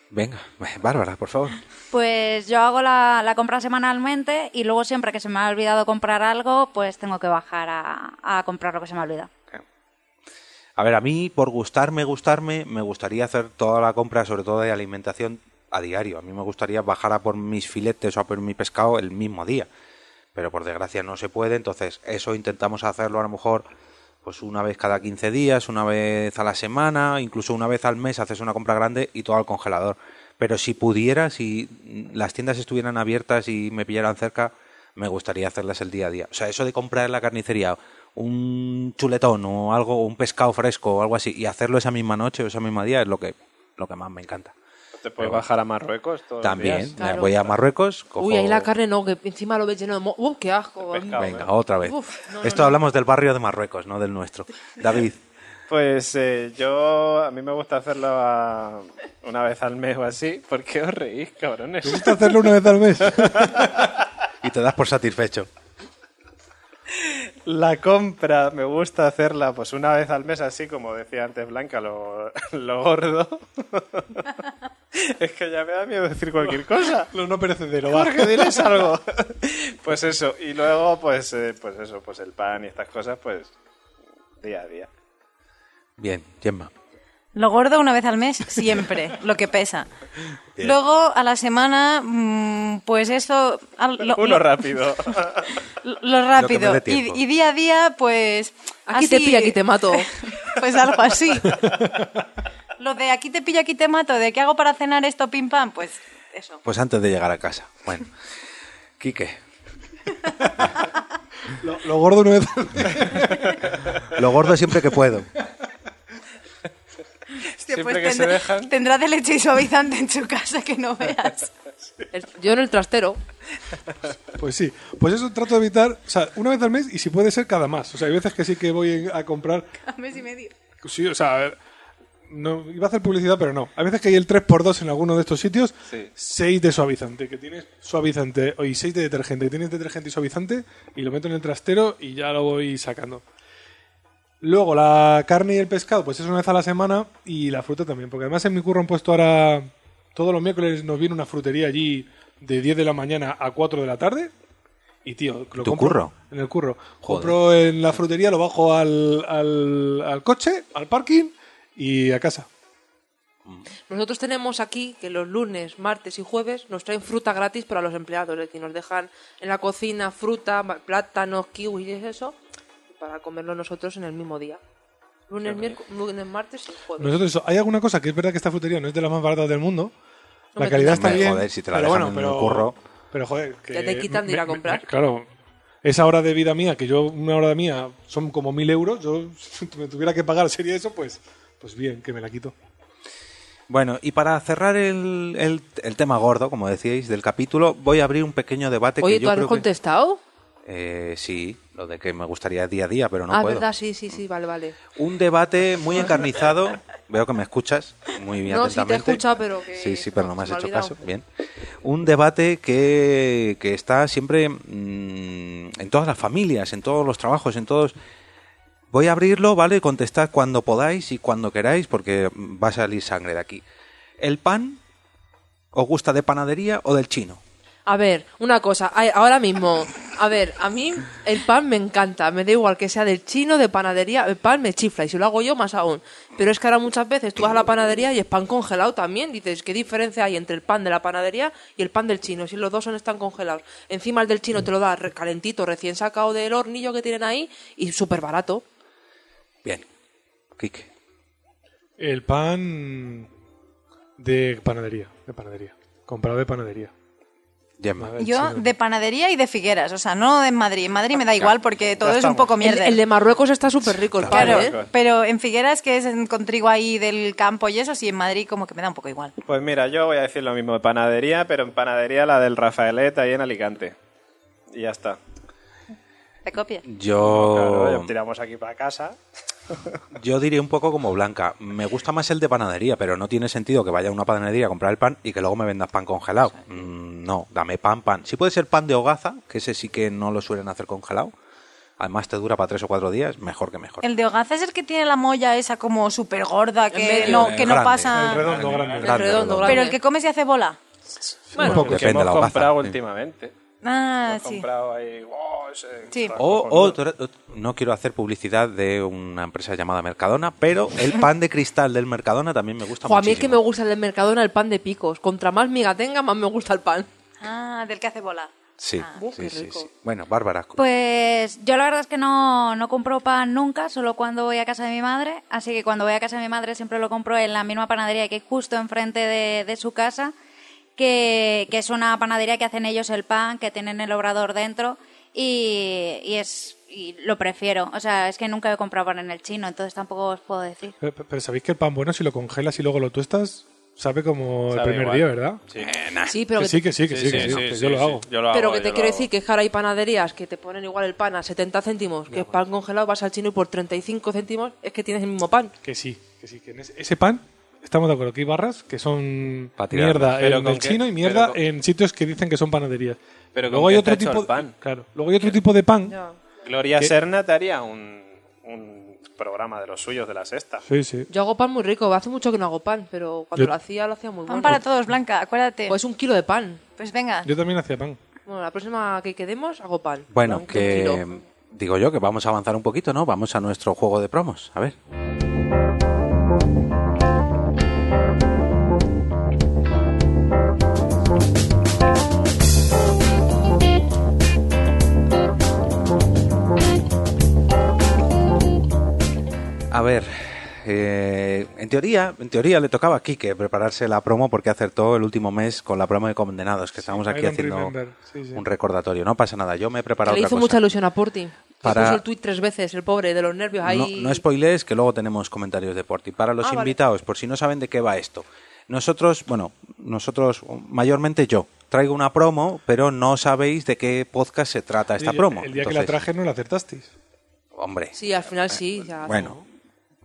S2: Venga, Bárbara, por favor.
S8: Pues yo hago la, la compra semanalmente y luego siempre que se me ha olvidado comprar algo, pues tengo que bajar a, a comprar lo que se me ha olvidado.
S2: A ver, a mí, por gustarme, gustarme, me gustaría hacer toda la compra, sobre todo de alimentación, a diario. A mí me gustaría bajar a por mis filetes o a por mi pescado el mismo día. Pero por desgracia no se puede, entonces eso intentamos hacerlo a lo mejor pues una vez cada 15 días, una vez a la semana, incluso una vez al mes haces una compra grande y todo al congelador. Pero si pudiera, si mm, las tiendas estuvieran abiertas y me pillaran cerca, me gustaría hacerlas el día a día. O sea, eso de comprar en la carnicería un chuletón o algo, un pescado fresco o algo así, y hacerlo esa misma noche o esa misma día es lo que, lo que más me encanta.
S9: ¿Te puedes bajar a Marruecos todos
S2: También,
S9: los días?
S2: eh,
S4: Claro.
S2: voy a Marruecos, cojo...
S4: Uy, ahí la carne no, que encima lo ves lleno de mo ¡Uh, qué asco!
S9: De pescado.
S2: Venga, otra vez.
S4: Uf, no, no,
S2: Esto
S4: no.
S2: hablamos del barrio de Marruecos, no del nuestro. David,
S9: Pues eh, yo, a mí me gusta hacerlo a- una vez al mes o así. ¿Por qué os reís,
S3: ¿Te
S9: cabrones?
S3: gusta hacerlo una vez al mes?
S2: y te das por satisfecho.
S9: La compra me gusta hacerla pues una vez al mes así, como decía antes Blanca, lo, lo gordo. es que ya me da miedo decir cualquier cosa.
S3: Lo no perecedero, va.
S9: Jorge, diles algo. pues eso, y luego pues, eh, pues eso, pues el pan y estas cosas pues día a día.
S2: Bien, Gemma.
S5: Lo gordo una vez al mes, siempre, lo que pesa. Luego a la semana, mm, pues eso, al- lo,
S9: Uno
S5: lo-
S9: rápido.
S5: lo-
S2: Lo
S5: lo
S2: que me
S5: rápido.
S2: dé
S5: Y,
S2: tiempo.
S5: y día a día, pues...
S4: Aquí te
S5: así-
S4: pilla, aquí te mato.
S5: Pues algo así. Lo de aquí te pillo, aquí te mato, de qué hago para cenar esto, pim pam, pues eso.
S2: Pues antes de llegar a casa. Bueno, Quique,
S3: Lo, lo gordo una vez al mes.
S2: lo gordo siempre que puedo.
S5: Hostia,
S3: pues
S9: Siempre que se dejan.
S5: pues Tendrá de leche y suavizante en su casa que no veas.
S4: El- Yo en el trastero.
S3: Pues sí. Pues eso trato de evitar. O sea, una vez al mes y si puede ser cada más. O sea, hay veces que sí que voy en- a comprar.
S5: A mes y medio.
S3: Sí, o sea, a ver, no, iba a hacer publicidad, pero no. Hay veces que hay el 3x2 en alguno de estos sitios.
S9: Sí.
S3: 6 de suavizante, que tienes suavizante. O y 6 de detergente, que tienes detergente y suavizante. Y lo meto en el trastero y ya lo voy sacando. Luego, la carne y el pescado, pues es una vez a la semana. Y la fruta también. Porque además en mi curro han puesto ahora. Todos los miércoles nos viene una frutería allí de 10 de la mañana a 4 de la tarde. Y tío, lo
S2: ¿Tu
S3: compro-
S2: curro?
S3: En el curro. Compro en la frutería, lo bajo al, al, al coche, al parking y a casa.
S4: Nosotros tenemos aquí que los lunes, martes y jueves nos traen fruta gratis para los empleados, es decir, nos dejan en la cocina fruta, ma- plátanos, kiwis y eso, para comerlo nosotros en el mismo día. Lunes, miércoles, lunes, martes y jueves.
S3: Nosotros eso. Hay alguna cosa que es verdad que esta frutería no es de las más baratas del mundo.
S4: Hombre,
S3: La calidad está
S2: Hombre,
S3: bien.
S2: joder, si te la
S3: pero
S2: dejan
S3: bueno,
S2: en
S3: pero,
S2: el curro.
S3: Pero joder, que
S4: Ya te quitan de ir a comprar.
S3: claro. Esa hora de vida mía, que yo, una hora mía, son como mil euros, yo si me tuviera que pagar sería eso, pues, pues bien, que me la quito.
S2: Bueno, y para cerrar el, el- el tema gordo, como decíais, del capítulo, voy a abrir un pequeño debate
S4: Oye,
S2: que yo
S4: ¿tú has
S2: creo que-
S4: contestado?
S2: Eh, sí, lo de que me gustaría día a día, pero no
S4: ah,
S2: puedo.
S4: verdad, sí, sí, sí, vale, vale.
S2: Un debate muy encarnizado. Veo que me escuchas muy bien
S4: No, sí te he
S2: atentamente.
S4: escuchado, pero que-
S2: Sí, sí, pero no,
S4: no,
S2: me has
S4: se me ha
S2: hecho
S4: olvidado.
S2: caso. Bien. Un debate que, que está siempre mm, en todas las familias, en todos los trabajos, en todos... Voy a abrirlo, ¿vale? Contestad cuando podáis y cuando queráis, porque va a salir sangre de aquí. ¿El pan os gusta de panadería o del chino?
S4: A ver, una cosa, a- ahora mismo, a ver, a mí el pan me encanta, me da igual que sea del chino, de panadería, el pan me chifla y si lo hago yo más aún. Pero es que ahora muchas veces tú vas a la panadería y es pan congelado también, dices, ¿qué diferencia hay entre el pan de la panadería y el pan del chino? Si los dos son están congelados. Encima el del chino te lo da re- calentito, recién sacado del hornillo que tienen ahí y súper barato.
S2: Bien. Quique.
S3: El pan de panadería, de panadería, comprado de panadería.
S2: Gemma.
S3: Del
S5: Yo
S3: chino.
S5: de panadería y de figueras, o sea, no en Madrid. En Madrid me da igual porque todo es un poco
S4: El,
S5: Oh, mierda.
S4: el de Marruecos está súper rico el pan,
S5: Claro,
S4: ¿eh?
S5: pero en Figueras, que es en- con trigo ahí del campo y eso, sí, en Madrid como que me da un poco igual.
S9: Pues mira, yo voy a decir lo mismo de panadería, pero en panadería la del Rafaelet ahí en Alicante. Y ya está.
S5: ¿Te copias?
S2: Yo...
S9: Claro, ya tiramos aquí para casa.
S2: Yo diría un poco como Blanca. Me gusta más el de panadería, pero no tiene sentido que vaya a una panadería a comprar el pan y que luego me vendas pan congelado. Mm, no, dame pan, pan. Si puede ser pan de hogaza, que ese sí que no lo suelen hacer congelado. Además te dura para tres o cuatro días, mejor que mejor.
S5: El de Hogaza es el que tiene la molla esa como súper gorda,
S4: En
S5: que
S4: medio.
S5: no, que no
S2: Grande.
S5: pasa...
S3: El redondo grande.
S4: El redondo, grande.
S5: Pero el que come se hace bola.
S2: Un
S4: Bueno,
S2: poco,
S9: que
S2: depende de
S9: hemos
S2: la eh. hogaza.
S9: comprado
S2: Sí.
S9: últimamente.
S5: Ah,
S9: Hemos
S5: sí.
S9: comprado ahí. "Oh, ese
S5: Sí.
S9: está
S2: O,
S9: cojonudo".
S2: otra- ot- no quiero hacer publicidad de una empresa llamada Mercadona, pero el pan de cristal del Mercadona también me gusta
S4: jo, a mí
S2: muchísimo.
S4: es que me gusta el del Mercadona el pan de picos. Contra más miga tenga, más me gusta el pan.
S5: Ah, del que hace bola. Ah.
S2: Sí,
S4: Uh,
S2: sí,
S4: qué
S2: sí,
S4: rico.
S2: sí. Bueno, Bárbara,
S8: Pues yo la verdad es que no, no compro pan nunca, solo cuando voy a casa de mi madre. Así que cuando voy a casa de mi madre siempre lo compro en la misma panadería que hay justo enfrente de, de su casa, que, que es una panadería que hacen ellos el pan, que tienen el obrador dentro y, y es y lo prefiero. O sea, es que nunca he comprado pan en el chino, entonces tampoco os puedo decir.
S3: Pero, pero ¿sabéis que el pan bueno, si lo congelas y luego lo tuestas, sabe como el
S9: Sabe
S3: primer
S9: igual.
S3: día, ¿verdad?
S9: Sí.
S4: Sí, pero
S3: que
S4: que
S3: sí, que sí, que sí, que sí, que yo lo hago.
S9: Yo
S2: Ah,
S9: lo hago,
S4: Pero que te
S9: yo
S4: quiero
S9: lo hago.
S4: decir que es que ahora hay panaderías que te ponen igual el pan a 70 céntimos, que es pan congelado, vas al chino y por 35 céntimos es que tienes el mismo pan.
S3: Que sí, que sí, que en ese, ese pan estamos de acuerdo que hay barras que son
S2: Pa' tirar.
S3: mierda
S9: Pero
S3: en
S9: con
S3: el
S9: qué-
S3: chino y mierda
S9: pero con-
S3: en sitios que dicen que son panaderías.
S9: Pero
S3: luego
S9: con
S3: hay
S9: qué
S3: otro
S9: está hecho
S3: tipo
S9: el pan.
S3: claro, luego hay otro tipo de pan.
S9: Gloria
S3: ¿Qué?
S9: Serna te haría un, un programa de los suyos de la sexta.
S3: Sí, sí.
S4: Yo hago pan muy rico, hace mucho que no hago pan, pero cuando
S3: Yo-
S4: lo hacía lo hacía muy
S5: Pan
S4: bueno.
S5: para todos, Blanca, acuérdate.
S4: Pues un kilo de pan.
S5: Pues venga.
S3: Yo también hacía pan.
S4: Bueno, la próxima que quedemos hago pan. Un-
S2: Bueno,
S4: un
S2: que
S4: kilo.
S2: digo yo que vamos a avanzar un poquito, ¿no? Vamos a nuestro juego de promos. A ver. A ver, eh, en teoría, en teoría le tocaba a Quique prepararse la promo porque acertó el último mes con la promo de Condenados, que estábamos
S3: I
S2: aquí
S3: don't
S2: haciendo
S3: remember. Sí, sí.
S2: un recordatorio. No pasa nada, yo me he
S4: Que
S2: preparado
S4: le
S2: otra
S4: hizo
S2: cosa.
S4: mucha ilusión a Porti.
S2: Para-
S4: Para... Puso el tuit tres veces, el pobre, de los nervios ahí.
S2: No, no spoilees, que luego tenemos comentarios de Porti. Para los
S4: Ah, vale.
S2: invitados, por si no saben de qué va esto. Nosotros, bueno, nosotros, mayormente yo, traigo una promo, pero no sabéis de qué podcast se trata esta
S3: Y
S2: Ah, promo.
S3: El día que la
S2: Entonces,
S3: traje no la acertasteis.
S2: Hombre,
S4: Sí, al final sí. ya-
S2: bueno.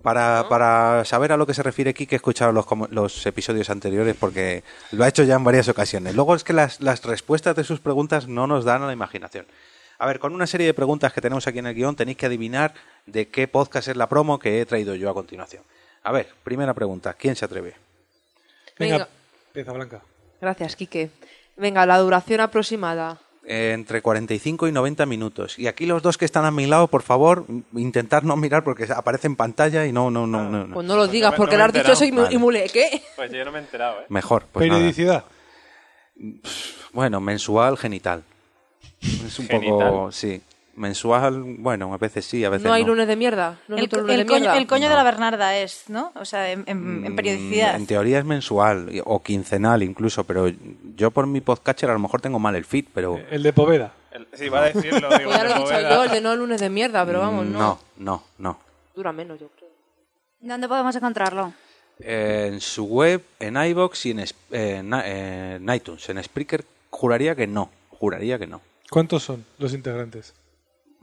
S2: Para, para saber a lo que se refiere Kike, escuchar los, com- los episodios anteriores porque lo ha hecho ya en varias ocasiones. Luego es que las, las respuestas de sus preguntas no nos dan a la imaginación. A ver, con una serie de preguntas que tenemos aquí en el guión, tenéis que adivinar de qué podcast es la promo que he traído yo a continuación. A ver, primera pregunta, ¿quién se atreve?
S3: Venga,
S4: Venga.
S3: pieza blanca.
S4: Gracias, Quique. Venga, la duración aproximada.
S2: Eh, entre 45 y 90 minutos. Y aquí los dos que están a mi lado, por favor, intentar no mirar porque aparece en pantalla y no, no, no, no. no.
S4: Pues no lo digas,
S9: me-
S4: porque
S9: no me
S4: lo
S9: he
S4: has
S9: enterado.
S4: dicho eso y mu-
S2: Vale.
S4: y mule, ¿qué?
S9: Pues yo no me he enterado, ¿eh?
S2: Mejor. Pues nada.
S3: Periodicidad.
S2: Bueno, mensual, genital. Es un
S9: Genital.
S2: poco, sí. mensual, bueno, a veces sí, a veces no.
S4: No hay lunes de mierda. No hay
S5: El,
S4: otro
S5: co-
S4: lunes
S5: el
S4: de
S5: coño,
S4: mierda.
S5: el coño de la Bernarda es, ¿no? O sea, en, en- en
S2: Mm,
S5: periodicidad.
S2: En teoría es mensual y- o quincenal incluso, pero yo por mi podcatcher a lo mejor tengo mal el feed, pero
S3: El de Poveda.
S9: El- sí, va a decirlo. digo,
S4: Pues ya lo
S9: de
S4: he dicho
S9: bóveda.
S4: yo, el de no lunes de mierda, pero vamos, no.
S2: Mm, no, no, no.
S4: Dura menos, yo creo.
S8: ¿Dónde podemos encontrarlo?
S2: En su web, en iBox y en, es- en i- en iTunes, en Spreaker juraría que no, juraría que no.
S3: ¿Cuántos son los integrantes?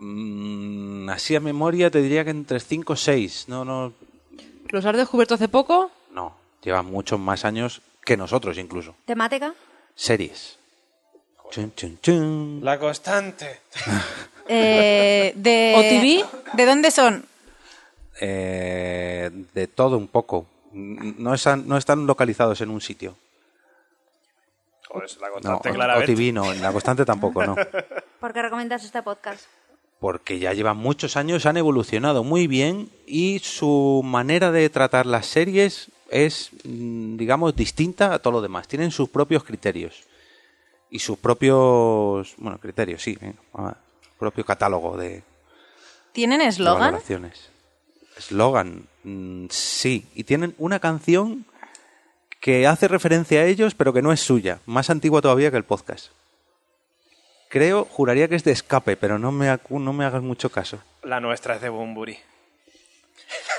S2: Mm, así a memoria te diría que entre 5 o 6, no, no,
S4: ¿Los has descubierto hace poco?
S2: no, lleva muchos más años que nosotros incluso.
S8: ¿Temática?
S2: Series. Chun, chun, chun.
S9: La constante.
S5: Eh, de,
S4: ¿OTV?
S5: ¿De dónde son?
S2: Eh, de todo un poco. N- No están, no están localizados en un sitio.
S9: Joder, la
S2: No,
S9: constante,
S2: o,
S9: claramente.
S2: OTV no, en la constante tampoco, no.
S8: ¿Por qué recomiendas este podcast?
S2: Porque ya llevan muchos años, han evolucionado muy bien y su manera de tratar las series es, mm, digamos, distinta a todo lo demás. Tienen sus propios criterios. Y sus propios, bueno, criterios, sí, ¿eh? Ah, propio catálogo de,
S5: ¿Tienen eslogan?
S2: valoraciones. Slogan, mm, sí. Y tienen una canción que hace referencia a ellos, pero que no es suya. Más antigua todavía que el podcast. Creo, juraría que es de escape, pero no me, acu- no me hagas mucho caso.
S9: La nuestra es de Bumburi.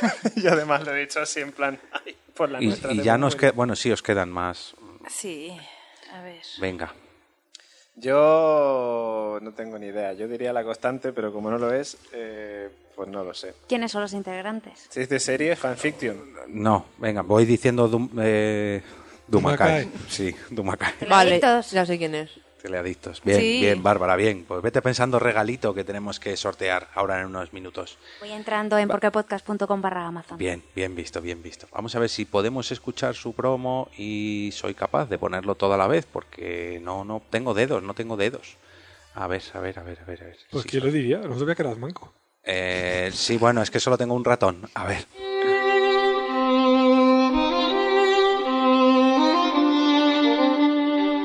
S9: y además lo he dicho así en plan. "Ay, por la
S2: Y,
S9: nuestra es
S2: y
S9: de
S2: ya nos
S9: Bunbury".
S2: queda, bueno, sí, os quedan más.
S5: Sí, a ver.
S2: Venga.
S9: Yo no tengo ni idea. Yo diría la constante, pero como no lo es, eh, pues no lo sé.
S8: ¿Quiénes son los integrantes?
S9: Si es de serie, fanfiction.
S2: No, venga, voy diciendo Dum- eh, Dumacay.
S3: Dumacay.
S2: Sí, Dumacay.
S4: Vale,
S8: Adictos.
S4: ya sé quién es.
S2: Teleadictos. Bien,
S5: Sí.
S2: bien, Bárbara, bien. Pues vete pensando regalito que tenemos que sortear ahora en unos minutos.
S8: Voy entrando en porquepodcast.com barra Amazon.
S2: Bien, bien visto, bien visto. Vamos a ver si podemos escuchar su promo y soy capaz de ponerlo toda la vez, porque no, no tengo dedos, no tengo dedos. A ver, a ver, a ver, a ver, a ver.
S3: Pues
S2: Sí,
S3: quién lo diría, no sabía que eras manco.
S2: eh, sí, bueno, es que solo tengo un ratón. A ver.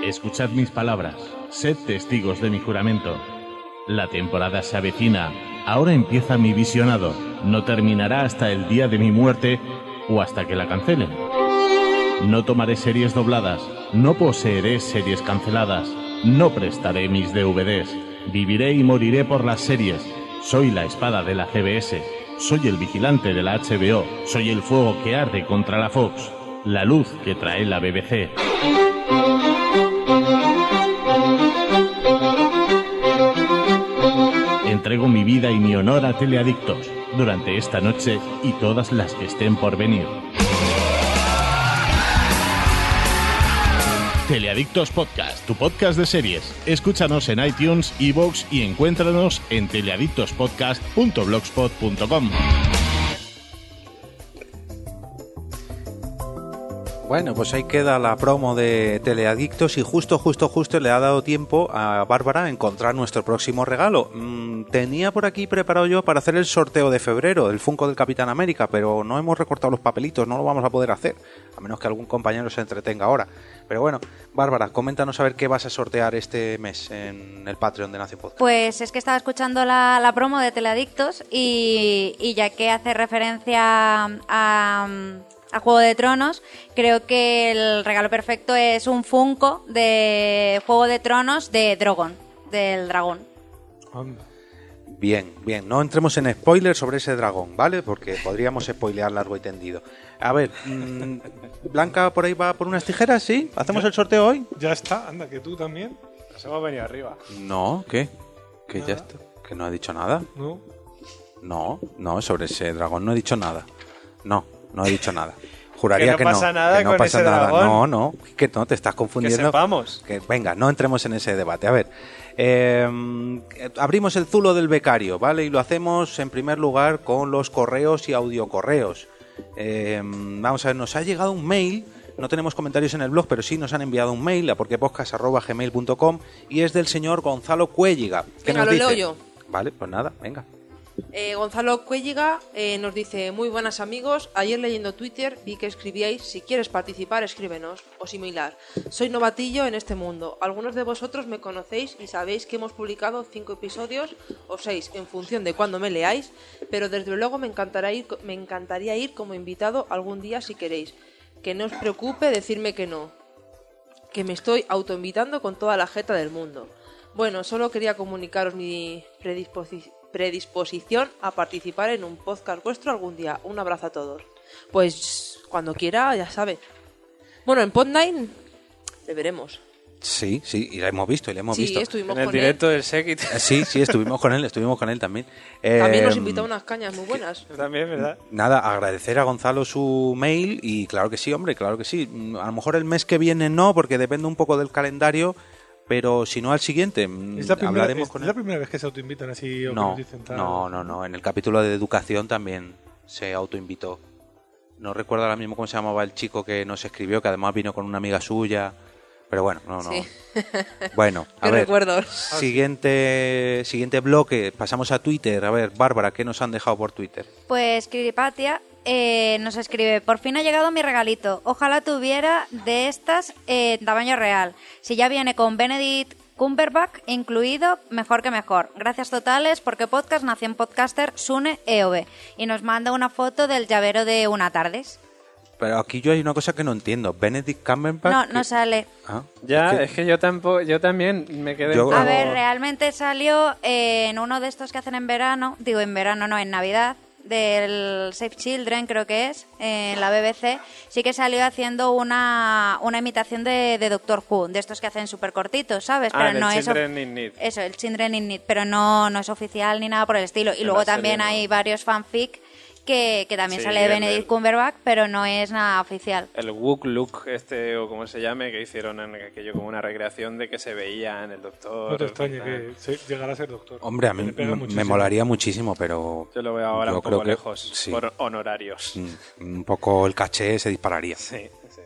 S11: Escuchad mis palabras, sed testigos de mi juramento. La temporada se avecina, ahora empieza mi visionado, no terminará hasta el día de mi muerte o hasta que la cancelen. No tomaré series dobladas, no poseeré series canceladas, no prestaré mis DVDs, viviré y moriré por las series. Soy la espada de la CBS, soy el vigilante de la HBO, soy el fuego que arde contra la Fox, la luz que trae la BBC. Entrego mi vida y mi honor a Teleadictos durante esta noche y todas las que estén por venir. Teleadictos Podcast, tu podcast de series. Escúchanos en iTunes, iVoox y encuéntranos en teleadictospodcast.blogspot.com.
S2: Bueno, pues ahí queda la promo de Teleadictos y justo, justo, justo le ha dado tiempo a Bárbara a encontrar nuestro próximo regalo. Mm, tenía por aquí preparado yo para hacer el sorteo de febrero del Funko del Capitán América, pero no hemos recortado los papelitos, no lo vamos a poder hacer, a menos que algún compañero se entretenga ahora. Pero bueno, Bárbara, coméntanos a ver qué vas a sortear este mes en el Patreon de Nación Podcast.
S8: Pues es que estaba escuchando la, la promo de Teleadictos y, y ya que hace referencia a, a Juego de Tronos, creo que el regalo perfecto es un Funko de Juego de Tronos de Drogon, del dragón.
S3: Anda.
S2: Bien, bien, no entremos en spoilers sobre ese dragón, ¿vale? Porque podríamos spoilear largo y tendido. A ver, mm, Blanca por ahí va por unas tijeras, ¿sí? ¿Hacemos el sorteo hoy?
S3: Ya está, anda, que tú también.
S9: Nos hemos venido arriba.
S2: No, ¿qué? ¿Que ya está? ¿Que no ha dicho nada?
S3: ¿No?
S2: No, no, sobre ese dragón no he dicho nada. No, no he dicho nada.
S9: Que
S2: Juraría
S9: no
S2: que,
S9: pasa nada
S2: que no
S9: con
S2: pasa
S9: ese
S2: nada.
S9: dragón.
S2: No, no, que no, te estás confundiendo.
S9: sepamos.
S2: Que- venga, no entremos en ese debate. A ver, eh, abrimos el zulo del becario, ¿vale? Y lo hacemos en primer lugar con los correos y audiocorreos. Eh, vamos a ver, nos ha llegado un mail. No tenemos comentarios en el blog, pero sí nos han enviado un mail a porquepodcast.gmail.com y es del señor Gonzalo Cuelliga. que
S4: Venga,
S2: nos
S4: lo leo
S2: dice-
S4: yo.
S2: Vale, pues nada, venga.
S4: Eh, Gonzalo Cuelliga eh, nos dice, muy buenas amigos, ayer leyendo Twitter vi que escribíais, si quieres participar, escríbenos, o similar. Soy novatillo en este mundo. Algunos de vosotros me conocéis y sabéis que hemos publicado cinco episodios o seis en función de cuándo me leáis, pero desde luego me encantará ir, me encantaría ir como invitado algún día si queréis. Que no os preocupe decirme que no, que me estoy autoinvitando con toda la jeta del mundo. Bueno, solo quería comunicaros mi predisposi- predisposición a participar en un podcast vuestro algún día. Un abrazo a todos. Pues cuando quiera, ya sabe. Bueno, en Podnine le veremos.
S2: Sí, sí, y la hemos visto, y la hemos
S4: Sí,
S2: visto. Eh,
S4: estuvimos En el con directo
S6: del Sekit.
S2: Sí, sí, estuvimos con él, estuvimos con él también.
S4: También nos
S2: Eh,
S4: invita a unas cañas muy buenas.
S6: También, ¿verdad?
S2: Nada, agradecer a Gonzalo su mail y claro que sí, hombre, claro que sí. Mm, A lo mejor el mes que viene no, porque depende un poco del calendario, pero si no al siguiente, mm,
S3: Es la primera,
S2: hablaremos
S3: es
S2: con
S3: la
S2: él.
S3: primera vez que se autoinvitan así o
S2: No,
S3: que nos dicen tal.
S2: no, no, no, en el capítulo de educación también se autoinvitó. No recuerdo ahora mismo cómo se llamaba el chico que nos escribió, que además vino con una amiga suya, pero bueno, no, no.
S4: Sí.
S2: Bueno, a
S4: Qué
S2: ver.
S3: Ah,
S4: recuerdos.
S2: Siguiente, siguiente bloque, pasamos a Twitter. A ver, Bárbara, ¿qué nos han dejado por Twitter?
S8: Pues Kiripatia eh, nos escribe, por fin ha llegado mi regalito. Ojalá tuviera de estas eh, en tamaño real. Si ya viene con Benedict Cumberbatch incluido, mejor que mejor. Gracias totales porque podcast nació en podcaster Sune EOB y nos manda una foto del llavero de una tardes.
S2: Pero aquí yo hay una cosa que no entiendo. Benedict Cumberbatch.
S8: No, no sale.
S2: Ah,
S6: Ya, eh,
S2: es que-
S6: es que yo tampoco, yo también me quedé.
S2: Yo-
S6: un
S8: A
S6: poco-
S8: ver, realmente salió eh, en uno de estos que hacen en verano, digo en verano, no, en Navidad, del Save Children creo que es, eh, en la BBC, sí que salió haciendo una, una imitación de, de Doctor Who, de estos que hacen súper cortitos, ¿sabes?
S6: Ah,
S8: Pero
S6: del
S8: no es of-
S6: Children in Need.
S8: Eso, el Children in Need, pero no, no es oficial ni nada por el estilo. Y
S6: En
S8: luego
S6: la serie,
S8: también
S6: ¿no?
S8: hay varios fanfic que, que también
S6: Sí,
S8: sale de
S6: en
S8: Benedict
S6: el-
S8: Cumberbatch, pero no es nada oficial.
S2: Ah.
S6: El Wook Look, este, o como se llame, que hicieron en aquello como una recreación de que se veían el doctor.
S3: No te extrañe
S6: Ah.
S3: que se- llegara a ser doctor.
S2: Hombre, a mí
S3: Le pega
S2: me-
S3: muchísimo.
S2: me molaría muchísimo, pero.
S6: Yo lo veo ahora
S2: yo
S6: un
S2: creo
S6: poco
S2: que-
S6: lejos,
S2: sí.
S6: por honorarios.
S2: Mm, Un poco el caché se dispararía.
S6: Sí, sí.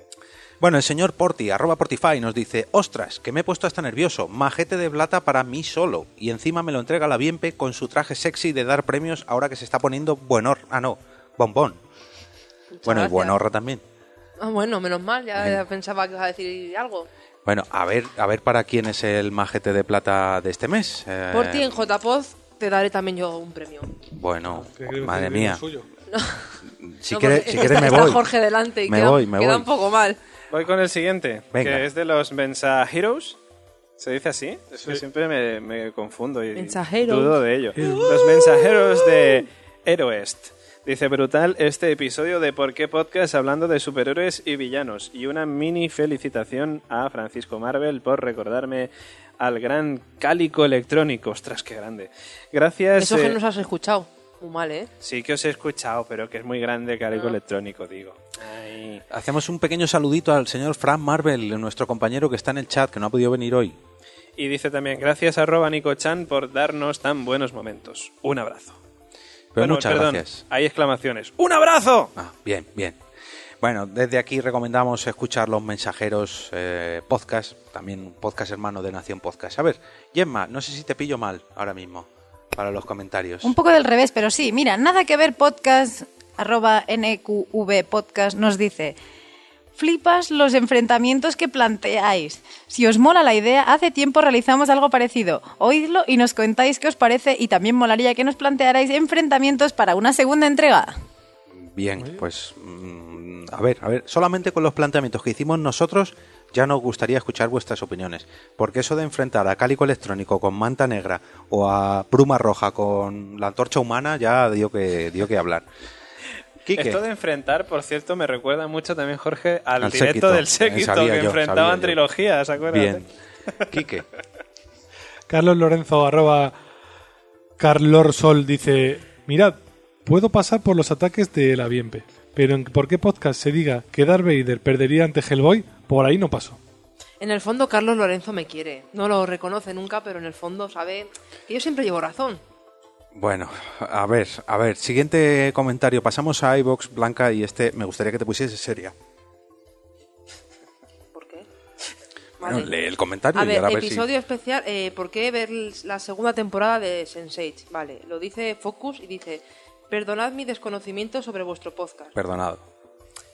S2: Bueno, el señor Porti, arroba Portify, nos dice: Ostras, que me he puesto hasta nervioso. Majete de plata para mí solo. Y encima me lo entrega la Bienpe con su traje sexy de dar premios ahora que se está poniendo buenor. Ah, no, bombón. bueno, y Eh.
S4: gracias.
S2: buenorra también.
S4: Ah, bueno, menos mal, ya pensaba que ibas a decir algo.
S2: Bueno, a ver, a ver para quién es el majete de plata de este mes. Eh,
S4: Por ti en JPoz te daré también yo un premio.
S2: Bueno,
S3: Que creo que
S2: madre
S3: es lo
S2: mía.
S3: suyo.
S2: Si
S4: No,
S2: quieres,
S4: porque
S2: si quieres me
S4: está
S2: voy.
S4: Jorge delante y
S2: Me
S4: queda,
S2: voy, me
S4: queda
S2: voy.
S4: un poco mal.
S6: Voy con el siguiente,
S2: Venga.
S6: que es de los Mensajeros. ¿Se dice así? Es que
S3: Sí.
S6: siempre me, me confundo y
S4: Mensajeros.
S6: dudo de ello. Los Mensajeros de Heroest. Dice, brutal este episodio de Por qué Podcast hablando de superhéroes y villanos. Y una mini felicitación a Francisco Marvel por recordarme al gran cálico electrónico. Ostras, qué grande. Gracias.
S4: Eso que
S6: eh,
S4: nos has escuchado. Muy mal, ¿eh?
S6: Sí que os he escuchado, pero que es muy grande cálico
S4: Ah.
S6: electrónico, digo. Ay.
S2: Hacemos un pequeño saludito al señor Frank Marvel, nuestro compañero que está en el chat, que no ha podido venir hoy.
S6: Y dice también, gracias arroba Nico-chan por darnos tan buenos momentos. Un abrazo.
S2: Pero
S6: Bueno,
S2: muchas
S6: perdón,
S2: gracias.
S6: Hay exclamaciones. ¡Un abrazo!
S2: Ah, bien, bien. Bueno, desde aquí recomendamos escuchar los mensajeros eh, podcast, también un podcast hermano de Nación Podcast. A ver, Gemma, no sé si te pillo mal ahora mismo para los comentarios.
S5: Un poco del revés, pero sí. Mira, nada que ver podcast, arroba NQV podcast nos dice, flipas los enfrentamientos que planteáis. Si os mola la idea, hace tiempo realizamos algo parecido. Oídlo y nos contáis qué os parece y también molaría que nos plantearais enfrentamientos para una segunda entrega.
S2: Bien, pues mm, a ver, a ver, solamente con los planteamientos que hicimos nosotros ya nos gustaría escuchar vuestras opiniones, porque eso de enfrentar a Cálico Electrónico con Manta Negra o a Pluma Roja con la antorcha humana ya dio que dio que hablar. Quique,
S6: Esto de enfrentar, por cierto, me recuerda mucho también, Jorge, al,
S2: Al
S6: directo
S2: séquito.
S6: del séquito
S2: Sabía
S6: que
S2: yo, sabía
S6: enfrentaban
S2: yo.
S6: trilogías, ¿se acuerdan?
S2: bien. Quique,
S3: Carlos Lorenzo, arroba Carlorsol, dice: Mirad, puedo pasar por los ataques de la Bienpe, pero en por qué podcast se diga que Darth Vader perdería ante Hellboy, por ahí no paso.
S4: En el fondo, Carlos Lorenzo me quiere. No lo reconoce nunca, pero en el fondo sabe que yo siempre llevo razón.
S2: bueno, a ver, a ver, siguiente comentario, pasamos a iBox Blanca y este me gustaría que te pusieses seria.
S4: ¿Por qué?
S2: Bueno,
S4: Vale.
S2: lee el comentario
S4: A
S2: y
S4: ver,
S2: ahora a ver si-
S4: episodio especial, eh, ¿por qué ver la segunda temporada de Sense8? Vale, lo dice Focus y dice, perdonad mi desconocimiento sobre vuestro podcast,
S2: Perdonado.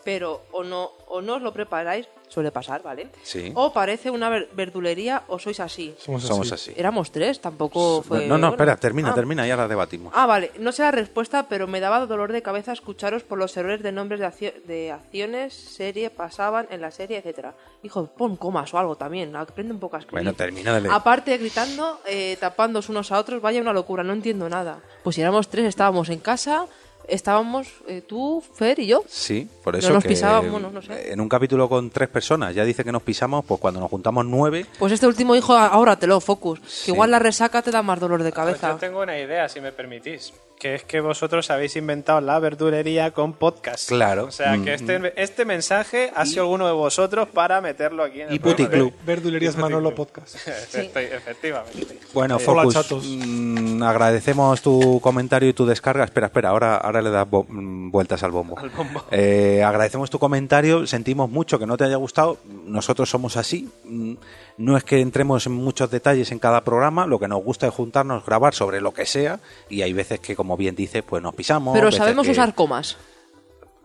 S4: pero o no, o no os lo preparáis, suele pasar, ¿vale?
S2: Sí.
S4: O parece una ver- verdulería o sois así.
S2: Somos así. Somos así.
S4: Éramos tres, tampoco fue...
S2: no, no,
S4: bueno.
S2: espera, termina,
S4: Ah.
S2: termina y ahora debatimos.
S4: Ah, vale, no sé la respuesta, pero me daba dolor de cabeza escucharos por los errores de nombres de, accio- de acciones, serie, pasaban en la serie, etcétera. Hijo, pon comas o algo también, aprende un poco a escribir.
S2: Bueno, termina de leer.
S4: Aparte, gritando, eh, tapándose unos a otros, vaya una locura, no entiendo nada. Pues si éramos tres, estábamos en casa, estábamos eh, tú, Fer y yo.
S2: Sí, por
S4: No
S2: eso
S4: nos
S2: que
S4: pisábamos, bueno, no sé.
S2: en un capítulo con tres personas ya dice que nos pisamos, pues cuando nos juntamos nueve,
S4: Pues este último hijo, ahora te lo focus, que igual la resaca te da más dolor de
S9: Pues Yo
S4: cabeza.
S9: tengo una idea, si me permitís. Que es que vosotros habéis inventado la verdulería con podcast.
S2: Claro. Mm.
S9: O sea, que este, este mensaje ha sido alguno de vosotros para meterlo aquí en el
S2: Y
S6: eh,
S2: Puti
S9: programa.
S3: eh,
S2: Club.
S3: Verdulerías Manolo Podcast.
S9: Estoy- Efectivamente.
S2: Bueno,
S9: Eh,
S2: Focus,
S3: hola, chatos.
S2: mm, agradecemos tu comentario y tu descarga. Espera, espera, ahora, ahora le das bo- mm, vueltas al bombo. Eh, agradecemos tu comentario, sentimos mucho que no te haya gustado. Nosotros somos así. Mm, No es que entremos en muchos detalles en cada programa, lo que nos gusta es juntarnos, grabar sobre lo que sea. Y hay veces que, como bien dices, pues nos pisamos.
S4: Pero
S2: veces
S4: sabemos
S2: que-
S4: usar comas.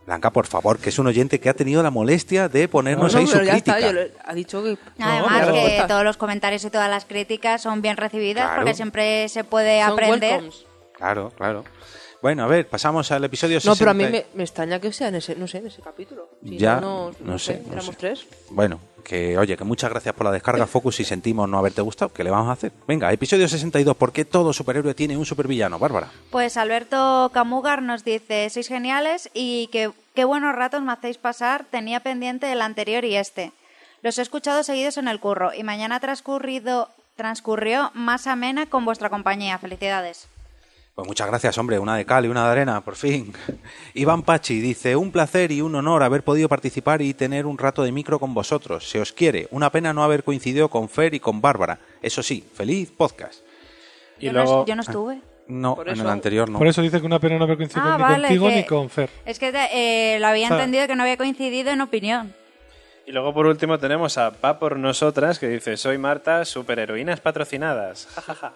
S2: Blanca, por favor, que es un oyente que ha tenido la molestia de ponernos
S4: No,
S2: ahí
S4: no,
S2: su
S4: pero ya está,
S2: crítica.
S4: yo le- ha dicho que...
S8: Además
S4: no,
S8: que
S4: no.
S8: todos los comentarios y todas las críticas son bien recibidas
S2: Claro.
S8: porque siempre se puede
S4: Son
S8: aprender.
S4: welcomes.
S2: Claro, claro. Bueno, a ver, pasamos al episodio
S4: No, pero a mí
S2: 60.
S4: me, me extraña que sea en ese, no sé, en ese capítulo. Si
S2: Ya,
S4: no, no,
S2: no sé, no
S4: éramos
S2: sé.
S4: tres.
S2: Bueno, que oye, que muchas gracias por la descarga,
S4: Eh.
S2: Focus, y sentimos no haberte gustado. ¿Qué le vamos a hacer? Venga, episodio 62. ¿Por qué todo superhéroe tiene un supervillano, Bárbara?
S8: Pues Alberto Camugar nos dice, sois geniales y que- qué buenos ratos me hacéis pasar, tenía pendiente el anterior y este. Los he escuchado seguidos en el curro y mañana transcurrido transcurrió más amena con vuestra compañía. Felicidades.
S2: Pues muchas gracias, hombre. Una de cal y una de arena, por fin. Iván Pachi dice: Un placer y un honor haber podido participar y tener un rato de micro con vosotros. Se os quiere. Una pena no haber coincidido con Fer y con Bárbara. Eso sí, feliz podcast.
S9: Y
S8: yo, no,
S9: luego-
S8: yo no estuve.
S2: No,
S4: Por
S2: en el
S4: eso-
S2: anterior no.
S3: Por eso dice que una pena no haber coincidido
S8: Ah,
S3: Ah. pues ni
S8: vale,
S3: contigo
S8: que-
S3: ni con Fer.
S8: Es que eh, lo había
S3: O sea-
S8: entendido que no había coincidido en opinión.
S9: Y luego por último tenemos a Pa por Nosotras que dice, soy Marta, superheroínas patrocinadas. Ja, ja, ja.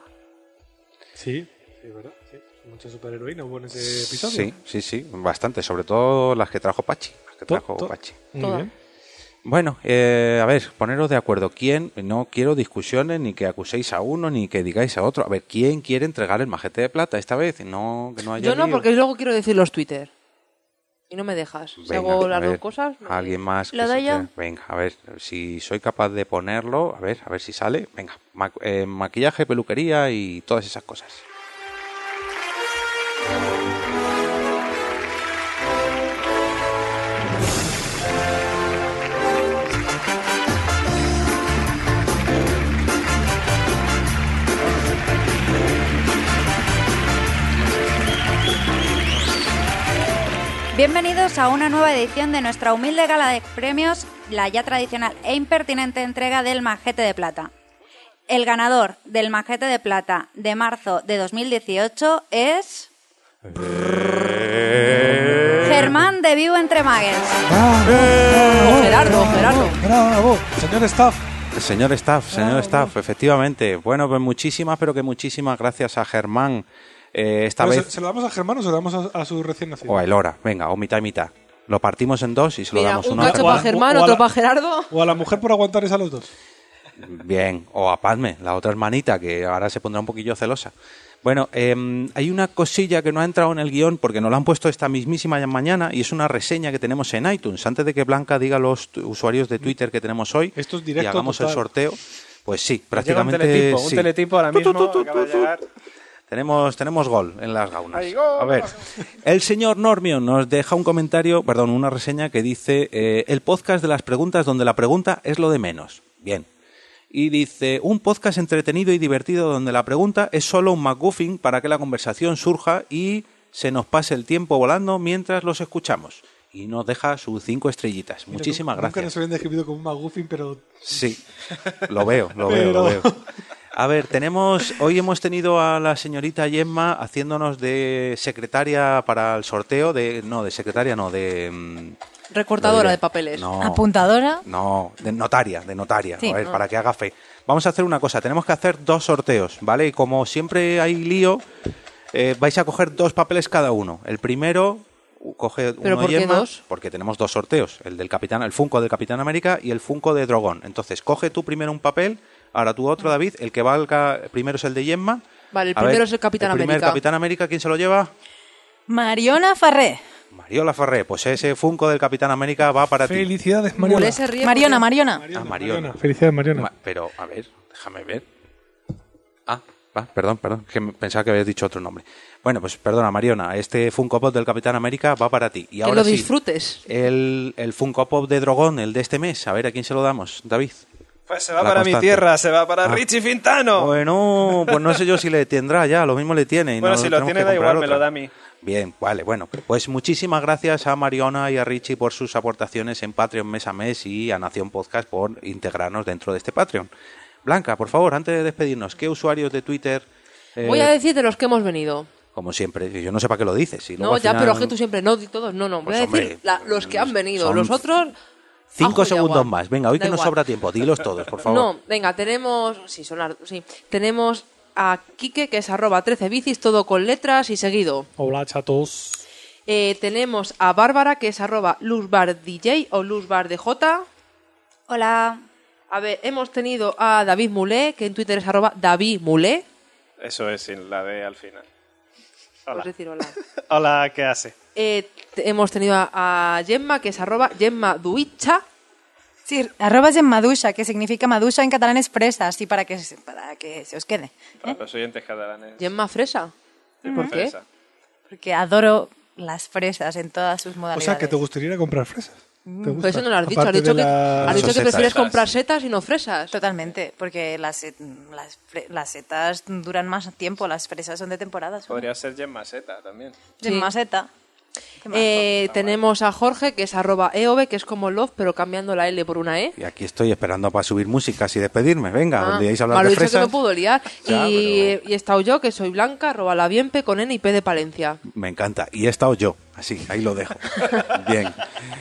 S3: Sí, sí, verdad. Sí. Mucha superheroína hubo en ese episodio.
S2: Sí, sí, sí, bastante. Sobre todo las que trajo Pachi. Las que
S3: To-
S2: trajo
S3: to-
S2: Pachi.
S3: Muy
S4: Todas.
S3: bien.
S2: Bueno, eh, a ver, poneros de acuerdo. ¿Quién? No quiero discusiones, ni que acuséis a uno, ni que digáis a otro. A ver, ¿quién quiere entregar el majete de plata esta vez? No, que no haya
S4: Yo no,
S2: lío.
S4: porque luego quiero decir los Twitter. Y no me dejas. Si
S2: Venga,
S4: hago
S2: a
S4: las
S2: ver,
S4: dos cosas... me-
S2: Alguien más. que
S8: ¿Lo
S2: se
S8: doy yo?
S2: quede. Venga, a ver, si soy capaz de ponerlo, a ver, a ver si sale. Venga, ma- eh, maquillaje, peluquería y todas esas cosas.
S8: Bienvenidos a una nueva edición de nuestra humilde gala de premios, la ya tradicional e impertinente entrega del Majete de Plata. El ganador del Majete de Plata de marzo de 2018 es... Germán de Vivo Entre Magues.
S4: O Gerardo, Gerardo.
S3: Bravo, señor staff.
S2: Señor Staff,
S4: Ah,
S2: señor Staff, efectivamente. Bueno, pues muchísimas, pero que muchísimas gracias a Germán. eh, esta
S3: Pero
S2: vez.
S3: ¿Se, ¿Se lo damos a Germán o se lo damos a, a su recién nacido?
S2: O a Elora, venga, o mitad y mitad. Lo partimos en dos y se lo
S4: Mira,
S2: damos
S4: un
S2: uno a
S4: cacho
S3: O a
S4: para
S3: la-
S2: Germán.
S4: Germán,
S3: o a
S4: otro
S3: la-
S4: para Gerardo.
S3: O a la mujer por aguantar esa a los dos.
S2: Bien, o a Padme, la otra hermanita, que ahora se pondrá un poquillo celosa. Bueno, em, hay una cosilla que no ha entrado en el guión porque nos la han puesto esta mismísima ya mañana y es una reseña que tenemos en iTunes. Antes de que Blanca diga a los tu- usuarios de Twitter que tenemos hoy
S3: Esto es directo
S2: y hagamos el
S3: total.
S2: sorteo, pues sí,
S9: Llega un
S2: prácticamente
S9: teletipo, un
S2: sí.
S9: teletipo ahora
S2: Tu, tu,
S9: mismo
S2: tu, tu,
S9: acaba de
S2: tu, tu.
S9: llegar.
S2: Tenemos, tenemos gol en las gaunas.
S9: Hay gol.
S2: A ver, el señor Normion nos deja un comentario, perdón, una reseña que dice eh, el podcast de las preguntas donde la pregunta es lo de menos. Bien. Y dice, un podcast entretenido y divertido donde la pregunta es solo un McGuffin para que la conversación surja y se nos pase el tiempo volando mientras los escuchamos. Y nos deja sus cinco estrellitas.
S3: Mira,
S2: Muchísimas
S3: nunca Nunca
S2: gracias.
S3: nos habían descrito como un McGuffin, pero
S2: Sí, lo veo, lo veo, lo
S3: Pero-
S2: veo. A ver, tenemos, hoy hemos tenido a la señorita Yemma haciéndonos de secretaria para el sorteo, de, no, de secretaria no, de, mm,
S4: Recortadora
S2: Lo diré.
S4: de papeles.
S2: No.
S5: Apuntadora.
S2: No, de notaria, de notaria,
S5: Sí.
S2: a ver,
S5: Ah.
S2: para que haga fe. Vamos a hacer una cosa, tenemos que hacer dos sorteos, ¿vale? Y como siempre hay lío, eh, vais a coger dos papeles cada uno. El primero u- coge
S4: ¿Pero
S2: uno
S4: por qué
S2: Yema,
S4: dos?
S2: porque tenemos dos sorteos, el del Capitán, el Funko del Capitán América y el Funko de Dragón. Entonces, coge tú primero un papel, ahora tú otro, David, el que valga primero es el de Yemma.
S4: Mm. Vale, el
S2: A
S4: primero
S2: ver,
S4: es el Capitán
S2: el primer
S4: América.
S2: Capitán América, ¿quién se lo lleva?
S5: Mariona Farré.
S2: Mariola Farré. Pues ese Funko del Capitán América va para ti.
S3: Felicidades, Mariona.
S4: Mulé se ríe
S5: Mariona,
S4: porque-
S5: Mariona.
S2: Ah, Mariona.
S3: Felicidades, Mariona.
S2: Ma- Pero, a ver, déjame ver. Ah, va, perdón, perdón, que me- pensaba que habías dicho otro nombre. Bueno, pues perdona, Mariona, este Funko Pop del Capitán América va para ti. Y
S4: Que
S2: ahora
S4: lo
S2: sí,
S4: disfrutes.
S2: el, el Funko Pop de Drogón, el de este mes, a ver a quién se lo damos, David.
S9: Pues se va
S2: La
S9: para mi
S2: constante.
S9: tierra, se va para
S2: Ah.
S9: Richie Fintano.
S2: Bueno, pues no sé yo si le tendrá ya, lo mismo le tiene. y
S9: Bueno,
S2: no
S9: si lo
S2: tenemos
S9: tiene
S2: que
S9: da
S2: comprar
S9: igual, me
S2: otra.
S9: lo da a mí.
S2: Bien, vale, bueno, pues muchísimas gracias a Mariona y a Richie por sus aportaciones en Patreon mes a mes y a Nación Podcast por integrarnos dentro de este Patreon. Blanca, por favor, antes de despedirnos, ¿qué usuarios de Twitter? eh,
S4: Voy a decir de los que hemos venido.
S2: Como siempre, yo no sé para qué lo dices. si luego
S4: No,
S2: al
S4: ya,
S2: final-
S4: pero es que tú siempre, no, di todos, no, no. Voy
S2: Pues,
S4: a decir
S2: hombre,
S4: la- los que han venido.
S2: son
S4: Los otros. ajo
S2: Cinco
S4: y
S2: segundos
S4: agua.
S2: más, venga, hoy
S4: Da
S2: que nos
S4: igual.
S2: sobra tiempo, dilos todos, por favor.
S4: No, venga, tenemos. Sí, son las- sí. Tenemos a Quique, que es arroba 13 bicis, todo con letras y seguido.
S3: Hola, chatos.
S4: Eh, tenemos a Bárbara, que es arroba luzbardj o luzbardj.
S8: Hola.
S4: A ver, hemos tenido a David Mulé, que en Twitter es arroba David Mulé.
S9: Eso es sin la D al final.
S4: Por
S9: Hola.
S4: decir hola.
S9: Hola, ¿qué hace?
S4: Eh, te- hemos tenido a, a Gemma, que es arroba Gemma Duicha.
S5: Sí, arrobas en Madusha, que significa Madusha en catalán es fresa, así para que, se- para que se os quede. ¿eh?
S9: Para los oyentes catalanes.
S4: ¿Eh? Gemma Fresa.
S9: Tipo
S4: por qué?
S9: fresa.
S5: Porque adoro las fresas en todas sus
S3: O
S5: modalidades.
S3: sea, que te gustaría ir a comprar fresas. ¿Te gusta?
S4: Pero Mm, pues eso no lo has dicho. Has
S3: Aparte
S4: dicho,
S3: de
S4: que,
S3: las-
S4: has dicho que
S2: Setas.
S4: prefieres
S9: Setas.
S4: comprar setas y no fresas.
S5: Totalmente, porque las, set- las, fre- las setas duran más tiempo, las fresas son de temporada. son
S9: Podría ser Jen Maceta también.
S5: de
S4: Sí.
S5: más seta. Qué majo.
S4: Eh, tenemos a Jorge, que es arroba EOB, que es como Love, pero cambiando la L por una E.
S2: Y aquí estoy esperando para subir música y despedirme, venga,
S4: Ah,
S2: volvíais a hablar
S4: me lo
S2: de
S4: he dicho que
S2: fresas.
S4: me pudo liar.
S2: Ya,
S4: y,
S2: pero-
S4: y he estado yo, que soy Blanca, arroba la Bienpe con N y P de Palencia.
S2: Me encanta. Y he estado yo. Así, ahí lo dejo. Bien.
S3: No,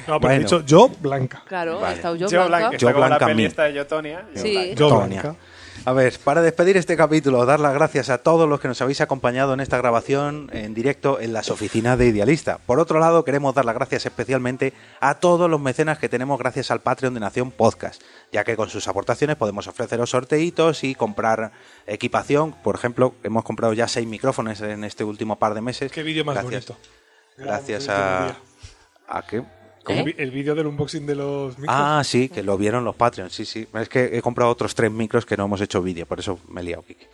S3: pero he
S2: Bueno,
S3: dicho yo, Blanca.
S4: Claro,
S2: Vale.
S4: he estado yo,
S9: Yo Blanca,
S4: Blanca.
S9: que
S2: Yo
S9: está como la
S2: Blanca a mí.
S9: peli esta de Yotonia. Yo
S4: Sí.
S9: Blanca.
S3: Yo,
S2: Tonia.
S3: Blanca.
S2: A ver, para despedir este capítulo, dar las gracias a todos los que nos habéis acompañado en esta grabación en directo en las oficinas de Idealista. Por otro lado, queremos dar las gracias especialmente a todos los mecenas que tenemos gracias al Patreon de Nación Podcast, ya que con sus aportaciones podemos ofreceros sorteitos y comprar equipación. Por ejemplo, hemos comprado ya seis micrófonos en este último par de meses.
S3: Qué vídeo más
S2: Gracias-
S3: bonito.
S2: Gracias
S3: Grabamos
S2: a...
S3: el último
S2: ¿A qué?
S4: ¿Eh?
S3: El vi- El vídeo del unboxing de los micros.
S2: Ah, sí, que lo vieron los Patreons, sí, sí. Es que he comprado otros tres micros que no hemos hecho vídeo, por eso me he liado, Kike.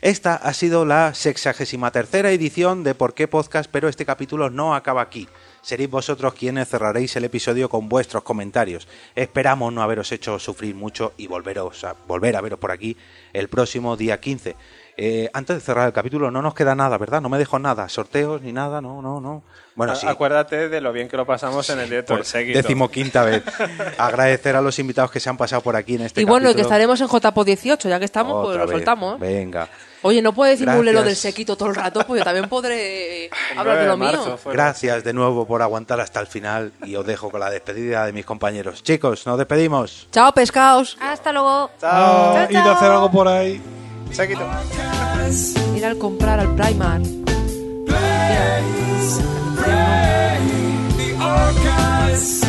S2: Esta ha sido la sexagésima tercera edición de Por qué Podcast, pero este capítulo no acaba aquí. Seréis vosotros quienes cerraréis el episodio con vuestros comentarios. Esperamos no haberos hecho sufrir mucho y volveros a, volver a veros por aquí el próximo día 15. Eh, antes de cerrar el capítulo, no nos queda nada, ¿verdad? No me dejo nada, sorteos ni nada, no, no, no. Bueno,
S9: A-
S2: sí
S9: Acuérdate de lo bien que lo pasamos en el directo
S2: por
S9: del séquito.
S2: decimoquinta vez. Agradecer a los invitados que se han pasado por aquí en este
S4: y bueno, y que
S2: capítulo.
S4: estaremos en JPO 18, ya que estamos, pues
S2: Otra
S4: lo
S2: vez.
S4: soltamos.
S2: Venga.
S4: Oye, no puedes decir mulé lo del
S2: Gracias.
S4: sequito todo el rato, pues yo también podré eh,
S9: El
S4: hablar de
S9: 9
S4: lo
S9: marzo
S4: mío.
S9: fue-
S2: Gracias de nuevo por aguantar hasta el final y os dejo con la despedida de mis compañeros. Chicos, nos despedimos.
S4: Chao, pescaos.
S8: Hasta luego.
S3: Ah,
S8: Chao,
S3: id a hacer
S8: chao.
S3: algo por ahí.
S9: Séquito.
S4: Ir al comprar al Primark.
S12: the orcas